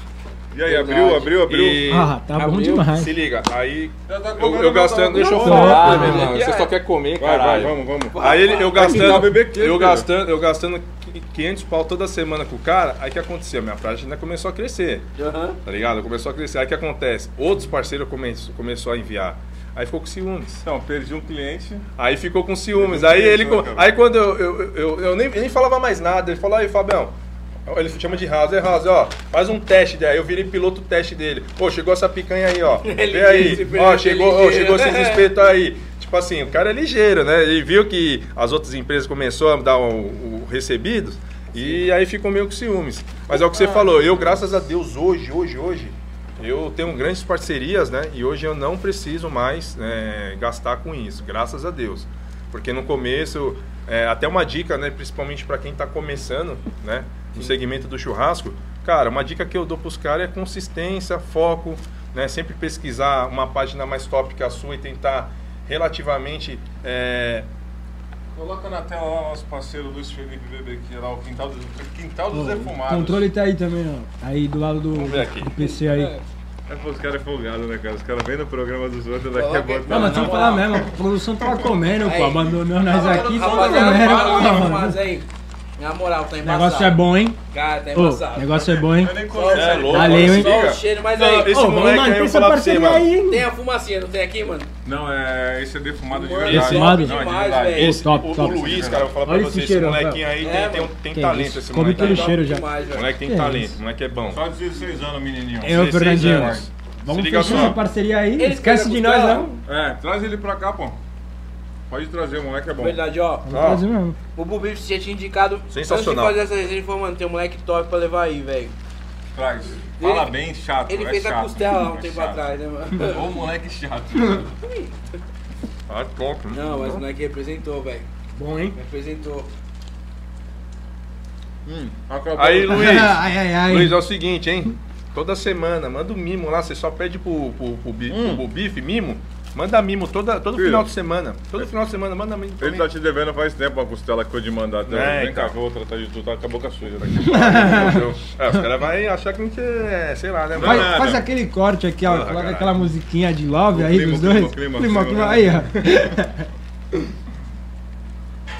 B: E aí, abriu, abriu, abriu.
D: E-
A: Ah, tá bom
C: abriu,
A: demais.
D: Se liga, aí
B: Já tá comendo,
D: eu,
B: já
D: eu
B: tá
D: gastando,
B: comendo.
D: deixa eu
A: Não,
D: falar,
A: não,
D: meu
A: não,
D: irmão,
C: não.
D: você só quer comer,
B: Vai, vai,
D: caralho.
B: vamos, vamos.
D: Aí ele, eu
B: Terminar o
D: gastando,
B: BBQ,
D: eu
B: filho.
D: gastando, eu gastando qui- 500 pau toda semana com o cara, aí que aconteceu, minha página começou a crescer,
C: Aham.
D: tá ligado? Começou a crescer, aí que acontece, outros parceiros começou, começou a enviar, aí ficou com ciúmes.
B: Então, perdi um cliente.
D: Aí ficou com ciúmes. Aí ele.
B: né,
D: co- Aí quando eu, eu, eu, eu nem, nem falava mais nada, ele falou, aí, Fabião. Ele chama de Raso, é Raso, ó. Faz um teste daí. Eu virei piloto teste dele. Pô, chegou essa picanha aí, ó.
C: Ele
D: Vê aí.
C: disse pra ele
D: Ó,
C: que
D: chegou,
C: ele
D: ó, chegou
C: ligeiro. né?
D: esses espetos aí. Tipo assim, o cara é ligeiro, né? Ele viu que as outras empresas começaram a dar o, o recebido e aí ficou meio com ciúmes. Mas é o que
C: Ah.
D: você falou, eu, graças a Deus, hoje, hoje, hoje, eu tenho grandes parcerias, né? E hoje eu não preciso mais é, gastar com isso, graças a Deus. Porque no começo, é, até uma dica, né? Principalmente para quem está começando, né? No segmento do churrasco, cara, uma dica que eu dou para os caras é consistência, foco, né? Sempre pesquisar uma página mais top que a sua e tentar relativamente é,
B: Coloca na tela lá nosso parceiro Luiz Felipe BBQ, lá o Quintal dos, quintal dos
A: Ó, O
B: Defumados.
A: controle tá aí também, ó. Aí do lado do,
D: Vamos ver aqui.
A: do PC aí.
B: É, pô, os caras é folgado, né, cara? Os caras vêm no programa dos outros, daqui
C: Coloca
B: a
C: aí.
B: pouco... tá
A: Não, mas tem que falar mesmo, a produção tava comendo, pô. Abandonou nós aqui, só comendo. pô,
C: Rapaziada,
A: mano.
C: mas aí. Na moral, tá
A: O
C: embaçado.
A: negócio é bom, hein?
C: Cara, tá
A: Ô,
C: embaçado.
A: O negócio é bom, hein?
B: Eu nem conheço.
C: É
D: louco,
A: Valeu, hein?
C: Só
D: Liga.
C: o cheiro, mas
D: Não,
C: aí.
D: esse
A: Ô,
D: moleque aí, eu vou falar pra você, mano.
A: hein?
C: Tem a fumacinha, não tem aqui, mano?
B: Não, é... esse é defumado de
C: Mano,
B: verdade.
A: Defumado?
B: Não, é de
C: Demais,
B: verdade.
C: velho.
D: Esse-
A: top,
D: o,
A: top.
D: o Luiz, cara, eu vou falar
A: Olha
D: pra
A: esse
D: vocês, esse
A: cheiro,
D: molequinho aí
C: Rafael.
D: tem,
C: É,
D: tem, um-
C: mano.
D: tem
A: Que
D: talento
A: isso,
D: esse
A: come
D: moleque.
A: pelo
D: aí.
A: cheiro. já.
C: tá Demais,
D: O
C: velho.
D: moleque tem
A: Que
D: talento,
A: isso.
D: o moleque é bom.
B: Só 16 anos, menininho.
A: Eu,
D: 16
A: Fernandinho.
D: anos.
A: Vamos
D: Se liga
A: fechar
D: só.
A: essa parceria aí.
C: Eles
A: Esquece
C: querem
A: de nós,
C: buscar,
A: não.
B: É, traz ele pra cá, pô. Pode trazer, o moleque é bom.
C: Verdade, ó.
A: Esquece mesmo.
C: O Bubife tinha te indicado.
D: Sensacional.
C: Antes de fazer essa resenha, ele falou, mano, tem um moleque top pra levar aí, velho.
B: Traz. Fala bem, chato.
C: Ele
B: é
C: fez
B: chato,
C: a costela lá um
B: é
C: tempo
B: chato.
C: atrás, né, mano?
B: Ô, moleque chato.
D: Ah, top. né?
C: Não, mas o moleque representou, velho.
A: Bom, hein?
C: Representou.
B: Hum,
D: Aí, Luiz.
A: Ai, ai, ai.
D: Luiz, é o um seguinte, hein? Toda semana, manda o mimo lá, você só pede pro, pro, pro, bi- pro bife mimo. Manda mimo toda, todo
B: Hum. Filho.
D: final de semana. Todo final de semana manda mimo. pra
B: Ele
D: mim.
B: tá te devendo faz tempo uma costela que eu de mandar até.
D: É,
B: Vem cá,
D: então.
B: que eu vou tratar de tu, tá com a boca suja daqui.
D: É, os caras vão achar que a gente é, sei lá, né?
A: Faz,
D: mano?
B: nada.
A: faz aquele corte aqui, ó.
D: Ah,
A: coloca
D: caralho.
A: aquela musiquinha de love aí
B: clima,
A: dos
B: clima,
A: dois.
B: clima,
A: clima,
B: clima,
A: clima.
B: né?
A: Aí, ó.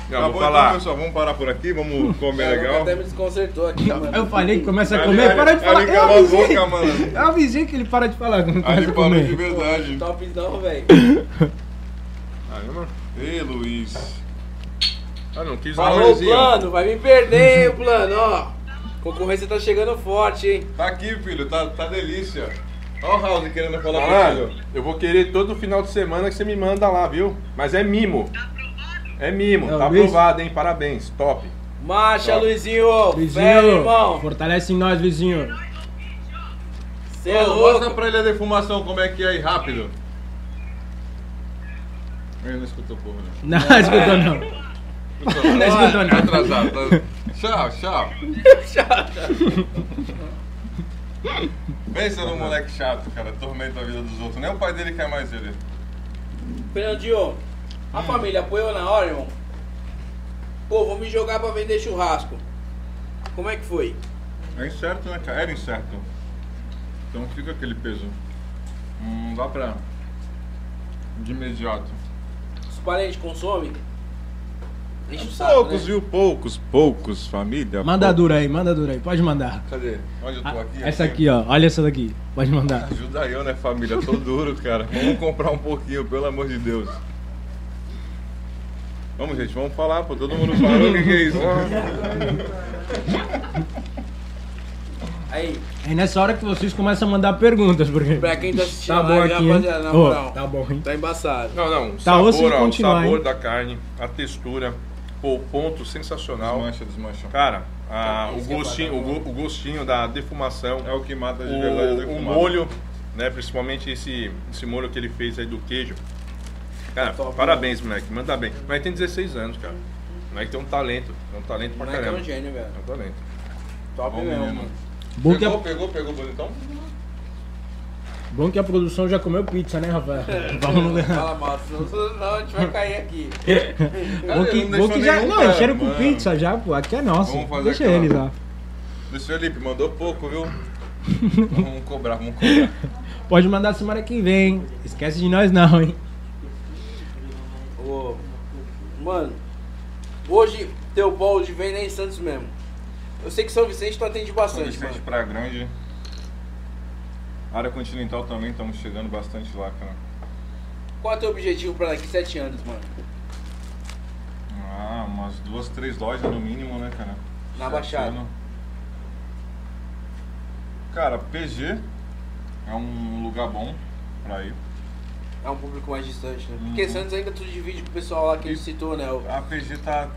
D: Eu
B: tá
D: vou
B: bom
D: falar.
B: então, pessoal, vamos parar por aqui, vamos comer
C: Cara,
B: é legal.
C: É, Até me desconcertou aqui, mano.
A: Eu falei que começa a
B: Ali-
A: comer,
B: ali-
A: para de falar.
B: ali
A: Eu
B: calou a
A: avisei,
B: boca, mano.
A: eu avisei É que ele para de falar quando
B: Ali
A: começa a
B: parou de
A: comer.
B: verdade.
C: Top não, velho.
D: Aí, mano.
B: Ei, Luiz.
D: Ah, não quis
B: Fala,
D: não,
C: Alô,
D: Luizinho.
C: plano, vai me perder, hein, plano, ó. Concorrência tá chegando forte, hein.
B: Tá aqui, filho, tá, tá delícia. Ó o House querendo falar
D: Caralho,
B: contigo.
D: eu vou querer todo final de semana que você me manda lá, viu? Mas é mimo. É mimo,
A: É o
D: tá
A: Luiz?
D: aprovado, hein? Parabéns, top.
C: Marcha, Luizinho.
A: Vizinho,
C: Fera, irmão.
A: fortalece nós, vizinho.
C: Você é
B: Ô, Mostra
C: louco.
B: pra ele a defumação, como é que é aí, rápido. Ele não escutou porra, né?
A: Não, escutou não.
B: Escutou,
A: Não
B: né?
A: escutou
B: Tá
A: não.
B: atrasado. tá- Tchau, tchau. Pensa num moleque chato, cara. Tormenta a vida dos outros. Nem o pai dele quer mais ele.
C: Fernandinho, a família apoiou na hora, irmão? Pô, vou me jogar pra vender churrasco. Como é que foi?
B: É incerto, né, cara? Era incerto. Então fica aquele peso. Não dá pra. De imediato.
C: Os parentes consomem? Enche o saco,
B: Poucos,
C: né?
B: viu? Poucos, poucos, família.
A: Manda
B: poucos.
A: dura aí, manda dura aí. Pode mandar. Ah,
B: Cadê? Onde eu É. tô aqui?
A: Essa aqui, ó. Olha essa daqui. Pode mandar.
B: Ajuda eu, né, família? Tô duro, cara. Vamos comprar um pouquinho, pelo amor de Deus. Vamos, gente, vamos falar, pô. Todo mundo parou, o que, que é isso?
C: Aí,
A: É nessa hora que vocês começam a mandar perguntas, porque.
C: pra quem tá assistindo
A: Tá
C: a
A: bom
C: live,
A: aqui, hein?
C: rapaziada, na
A: Ô,
C: moral.
A: Tá bom, hein?
C: Tá embaçado.
D: Não, não, o
A: Tá, ou se
D: sabor, ó, o
A: continuar,
D: sabor
A: hein?
D: da carne, a textura, pô, o ponto sensacional.
B: Desmancha, desmancha.
D: Cara, a- o,
C: Isso que é
D: gostinho, o, go- o gostinho da defumação,
B: É o que mata de verdade
D: o, o
B: defumado.
D: molho, né? Principalmente esse, esse molho que ele fez aí do queijo. Cara,
C: É Top, né?
D: parabéns, moleque, manda bem. O moleque tem 16 anos, cara. O moleque tem um talento, tem um talento
C: O
D: pra
C: moleque é
D: caramba.
C: um gênio, velho.
D: É um talento.
C: Top
B: Bom
C: mesmo,
B: menino.
C: mano.
A: Bom que, a,
B: Pegou, pegou, pegou, então? bonitão?
A: bom que a produção já comeu pizza, né, Rafael? Vamos lá.
C: Fala mal, senão- senão a gente vai cair aqui.
A: Bom que,
B: Não
A: bom que
B: deixou
A: já.
B: nenhum,
A: Não,
B: cara,
A: encheram com
B: mano.
A: pizza já, pô. Aqui é nosso.
B: Vamos fazer
A: Deixa
B: aquela-
A: eles lá.
B: Luiz Felipe, mandou pouco, viu? vamos cobrar, vamos cobrar.
A: Pode mandar semana que vem, hein? Esquece de nós não, hein?
C: Ô, Mano, hoje teu bolo de venda é em Santos mesmo. Eu sei que São Vicente tu atende
B: São
C: bastante,
B: Vicente
C: mano.
B: Praia Grande. Área continental também, estamos chegando bastante lá, cara.
C: Qual é o teu objetivo pra daqui sete anos, mano?
B: Ah, umas duas, três lojas no mínimo, né, cara?
C: Na Baixada.
B: Cara, PG é um lugar bom pra ir.
C: É um público mais distante, né? Porque
B: Uhum.
C: Santos ainda tu divide com o pessoal lá que ele citou, né? O-
B: A PG tá.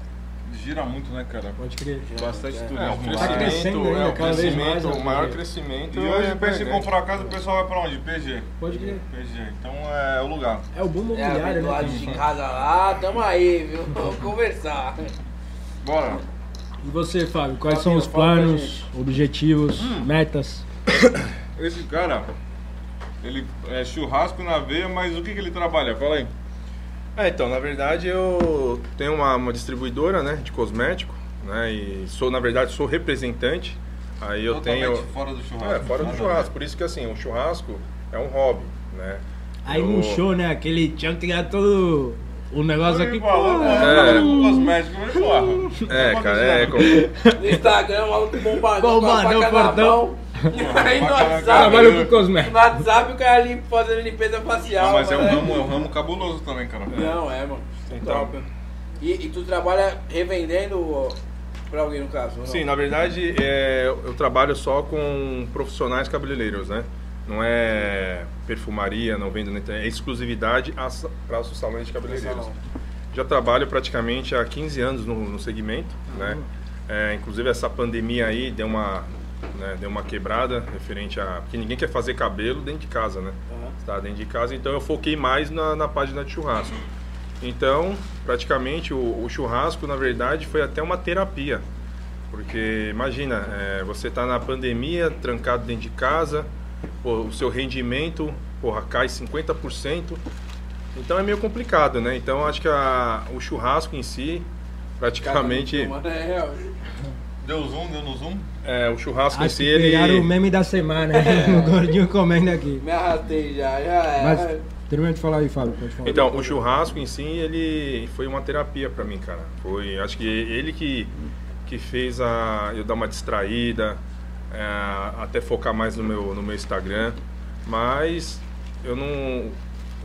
B: gira muito, né, cara?
A: Pode crer.
B: Bastante
C: É.
B: turismo.
D: É, o
A: Tá
B: lá.
A: crescendo
D: crescimento,
B: né?
A: ainda,
D: é o
A: cada vez
D: crescimento,
A: mais,
D: o maior
A: né?
D: crescimento.
B: E hoje,
D: é
B: pensa em
D: Bragança.
B: comprar casa, o pessoal vai pra onde? PG.
A: Pode crer.
B: PG. Então é o lugar.
A: É o bom
C: É, ali
A: mobiliário,
C: do
A: né?
C: lado de casa lá, tamo aí, viu? Vamos conversar.
B: Bora.
A: E você, Fábio, quais
C: Fábio,
A: são os
C: fala pra
A: planos,
C: gente.
A: objetivos, metas?
B: Esse cara, ele é churrasco na veia, mas o que, que ele trabalha? Fala aí.
D: É, então, na verdade eu tenho uma, uma distribuidora, né, de cosmético, né, e sou, na verdade, sou representante, aí eu
B: Totalmente
D: tenho...
B: fora do churrasco.
D: É, fora do churrasco, por isso que assim, o churrasco é um hobby, né.
A: Aí
D: Eu-
A: num show, né? Aquele tinha que ganhar todo o negócio aqui.
B: Ele falou,
A: pô,
D: né?
B: pô, trabalha com cosmético, mas porra.
D: É,
B: Pode
D: cara,
B: dizer.
D: é, como-
C: No Instagram, o maluco bombadão, com a
A: Bombadão,
C: faca na
A: fortão.
C: mão. Aí no WhatsApp,
A: Trabalho com
C: no
A: cosméticos.
C: WhatsApp o cara limpa fazendo limpeza facial.
B: Não, mas é um
C: mano.
B: ramo, é um ramo cabuloso também, cara.
C: Não, é, mano.
D: Então.
C: Top. E, e tu trabalha revendendo ó, pra alguém, no caso? ou não?
D: Sim, na verdade é, eu trabalho só com profissionais cabeleireiros, né, não é perfumaria, não vendo na internet, é exclusividade para os salões de cabeleireiros.
C: Salão.
D: Já trabalho praticamente há 15 anos no, no segmento, né? É, inclusive essa pandemia aí deu uma, né, deu uma quebrada referente a... Porque ninguém quer fazer cabelo dentro de casa, né?
C: Aham.
D: Você tá dentro de casa, então eu foquei mais na, na página de churrasco. Então, praticamente, o, o churrasco, na verdade, foi até uma terapia. Porque, imagina, é, você tá na pandemia, trancado dentro de casa, pô, o seu rendimento, porra, cai 50%. Então é meio complicado, né? Então acho que a- o churrasco em si, praticamente.
A: um
C: É, ó.
B: Deu zoom, deu no zoom.
D: É, o churrasco em
A: Acho
D: si,
A: que pegaram o
D: ele.
A: meme da semana, né?
D: É.
A: o gordinho comendo aqui.
C: me arrastei já, já é.
A: Mas,
C: era.
A: termina de falar aí, Fábio, pode falar.
D: Então, o churrasco em si, ele foi uma terapia pra mim, cara. Foi, acho que ele que, que fez a, eu dar uma distraída, é, até focar mais no meu, no meu Instagram. Mas eu não.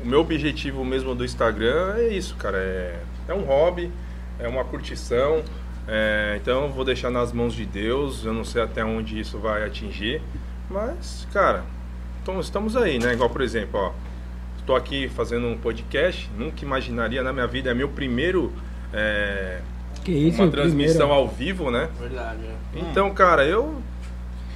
D: O meu objetivo mesmo do Instagram é isso, cara. É, é um hobby, é uma curtição. é, então eu vou deixar nas mãos de Deus. Eu não sei até onde isso vai atingir. Mas, cara, então estamos aí, né? Igual, por exemplo, ó. Estou aqui fazendo um podcast, nunca imaginaria na minha vida, é meu primeiro é,
A: que isso,
D: uma
A: o primeiro.
D: transmissão ao vivo, né?
C: Verdade, é.
D: Então, cara, eu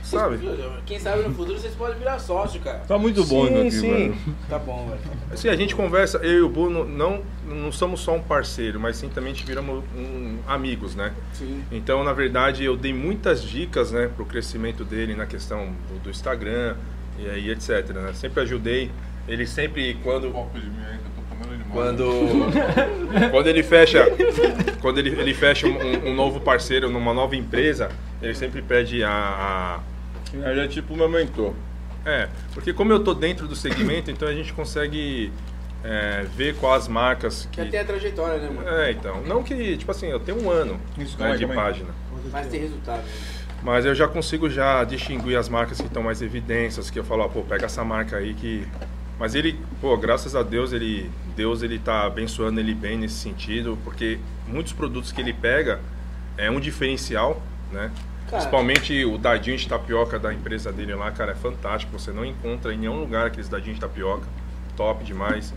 D: sabe?
C: Quem sabe no futuro vocês podem virar sócio, cara.
B: Tá muito bom
D: sim,
B: isso aqui,
D: sim.
B: mano.
C: Tá bom, velho.
D: Assim, a gente conversa, eu e o Bruno não não somos só um parceiro, mas sim também viramos um, amigos, né?
C: Sim.
D: Então, na verdade, eu dei muitas dicas, né, pro crescimento dele na questão do, do Instagram e aí etc, né? Sempre ajudei. Ele sempre quando
B: Um copo de mim ainda, eu tô comendo demais.
D: Quando. quando ele fecha. Quando ele, ele fecha um, um novo parceiro numa nova empresa, ele sempre pede a.
B: Ele é tipo meu mentor.
D: a- é, porque como eu tô dentro do segmento, então a gente consegue é, ver quais as marcas que.
C: Já tem a trajetória, né, mano?
D: É, então. Não que, tipo assim, eu tenho um ano
B: Isso,
D: né,
B: é calma aí,
D: de
B: calma aí.
D: página.
C: Mas tem resultado. né?
D: Mas eu já consigo já distinguir as marcas que estão mais evidências, que eu falo, ó, pô, pega essa marca aí que. Mas ele, pô, graças a Deus, ele. Deus ele tá abençoando ele bem nesse sentido, porque muitos produtos que ele pega é um diferencial, né?
C: Cara.
D: Principalmente o dadinho de tapioca da empresa dele lá, cara, é fantástico. Você não encontra em nenhum lugar aqueles dadinhos de tapioca. Top demais.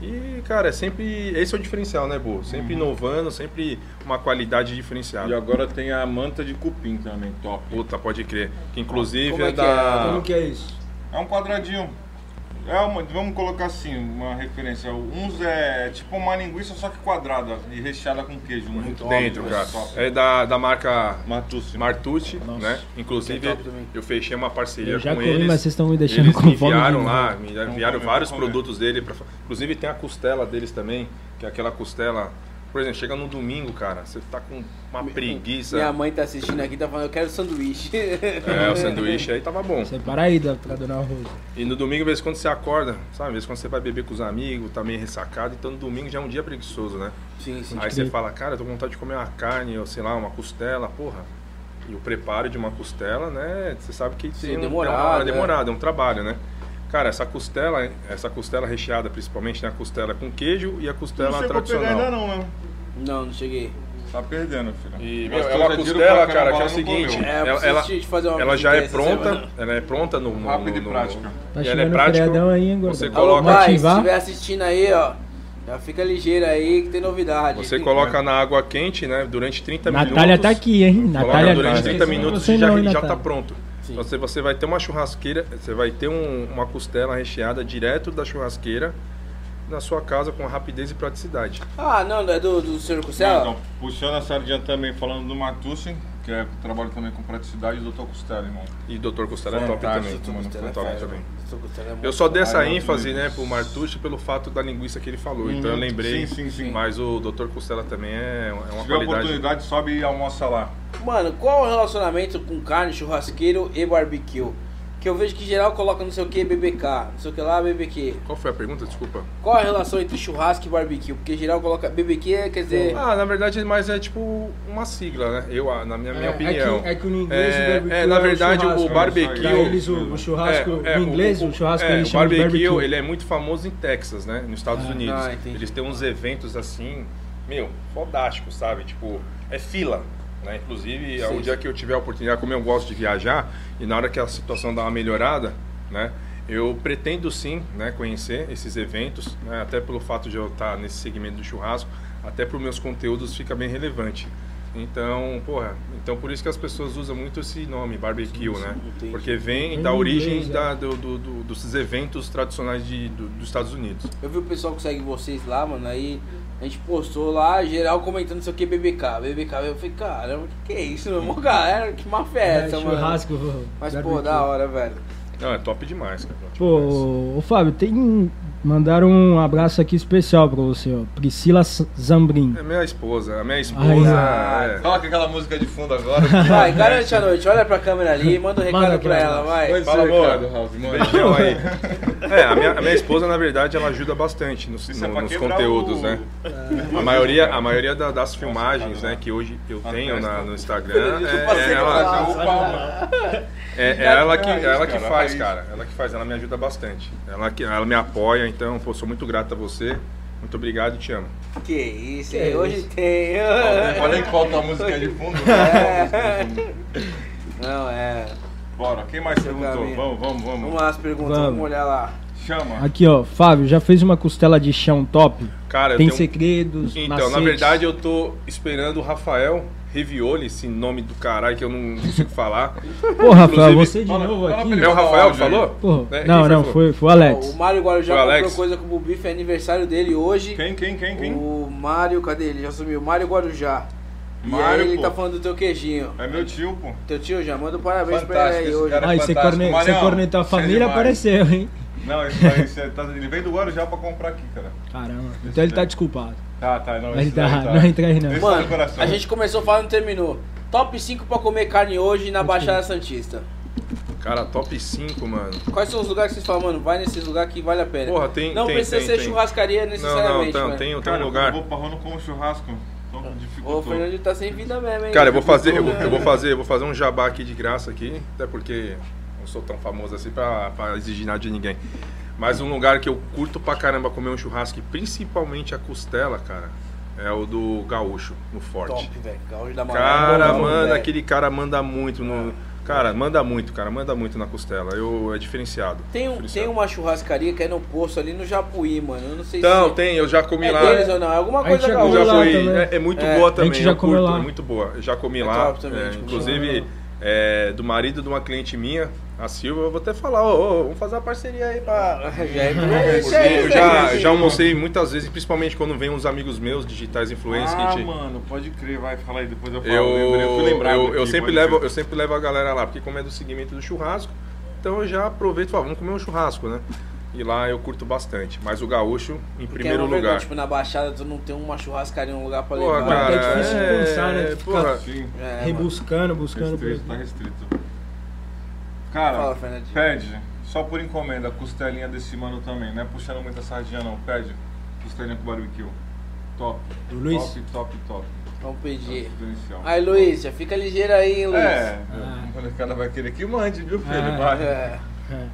D: E, cara, é sempre. Esse é o diferencial, né, Bu? Sempre inovando, sempre uma qualidade diferenciada.
B: E agora tem a manta de cupim também, top.
D: Tá. Puta, pode crer. Que inclusive
C: Como é
D: é,
C: que
D: da.
A: Como que é isso?
B: É um quadradinho. É uma, vamos colocar assim, uma referência. Uns é tipo uma linguiça, só que quadrada e recheada com queijo. Muito
D: Dentro,
B: bom,
D: cara.
B: top.
D: É da, da marca
B: Matucci.
D: Martucci,
A: Nossa.
D: né? Inclusive,
C: Que top também.
D: eu fechei uma parceria
A: Eu já
D: com
A: comi,
D: eles.
A: mas vocês estão me deixando
D: eles
A: com né?
D: me
A: fome
D: enviaram
A: de
D: lá, me enviaram
B: comer,
D: vários
B: vamos comer.
A: é.
D: produtos dele. pra- Inclusive, tem a costela deles também, que é aquela costela. Por exemplo, chega no domingo, cara, você tá com uma preguiça.
C: Minha mãe tá assistindo aqui, tá falando, eu quero sanduíche.
D: É, o sanduíche aí tava bom.
A: Separa aí da- pra dona Rosa.
D: E no domingo, vez quando você acorda, sabe? Vez quando você vai beber com os amigos, tá meio ressacado. Então, no domingo já é um dia preguiçoso, né?
C: Sim, sim.
D: Aí
A: crer.
D: você fala, cara, eu tô com vontade de comer uma carne, ou sei lá, uma costela, porra. E o preparo de uma costela, né? Você sabe que tem
C: Sim,
D: um-
C: demorado,
D: é uma hora
C: é.
D: demorada, é um trabalho, né? Cara, essa costela, essa costela recheada principalmente, tem a costela com queijo e a
B: Não
D: costela
B: sei pra pegar
D: tradicional.
B: ainda não, né?
C: Não, não cheguei.
B: Tá perdendo, filho.
D: E, meu,
B: Mas
D: é uma
B: todo dia
D: costela, cara,
B: o
D: que é o
B: não comeu.
D: seguinte,
C: É, eu
D: ela,
C: preciso
D: ela,
C: te fazer uma
D: ela já é
C: visita essa
D: pronta,
C: semana.
D: ela é pronta no... no
B: Rápido e
D: no-
B: prática.
D: no-
A: Tá
D: e ela é
A: chegando o
D: prática,
A: feriadão aí, hein, gordão? Tá
D: você
A: Alô,
D: coloca...
C: Alô, pai, se
A: Ativar?
C: estiver assistindo aí, ó, já fica ligeiro aí que tem novidade.
D: Você coloca na água quente, né? Durante 30 minutos.
A: Natália tá aqui, hein?
D: Coloca
A: Natália tá.
D: durante 30
A: Esqueci
D: minutos
A: você
D: e já,
A: não, hein,
D: já tá
A: Natália?
D: pronto.
C: Sim.
D: Então você, você vai ter uma churrasqueira, você vai ter um- uma costela recheada direto da churrasqueira na sua casa com rapidez e praticidade.
C: Ah, não, é do, do senhor Costela?
B: Então, puxando a sardinha também, falando do Matucci, que é trabalho também com praticidade, do Dr. Costela, irmão.
D: E Dr. Costela é top também.
B: Fantástico,
C: Doutor
D: mano,
C: Costela é
D: top
C: fera,
D: também.
C: mano. Doutor Costela é muito
D: Eu só dei essa
B: Ai, meu
D: ênfase,
B: Deus.
D: né, pro Martucci pelo fato da linguiça que ele falou. Então eu
B: Uhum.
D: lembrei.
B: Sim, sim, sim.
D: Mas o Dr. Costela também é, é uma
B: Se tiver
D: qualidade.
B: oportunidade, sobe e almoça lá.
C: Mano, qual é o relacionamento com carne, churrasqueiro e barbecue? Que eu vejo que geral coloca não sei o que BBK, não sei o que lá BBQ.
D: Qual foi a pergunta? Desculpa.
C: Qual é a relação entre churrasco e barbecue? Porque geral coloca BBQ, quer dizer.
D: Ah, na verdade, mas é tipo uma sigla, né? Eu, ah, na minha, minha
A: É,
D: opinião.
A: É que, é que o inglês o
D: É,
A: barbecue
D: é, na
A: é o
D: verdade, o,
A: churrasco.
D: barbecue.
A: Pra eles, o, o churrasco
D: É, é,
A: no inglês, o, churrasco
D: é,
A: eles
D: o
A: chamam de
D: barbecue,
A: barbecue. tá,
D: ele é muito famoso em Texas, né? Nos Estados Unidos.
C: ah, entendi.
D: Eles têm uns eventos assim, meu, fodásticos, sabe? Tipo, é fila. Né? Inclusive,
C: Sim.
D: o dia que eu tiver a oportunidade, como eu gosto de viajar, e na hora que a situação dá uma melhorada, né? Eu pretendo sim né, conhecer esses eventos, né, até pelo fato de eu estar nesse segmento do churrasco, até para os meus conteúdos fica bem relevante. Então, porra, então por isso que as pessoas usam muito esse nome, barbecue, né?
C: entendi.
D: Porque vem
A: Vem
D: da
A: do
D: origem
A: inglês,
D: da- do- do- do- dos eventos tradicionais de- do- dos Estados Unidos.
C: Eu vi o pessoal que segue vocês lá, mano, aí a gente postou lá, geral comentando não sei o que BBK, BBK. Eu falei, caramba, que que é isso, meu irmão? Galera, que má
A: É,
C: festa, mano.
A: churrasco.
C: Mas, pô,
A: barbecue.
C: da hora, velho.
D: Não, é top demais, cara. top
A: Pô,
D: demais.
A: ô, Fábio, tem Mandaram um abraço aqui especial pra você, ó. Priscila S- Zambrin.
D: É minha esposa, a minha
A: Aí,
D: esposa. é.
B: Coloca aquela música de fundo agora.
C: Vai, garante a noite. Olha pra câmera ali, manda um recado
A: Manda aqui,
C: pra
A: manda.
C: ela, vai.
B: Mande
D: Fala,
B: seu
D: amor.
B: recado, House. Mande.
D: um Beijão aí. É, a minha, a minha esposa, na verdade, ela ajuda bastante nos,
B: Isso é
D: no-
B: pra
D: nos
B: quebrar
D: conteúdos,
B: o-
D: né? A maioria, a maioria da- das
B: tá
D: filmagens,
B: dando.
D: né, que hoje eu
B: Ah,
D: tenho
B: parece
D: na-
B: que-
D: no Instagram, é,
B: Passei pra
D: ela,
B: baixar o palma.
D: é, é ela que,
B: atrás,
D: ela que
B: cara,
D: faz,
B: faz.
D: cara. Ela que faz, ela me ajuda bastante. Ela, que, ela me apoia, então, pô, sou muito grato a você. Muito obrigado e te amo.
C: Que isso,
E: Que
C: hein? hoje
E: isso.
C: tem.
A: né?
B: Olha que falta a música de fundo. né?
C: É. Não, é.
B: Bora, quem mais perguntou?
C: caminho.
B: Vamos, vamos, vamos.
C: Vamos lá, as perguntas,
A: Vamos.
C: vamos olhar lá.
B: Chama.
A: Aqui, ó. Fábio, já fez uma costela de chão top?
D: Cara, eu
A: Tem
D: tenho- um-
A: segredos,
D: Então,
A: macetes?
D: na verdade, eu tô esperando o Rafael Rivioli, esse nome do caralho que eu não consigo falar.
A: Porra, Rafael,
D: inclusive-
A: você de
B: Fala-
A: novo
B: fala
A: aqui?
B: pra ele.
D: É o Rafael que
B: Áudio aí.
D: falou?
A: Porra,
D: Né? Quem
A: não,
D: que
A: não, foi, foi o Alex.
C: O Mário Guarujá
D: Foi o
C: comprou
D: Alex?
C: coisa com o Bubife, é aniversário dele hoje.
B: Quem, quem, quem, quem?
C: O Mário, cadê ele? Já sumiu. Mário Guarujá.
B: Mário,
C: e aí ele
B: pô.
C: tá falando do teu queijinho.
B: É meu tio, pô.
C: Teu tio já manda um parabéns pra
B: Fantástico
C: ele aí
B: esse
C: hoje.
B: cara.
A: Aí você,
B: fantástico.
A: corne...
B: Marião,
A: você cornetou a
B: você é
A: família,
B: demais.
A: apareceu, hein?
B: Não, isso aí, você tá- ele veio do Guarujá pra comprar aqui, cara.
A: Caramba. Então ele tá desculpado.
B: Tá, tá, não,
A: Mas
B: esse
A: dá,
B: daí tá.
A: não entra aí, não.
B: Esse tá
C: Mano,
B: no coração.
C: a gente começou falando e terminou. Top 5 pra comer carne hoje na Baixada Santista.
D: Cara, top 5, mano.
C: Quais são os lugares que vocês falam, mano? Vai nesse lugar que vale a pena.
D: Porra, tem-
C: Não
D: tem,
C: precisa
D: tem,
C: ser
D: tem.
C: churrascaria
D: Não,
C: necessariamente.
D: não, não
C: mano.
D: tem, eu tenho
B: Cara,
D: um
B: lugar.
D: lugar.
B: eu vou pra rua, não como churrasco. Então dificultou.
C: Ô, o Fernando tá sem vida mesmo, hein? tá
D: Cara, eu vou fazer, eu, vou- eu vou fazer, eu vou fazer um jabá aqui de graça aqui, até porque não sou tão famoso assim pra, pra exigir nada de ninguém. Mas um lugar que eu curto pra caramba comer um churrasco, e principalmente a costela, cara, é o do Gaúcho, no Forte.
C: Top, velho. Gaúcho da Maré.
D: Cara,
C: Bom,
D: manda,
C: velho.
D: aquele cara manda muito no. Cara, manda muito, cara, manda muito na costela. Eu, é diferenciado.
C: Tem, um, tem uma churrascaria que é no poço ali no Japuí, mano. Eu não sei
D: Então,
C: se
D: tem, eu já comi
C: é
D: lá.
C: deles ou não. É alguma
A: A gente
C: coisa
A: já
D: Eu
A: comeu
C: gaúcha.
D: já
A: lá
D: fui,
A: também.
D: é, é muito
C: É.
D: boa
A: A gente
D: também.
A: já
D: eu
A: comeu
D: curto,
A: lá.
D: É muito boa. Eu já comi
C: É
D: lá.
C: top também,
D: é,
C: a gente comeu
D: inclusive,
C: lá.
D: é, do marido de uma cliente minha, a Silva, eu vou até falar, ô, ô, vamos fazer uma parceria aí pra.
C: Já é por aí,
D: Porque
C: já é
D: eu
C: isso
D: já,
C: aí.
D: já almocei muitas vezes, principalmente quando vem uns amigos meus, digitais influencers, que a
B: Ah,
D: gente.
B: mano, pode crer, vai, fala aí, depois eu falo.
D: Eu,
B: lembrei, eu fui lembrado
D: eu,
B: aqui,
D: eu sempre
B: pode
D: levo,
B: crer.
D: eu sempre levo a galera lá, porque como é do segmento do churrasco, então eu já aproveito e falo, vamos comer um churrasco, né? E lá eu curto bastante. Mas o gaúcho,
C: Porque
D: em
C: é
D: primeiro
C: uma vergonha,
D: lugar.
C: Tipo, na Baixada tu não tem uma churrascaria, um lugar pra
D: Porra,
C: levar.
D: cara,
A: É difícil de
D: é,
A: pensar, né? Ficar-
D: porra,
B: Sim,
C: É, mano.
A: Rebuscando, buscando. por
B: restrito,
A: aqui.
B: tá restrito. Cara,
C: Fala, Fernandinho.
B: pede, só por encomenda, a costelinha desse mano também. Não é puxando muita sardinha, não. Pede, costelinha com barbecue. Top.
A: Do Luiz?
B: Top, top, top.
C: Vamos pedir.
B: Diferencial.
C: Aí, Luiz, já fica ligeiro aí, hein, Luiz.
B: É,
D: Ah.
B: o molecada vai querer que mande, viu, filho?
A: Ah.
B: Vai.
C: É,
A: É.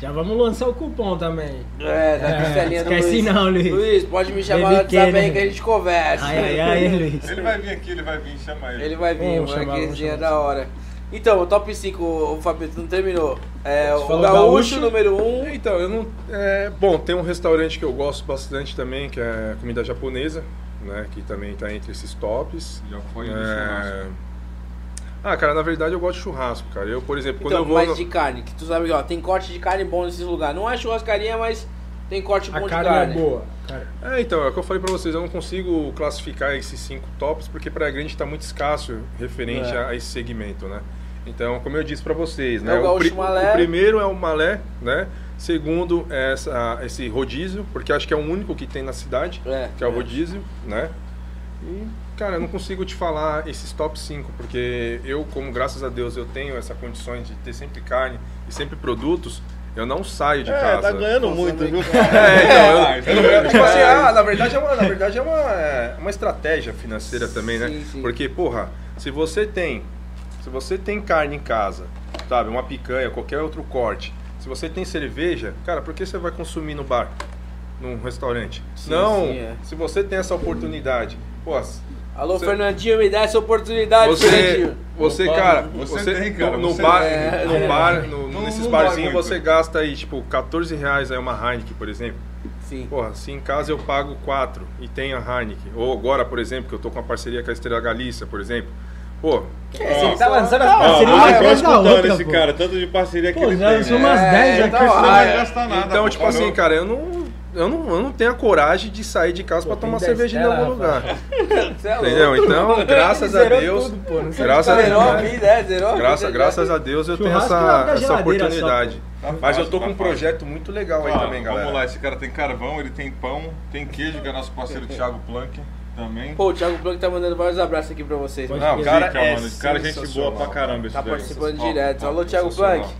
A: Já vamos lançar o cupom também.
C: é da
A: É,
C: costelinha do
A: esquece
C: Luiz.
A: não, Luiz.
C: Luiz, pode me chamar
A: Ele
C: no WhatsApp
A: quer,
C: aí
A: né?
C: que a gente conversa.
A: Ai, ai, ai, hein, Luiz.
B: Ele vai vir aqui, ele vai vir, chama ele.
C: Ele vai vir,
A: Vamos
C: mano,
A: chamar,
C: que
A: vamos
C: resenha
A: chamar.
C: da hora. Então, o top 5, o Fabio, tu não terminou. É, o
A: falou
C: gaúcho,
A: gaúcho.
C: número 1. Um,
D: Então, eu não. é, bom, tem um restaurante que eu gosto bastante também, que é comida japonesa, né? Que também tá entre esses tops.
B: Já foi
D: É,
B: no churrasco.
D: Ah, cara, na verdade eu gosto de churrasco, cara. Eu, por exemplo, quando
C: então,
D: eu vou.
C: mais
D: no-
C: de carne, que tu sabe que ó, tem corte de carne bom nesses lugares. Não é churrascaria, mas tem corte bom
A: A
C: de
A: carne
C: carne.
A: é boa. cara.
D: É, então, é o que eu falei pra vocês, eu não consigo classificar esses cinco tops, porque pra grande tá muito escasso referente
C: É.
D: a, a esse segmento, né? Então, como eu disse pra vocês,
C: É
D: né?
C: o gaúcho malé.
D: o primeiro é o malé, né? Segundo é essa, esse rodízio, porque acho que é o único que tem na cidade,
C: É,
D: que é o
C: é.
D: rodízio, né? E, cara, eu não consigo te falar esses top 5, porque eu, como graças a Deus eu tenho essa condições de ter sempre carne e sempre produtos, eu não saio
C: É, tá
D: de casa.
C: muito, viu?
D: É,
B: Ah,
D: então, eu,
B: então
D: eu-
B: é.
D: tipo assim, ah, na verdade é uma, na verdade é uma, é uma estratégia financeira também, né?
C: Sim, sim.
D: Porque, porra, se você tem, se você tem carne em casa, sabe, uma picanha, qualquer outro corte, se você tem cerveja, cara, por que você vai consumir no bar, num restaurante?
C: Sim,
D: Não,
C: sim, é.
D: se você tem essa oportunidade, pô,
C: Alô,
D: Você-
C: Fernandinho, me dá essa oportunidade,
D: você,
C: Fernandinho.
D: você,
B: No bar,
D: cara,
B: você
D: você,
B: tem, cara,
D: no, no
B: você
D: bar,
C: tem.
D: no
C: É.
D: bar, no-
B: Não-
D: nesses
B: não dá
D: barzinhos
B: muito.
D: você gasta aí, tipo, 14 reais aí uma Heineken, por exemplo.
C: Sim.
D: Porra, se em casa eu pago 4 e tenho a Heineken, ou agora, por exemplo, que eu tô com uma parceria com a Estrela Galícia, por exemplo, pô,
E: Você tá lançando as
A: Não,
E: parcerias
A: não,
E: atrás
A: não,
E: da
A: não, não, não,
E: outra,
A: não,
B: esse
A: pô.
B: cara, tanto de parceria que
A: Pô,
B: ele
A: já
B: tem.
A: são
B: né?
A: umas
C: É,
A: 10 já
C: então,
A: que
B: Você não
C: Ah,
B: vai
C: é.
B: gastar nada.
D: então,
B: pô,
D: tipo assim,
B: parou.
D: cara, eu não, eu não, eu não tenho a coragem de sair de casa
A: Pô,
D: pra tomar
A: tem
D: cerveja em
A: dez dela,
D: algum lugar.
C: Você é louco.
D: Entendeu? Então, graças a
A: Zerou
D: Deus,
A: tudo, pô, não sei tá
D: graças a
C: Zerou a
D: Deus,
C: vida, é, zerou a
D: graças,
C: vida,
D: graças
C: já.
D: a Deus eu tenho
A: Churrasco é
D: essa,
A: da
D: essa
A: geladeira só,
D: oportunidade.
A: pô.
B: Tá
D: Mas
B: fácil,
D: eu tô
B: tá
D: com um
B: fácil.
D: projeto muito legal
C: Ah,
D: aí
B: Ó,
D: também, galera.
B: Vamos lá, esse cara tem carvão, ele tem pão, tem queijo, que é nosso parceiro Thiago Planck também.
C: Pô, o Thiago Blanco tá mandando vários abraços aqui pra vocês, mano.
B: Não, o cara
D: Zica,
B: é
D: mano,
B: o cara é gente boa
D: sensacional.
B: pra caramba esse
C: Tá
B: daí.
C: participando
B: Ó,
C: direto.
B: ó,
C: Alô, Thiago
B: sensacional.
C: Blank.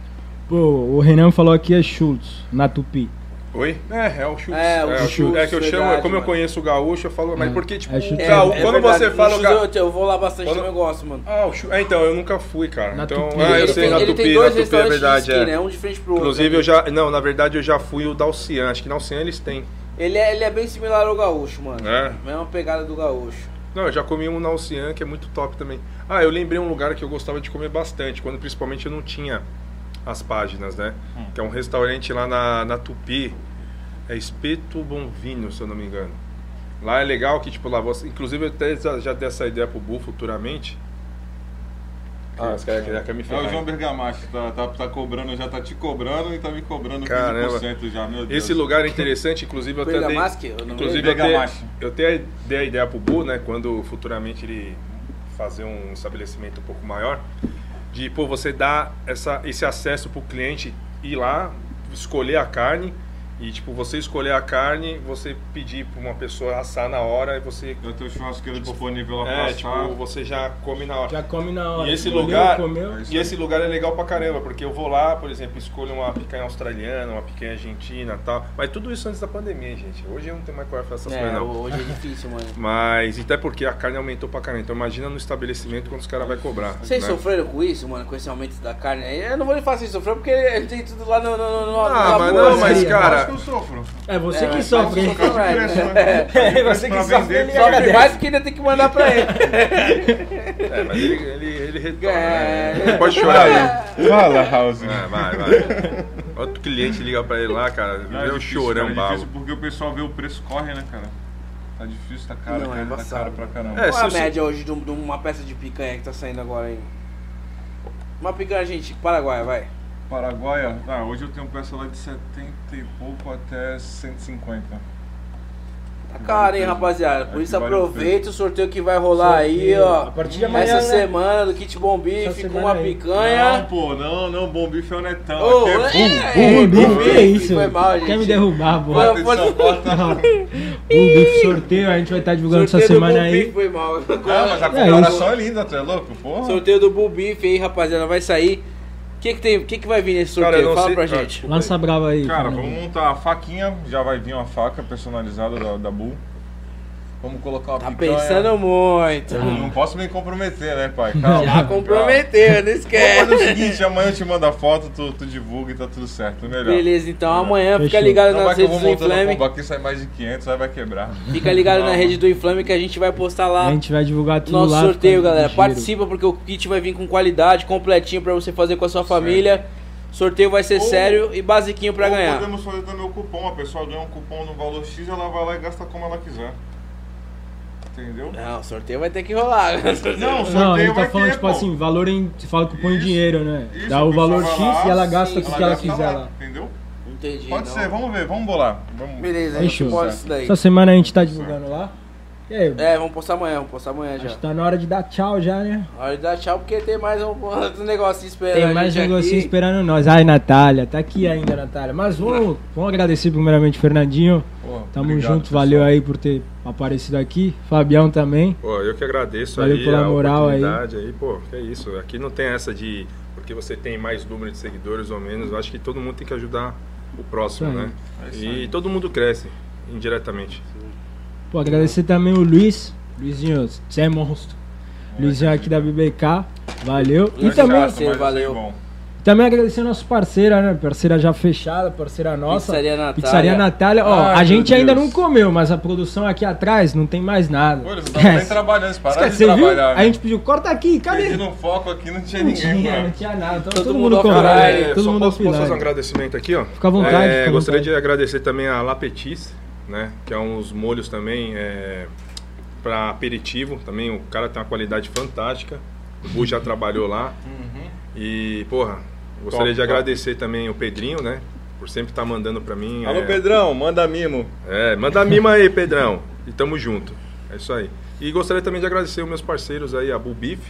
A: Pô, o Renan falou aqui é Schultz, na Tupi.
D: Oi? É, é o Chutes.
C: É, o Chutes,
D: É que eu chamo,
C: verdade,
D: como eu
C: mano.
D: conheço o gaúcho, eu falo, mas porque, tipo,
A: É
D: o
A: Chutes.
D: gaú-
A: É,
D: quando você
C: verdade.
D: fala o
C: No
D: gaúcho.
C: Chutes Eu, eu vou lá bastante
D: Quando-
C: também, eu gosto, mano.
D: Ah, o Chutes. É, então, eu nunca fui, cara.
A: Na
D: então,
A: Tupi.
D: ah, eu
A: Ele
D: sei,
A: tem-
D: na
C: ele
D: Tupi,
C: tem
D: na
C: dois
D: Tupi, é
C: restaurantes
D: verdade,
C: de esquina,
D: é.
C: um de frente pro outro.
D: Inclusive,
C: né?
D: eu já. Não, na verdade, eu já fui o da Alcian. Acho que na Alcian eles têm.
C: Ele é, ele é bem similar ao gaúcho, mano.
D: É?
C: Mesma pegada do gaúcho.
D: Não, eu já comi um na Ocean, que é muito top também. Ah, eu lembrei um lugar que eu gostava de comer bastante, quando principalmente eu não tinha as páginas, né?
A: Hum.
D: Que é um restaurante lá na, na Tupi, é Espeto Bonvino, se eu não me engano. Lá é legal que, tipo, lá você... Inclusive, eu até já, já dei essa ideia pro Bu futuramente. Ah, os caras querem me
B: É o
D: ferrar.
B: João Bergamasco, tá, tá, tá cobrando, já tá te cobrando e tá me cobrando 15%
D: Caramba.
B: já, meu Deus.
D: Esse lugar é interessante, inclusive eu até dei-
C: Bergamasque, eu não
D: Inclusive
B: lembro.
D: eu até,
B: Bergamasque.
D: eu até dei a ideia pro Bu, né, quando futuramente ele fazer um estabelecimento um pouco maior, de pô, você dar essa, esse acesso pro cliente ir lá, escolher a carne e tipo, você escolher a carne, você pedir pra uma pessoa assar na hora e você
B: Eu tenho churrasqueiro disponível lá pra
D: é,
B: assar.
D: tipo, você já come na hora.
A: Já come na hora.
D: E esse
A: Comeu,
D: lugar,
A: comeu.
B: É isso
D: e esse lugar é legal pra caramba, porque eu vou lá, por exemplo, escolho uma picanha australiana, uma picanha argentina e tal. Mas tudo isso antes da pandemia, gente. Hoje eu não tenho mais coragem pra essas coisas,
C: É,
D: não.
C: hoje é difícil, mano.
D: Mas até porque a carne aumentou pra caramba. Então imagina no estabelecimento quando os caras vão cobrar.
C: Vocês
D: né?
C: sofreram com isso, mano? Com esse aumento da carne? aí? Eu não vou lhe falar se sofreu, porque ele tem tudo lá no... no, no, no
D: Ah,
C: na assim.
D: mas
C: bolsa.
D: não, mas
A: Sim,
B: Acho
D: cara.
B: que eu sofro.
A: É você
C: É,
A: que
C: mas
A: sofre.
C: eu sofro mais, né?
A: É, você que
B: Pra
A: sofre.
B: vender,
A: ele
B: sofre
A: agradece.
C: Sofre mais porque ainda tem que mandar pra ele.
D: É, mas ele, ele, ele retorna.
C: É.
D: né? Ele Pode chorar aí.
B: Fala, House.
D: É, vai, vai. Outro cliente liga pra ele lá, cara. Vê o chorão,
B: Ah, É
D: um babo.
B: difícil porque o pessoal vê o preço corre, né, cara? Tá difícil, tá caro,
C: Não,
B: cara,
C: é
B: tá
C: embaçado.
B: caro pra caramba.
D: É,
C: Qual a
D: se- se-
C: média hoje de um- de uma peça de picanha que tá saindo agora aí? Uma picanha, gente, Paraguai, vai.
B: Paraguaia, tá, hoje eu tenho peça lá de 70 e pouco até 150.
C: Tá caro, hein,
B: Vale o preço.
C: rapaziada.
B: É
C: Por
B: que
C: isso
B: vale o
C: aproveita o sorteio que vai rolar aí,
A: Sorteio.
C: ó.
A: A partir de amanhã,
C: Essa
A: né?
C: semana do Kit Bom
A: Essa
C: Bife com
A: semana
C: uma
A: aí. Ah,
B: Não,
C: picanha.
B: pô, não, não, bom bife é o netão.
C: Ô,
B: aqui é
C: é,
B: bum,
A: Bom
C: é,
B: bum,
A: bife,
B: bum,
C: bom
A: que isso?
C: Foi mal, gente.
A: Quer me derrubar, pô.
C: Foi-
A: Bom
B: Bate de São Paulo, tá rápido.
A: bife sorteio, a gente vai estar divulgando essa
C: Sorteio do Bom
A: semana
C: Bife
A: aí.
C: foi mal.
B: Ah, mas a
A: É
B: preparação é, linda, tu é louco? Porra.
C: Sorteio do Bull Bife aí, rapaziada, vai sair. O que que tem, que que vai vir nesse
D: Cara,
C: sorteio?
D: eu não
C: Fala
D: sei-
C: pra
D: cara,
C: gente.
D: desculpa.
A: Lança brava aí.
B: Cara,
A: Fernando.
B: vamos montar a faquinha, já vai vir uma faca personalizada da, da Bull. Vamos colocar uma
C: Tá
B: picanha.
C: pensando muito.
B: Eu Não posso me comprometer, né, pai? Calma.
C: Já comprometeu, não
B: Vamos
C: esquece.
B: fazer o seguinte, amanhã eu te mando a foto, tu, tu divulga e tá tudo certo, melhor.
C: Beleza, então amanhã fica
A: Fechou.
C: ligado
B: Não Então vai
C: nas
B: que eu
C: redes
B: vou
C: do
B: montando a
C: Inflame.
B: pomba aqui, sai mais de 500, aí vai quebrar.
C: Fica ligado na
B: Não.
C: rede do Inflame que a gente vai postar
A: A
C: lá
A: gente vai divulgar tudo
C: nosso
A: lá.
C: sorteio,
A: fica
C: galera.
A: giro.
C: Participa porque o kit vai vir com qualidade, completinho pra você fazer com a sua família. Sorteio vai ser
B: Ou-
C: sério e basiquinho pra
B: Ou
C: ganhar.
B: podemos fazer também o cupom, a pessoa ganha um cupom no valor X, ela vai lá e gasta como ela quiser. Entendeu?
C: Não, sorteio vai ter que rolar.
B: Não,
A: Não, ele
B: sorteio
A: tá
B: vai
A: falando,
B: ter,
A: tipo
B: pô.
A: assim, valor em. Você fala que põe
B: Isso,
A: dinheiro, né?
B: isso,
A: Dá o
B: a pessoa
A: valor
B: vai
A: X
B: lá,
A: e ela gasta
C: sim,
A: com o que ela
B: gasta
A: quiser
B: lá,
A: lá.
B: Entendeu?
C: Entendi.
B: Pode
C: não.
B: ser, vamos ver, vamos bolar. Vamos.
C: Beleza, a gente
A: Fechou.
C: posta isso daí.
A: Essa semana a gente tá divulgando lá. E aí,
C: É, vamos postar amanhã, vamos postar amanhã já.
A: acho que tá na hora de dar tchau já, né?
C: Hora de dar tchau porque tem mais um outro negocinho esperando.
A: Tem mais
C: É, a gente
A: negocinho
C: aqui.
A: esperando nós. Ai, Natália, tá aqui ainda, Natália. Mas vamos, vamos agradecer primeiramente, Fernandinho.
B: Pô,
A: Tamo
B: obrigado,
A: junto,
B: pessoal.
A: valeu aí por ter aparecido aqui. Fabião também.
D: Pô, eu que agradeço
A: Valeu
D: aí
A: pela
D: a
A: moral aí.
D: oportunidade aí. Pô, que é isso. Aqui não tem essa de porque você tem mais número de seguidores ou menos. Eu acho que todo mundo tem que ajudar o próximo,
A: Isso aí.
D: né?
B: É isso
D: e
B: aí.
D: todo mundo cresce indiretamente.
A: Pô, agradecer também o Luiz. Luizinho, você é monstro.
B: É,
A: Luizinho aqui da BBK. Valeu. E
B: Não é
A: também,
B: chato, mas
C: Valeu.
B: é bom.
A: também agradecer a nossa parceira, né? Parceira já fechada, parceira nossa.
C: Pizzaria Natália.
A: Pizzaria Natália. Ó,
B: Ai,
A: a
B: meu
A: gente ainda
B: Deus.
A: não comeu, mas a produção aqui atrás não tem mais nada.
B: Pô, eles não estão nem
A: Esquece.
B: trabalhando, eles pararam
A: Esquece, você
B: de
A: viu?
B: trabalhar.
A: A gente pediu, corta aqui, cadê?
B: Perdi no foco aqui, não tinha
A: Não
B: ninguém,
A: tinha, não
B: mano.
A: tinha nada. Então,
C: Todo
A: todo,
C: mundo
A: mundo
C: offline.
A: correndo,
C: É,
A: todo
D: só
A: mundo
D: posso, posso fazer um
A: offline.
D: agradecimento aqui, ó?
A: Fica à vontade,
D: É,
A: fica à
D: gostaria
A: vontade.
D: de agradecer também a La Petite, né? Que é uns molhos também é, para aperitivo. Também o cara tem uma qualidade fantástica. O Bu já trabalhou lá. E, porra, gostaria
B: Top,
D: de
B: Uhum. top.
D: agradecer também o Pedrinho, né? Por sempre estar mandando pra mim.
B: Alô,
D: é,
B: Pedrão, manda mimo.
D: É, manda mima aí, Pedrão. E tamo junto. É isso aí. E gostaria também de agradecer os meus parceiros aí, a Bull Beef,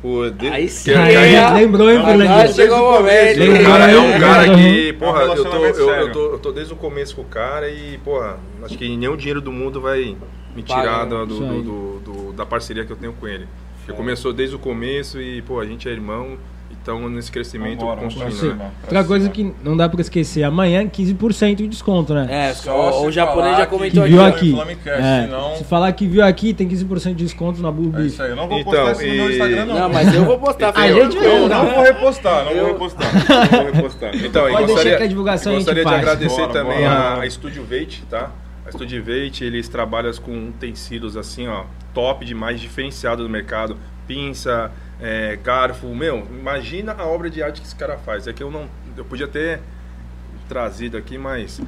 D: Pô, de-
C: Aí
D: que-
C: sim.
D: que-
A: Aí
D: que-
A: a gente lembrou, hein,
D: Agora
C: Agora
A: Fernandinho?
C: É chegou o momento.
D: É um cara, é um cara que,
A: Uhum.
D: porra,
B: É um
D: eu tô,
B: relacionamento
D: eu, eu
B: sério.
D: tô, eu tô desde o começo com o cara e, porra, acho que nenhum dinheiro do mundo vai me tirar
C: Paga,
D: do- do-
A: né? isso aí.
D: do- do- da parceria que eu tenho com ele. Porque começou desde o começo e, pô, a gente é irmão e estamos nesse crescimento
B: Vambora, vamos pra
D: construindo.
A: Sim.
D: né?
B: cima. pra
A: Outra coisa
B: cima.
A: que não dá pra esquecer, amanhã 15% de desconto, né?
C: É,
B: Só
C: o,
B: se
C: o japonês
B: falar
C: já
B: que
A: Que
C: comentou aqui.
A: viu
C: ó.
A: aqui.
B: Flamengo Cast,
A: É,
B: senão-
A: Se falar que viu aqui, tem 15% de desconto na Blue
B: É
A: Beef.
B: isso aí, eu não vou
D: Então,
B: postar isso no meu
D: e-
B: Instagram, não.
C: Não, mas eu vou postar.
E: A
C: filho.
E: gente
B: Eu
C: Eu-
B: não vou repostar, não vou repostar. Não vou repostar.
D: Então,
A: Pode
D: e gostaria,
A: deixar que a divulgação a gente
D: gostaria
A: faz.
D: de agradecer
B: Bora,
D: também
A: bora.
D: A, a Estúdio Veit, tá? A Estúdio Veit, eles trabalham com utensílios assim, ó, top demais, diferenciado do mercado. Pinça, é, garfo, meu, imagina a obra de arte que esse cara faz. É que eu não, eu podia ter trazido aqui, mas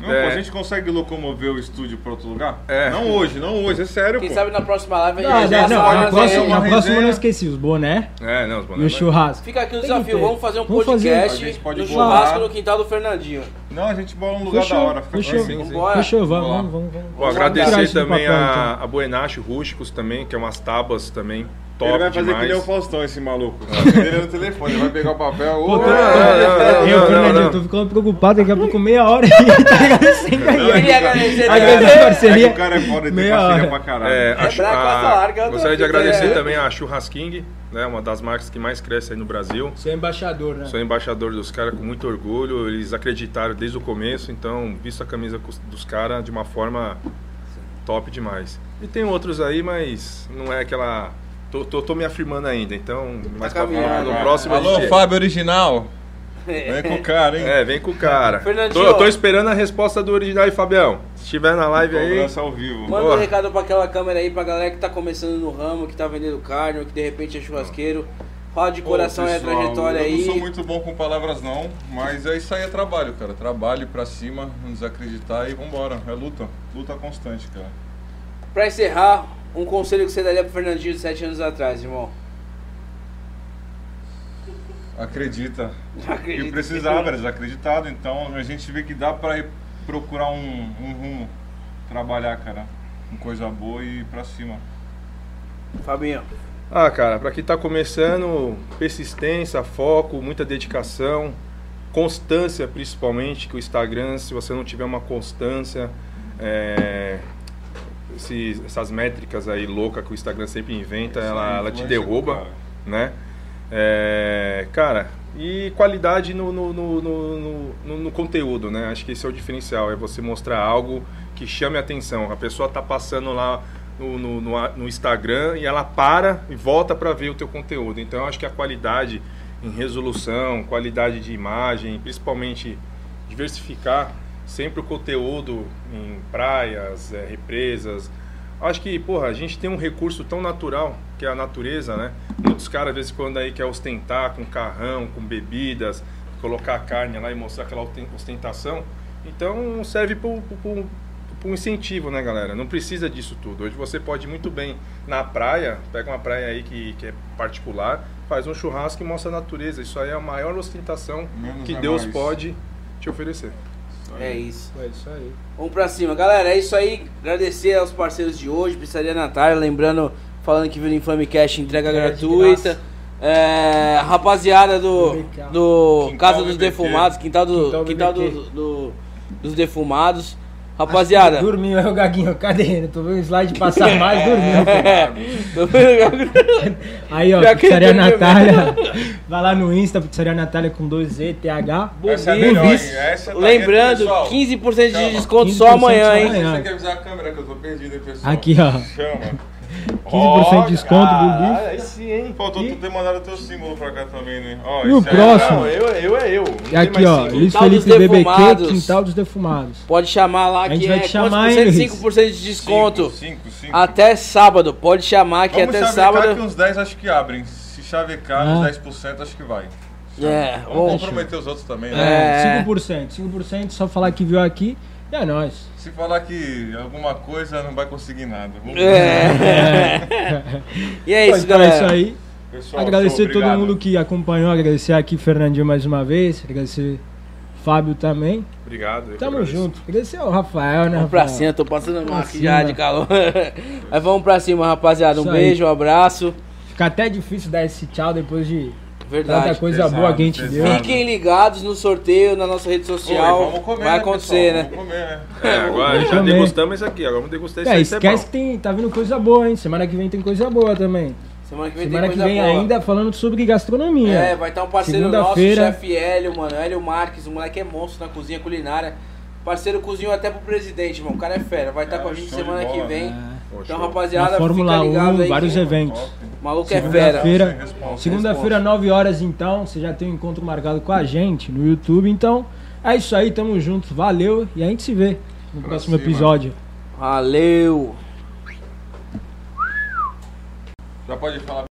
B: Não,
D: É.
B: pô, a gente consegue locomover o estúdio para outro lugar?
D: É.
B: Não hoje, não hoje, é sério,
C: Quem
B: pô.
C: sabe na próxima live a
A: Não,
C: gente
A: não,
C: já
A: não,
C: sabe
A: na
B: fazer
C: fazer
A: próxima,
C: uma-
A: na próxima eu
B: resenha.
A: não esqueci os boné
D: é, não, os
A: e o
D: bonecos-
A: churrasco.
C: Fica aqui
A: Tem
C: o
A: que
C: desafio,
A: ter.
C: vamos fazer um
A: Vamos fazer.
B: A
C: podcast
B: gente pode
C: no
B: bolar.
C: churrasco no quintal do Fernandinho.
B: Não, a gente bola num lugar
A: Fechou,
B: da hora, fica
A: fechou.
B: assim.
D: sim.
C: Bora.
A: Fechou, vamos,
B: Vamos lá.
A: vamos, vamos. vamos. tirar
D: Ó, agradecer
A: isso do
D: também
A: papel, então.
D: a, a Buenacho Rústicos também, que é umas tábuas também top
B: Ele vai fazer que
D: demais.
B: nem o Faustão, esse maluco. Ele é no telefone, ele vai pegar o papel. ô,
A: Pô,
B: é,
A: tá-
D: não,
A: eu,
D: não,
A: Fernandinho,
D: não.
A: eu tô ficando preocupado, daqui a pouco meia hora e tá agradecendo aí.
C: Eu queria agradecer
A: A grande
C: também.
B: é que
A: parceria.
B: o cara é foda, ele tem
A: Meia
B: parceria
A: hora.
B: pra caralho.
D: É, a, chu-
C: braço,
D: a-
C: passa larga, eu
D: gostaria de
C: tô-
D: agradecer
C: é.
D: também a Churrasking, né, uma das marcas que mais cresce aí no Brasil.
A: Sou embaixador, né?
D: Sou embaixador dos caras com muito orgulho, eles acreditaram desde o começo, então visto a camisa cos- dos caras de uma forma top demais. E tem outros aí, mas não é aquela. Tô, tô, tô me afirmando ainda, então mais pra
C: Tá caminhando,
D: frente, no
C: vai.
D: próximo a gente-
B: Fábio Original. Vem com o cara, hein?
D: É, vem com o cara.
C: Fernandinho.
D: Tô, eu tô esperando a resposta do original aí, Fabião. Se estiver na live aí.
B: Cobrança ao vivo.
C: Manda
D: Boa.
C: um recado pra aquela câmera aí, pra galera que tá começando no ramo, que tá vendendo carne, ou que de repente é churrasqueiro. Fala de
B: Pô,
C: coração e a
B: pessoal,
C: trajetória aí.
B: Eu não sou muito bom com palavras não, mas é isso aí, é trabalho, cara. Trabalho pra cima, não desacreditar e vambora. É luta. Luta constante, cara.
C: Pra encerrar, um conselho que você daria pro Fernandinho de 7 anos atrás, irmão.
B: Acredita.
C: Acredito.
B: E precisava, era desacreditado, então a gente vê que dá pra ir procurar um, um rumo. Trabalhar, cara. Com coisa boa e ir pra cima.
C: Fabinho.
D: Ah, cara, pra quem tá começando, persistência, foco, muita dedicação, constância, principalmente, que o Instagram, se você não tiver uma constância, é, esses- essas métricas aí louca que o Instagram sempre inventa, ela, ela te
B: Influencer,
D: derruba,
B: cara.
D: né? É, cara, e qualidade no, no, no, no- no- no- no conteúdo, né? Acho que esse é o diferencial, é você mostrar algo que chame a atenção. A pessoa tá passando lá no, no, no a- no Instagram e ela para e volta para ver o teu conteúdo. Então, acho que a qualidade em resolução, qualidade de imagem, principalmente diversificar sempre o conteúdo em praias, eh, represas. Acho que, porra, a gente tem um recurso tão natural, que é a natureza, né? Muitos caras, de vez em quando, aí quer ostentar com carrão, com bebidas, colocar a carne lá e mostrar aquela osten- ostentação. Então, serve para um incentivo, né, galera? Não precisa disso tudo. Hoje você pode muito bem na praia, pega uma praia aí que, que é particular, faz um churrasco e mostra a natureza. Isso aí é a maior ostentação
B: Menos
D: que
B: é
D: Deus
B: mais.
D: pode te oferecer.
C: É isso.
A: É isso aí.
C: Vamos pra cima. Galera, é isso aí. Agradecer aos parceiros de hoje, Pizzaria Natália. Lembrando, falando que vira em Flamecast, entrega
A: Entrega de
C: gratuita.
A: graça.
C: É, a rapaziada do,
A: Obrigado.
C: do
B: Quintal
C: Casa
B: do
C: dos
B: BBQ.
C: Defumados, Quintal, do, quintal,
A: Quintal BBQ.
C: do- do- dos Defumados. Rapaziada.
A: Dormiu, é o Gaguinho, cadê? Eu tô vendo o slide passar mais, dormiu.
C: Tô vendo-
A: Aí, ó,
C: Pior que
A: Pizzaria
C: ele dormiu
A: Natália. Vai lá no Insta, Pizzaria Natália com 2ETH.
B: Essa é a
A: Bom
B: melhor, hein?
A: vício.
B: Essa tá
C: Lembrando,
B: dentro, pessoal.
C: 15% de
B: Calma.
C: desconto só
A: 15%
C: amanhã,
A: só
C: hein?
A: amanhã.
B: Você quer avisar a câmera que eu tô perdido, hein, pessoal?
A: Aqui, ó.
B: Chama.
A: 15% de desconto, Blue Beef.
D: Ah, aí sim, hein?
B: Faltou tu ter mandado teu símbolo pra cá também, né? Ó,
A: E o
B: esse aí é
A: próximo?
B: brabo, hein?
D: eu, eu é eu.
A: E aqui, ó, Luiz
C: Quintal dos
A: Felipe BBQ,
C: Defumados.
A: Quintal dos Defumados.
C: Pode chamar lá
A: A gente
C: que
A: vai
C: é
A: te chamar,
C: quantos por
A: hein,
C: cento?
A: Luiz?
C: 5% de desconto.
B: Cinco, cinco, cinco.
C: Até sábado. Pode chamar que
B: Vamos
C: até
B: chavecar
C: sábado.
B: que uns 10 acho que abrem. Se chavecar,
A: Ah.
B: uns 10% acho que vai.
C: É,
B: Vamos
C: vamos.
B: comprometer os outros também, né?
C: É.
A: É, 5%. 5% só falar que viu aqui. E é nóis.
B: Se falar que alguma coisa, não vai conseguir nada. Vamos
C: É. e é isso,
A: então é isso
C: galera.
A: aí.
B: Pessoal,
A: agradecer
B: show,
A: todo
B: obrigado.
A: mundo que acompanhou, agradecer aqui Fernandinho mais uma vez, agradecer Fábio também.
D: Obrigado. eu que
A: Tamo
D: agradeço.
A: junto. Agradecer ao Rafael, né?
C: Vamos pra
A: Rafael?
C: cima, tô passando mal
A: Pra
C: aqui já
A: cima.
C: de calor. Mas vamos pra cima, rapaziada. Um
A: Isso aí.
C: beijo, um abraço.
A: Fica até difícil dar esse tchau depois de tanta
C: Verdade.
A: coisa
B: pesado,
A: boa que a gente deu.
B: pesado.
C: Fiquem ligados no sorteio, na nossa rede
B: Oi,
C: social.
B: vamos comer,
C: Vai
B: né,
C: acontecer, né?
B: pessoal? Vamos comer, né?
D: É, agora já
A: Também.
D: degustamos isso aqui, agora vamos degustar isso
A: É,
D: aí.
A: esquece que tem, tá vindo coisa boa, hein? Semana que vem tem coisa boa também.
C: Semana que vem
A: Semana
C: tem
A: que
C: coisa
A: vem
C: boa.
A: ainda falando sobre gastronomia.
C: É, vai estar um parceiro nosso,
A: Segunda-feira.
C: chefe Hélio, mano. Hélio Marques, o moleque é monstro na cozinha culinária. Parceiro cozinhou até pro presidente, mano. O cara é fera. Vai estar
B: É,
C: com a gente
B: show de
C: semana que
B: bola,
C: vem.
A: né?
C: Então,
A: Na
C: rapaziada,
A: Fórmula
C: fica ligado
A: 1,
C: aí.
A: vários
C: que o
A: eventos.
C: Maluco é fera.
A: Segunda-feira,
B: Resposta.
A: segunda-feira, 9 horas então. Você já tem um encontro marcado com a gente no YouTube. Então, é isso aí, tamo junto. Valeu e a gente se vê no próximo
B: cima.
A: episódio.
C: Valeu.
B: Já pode falar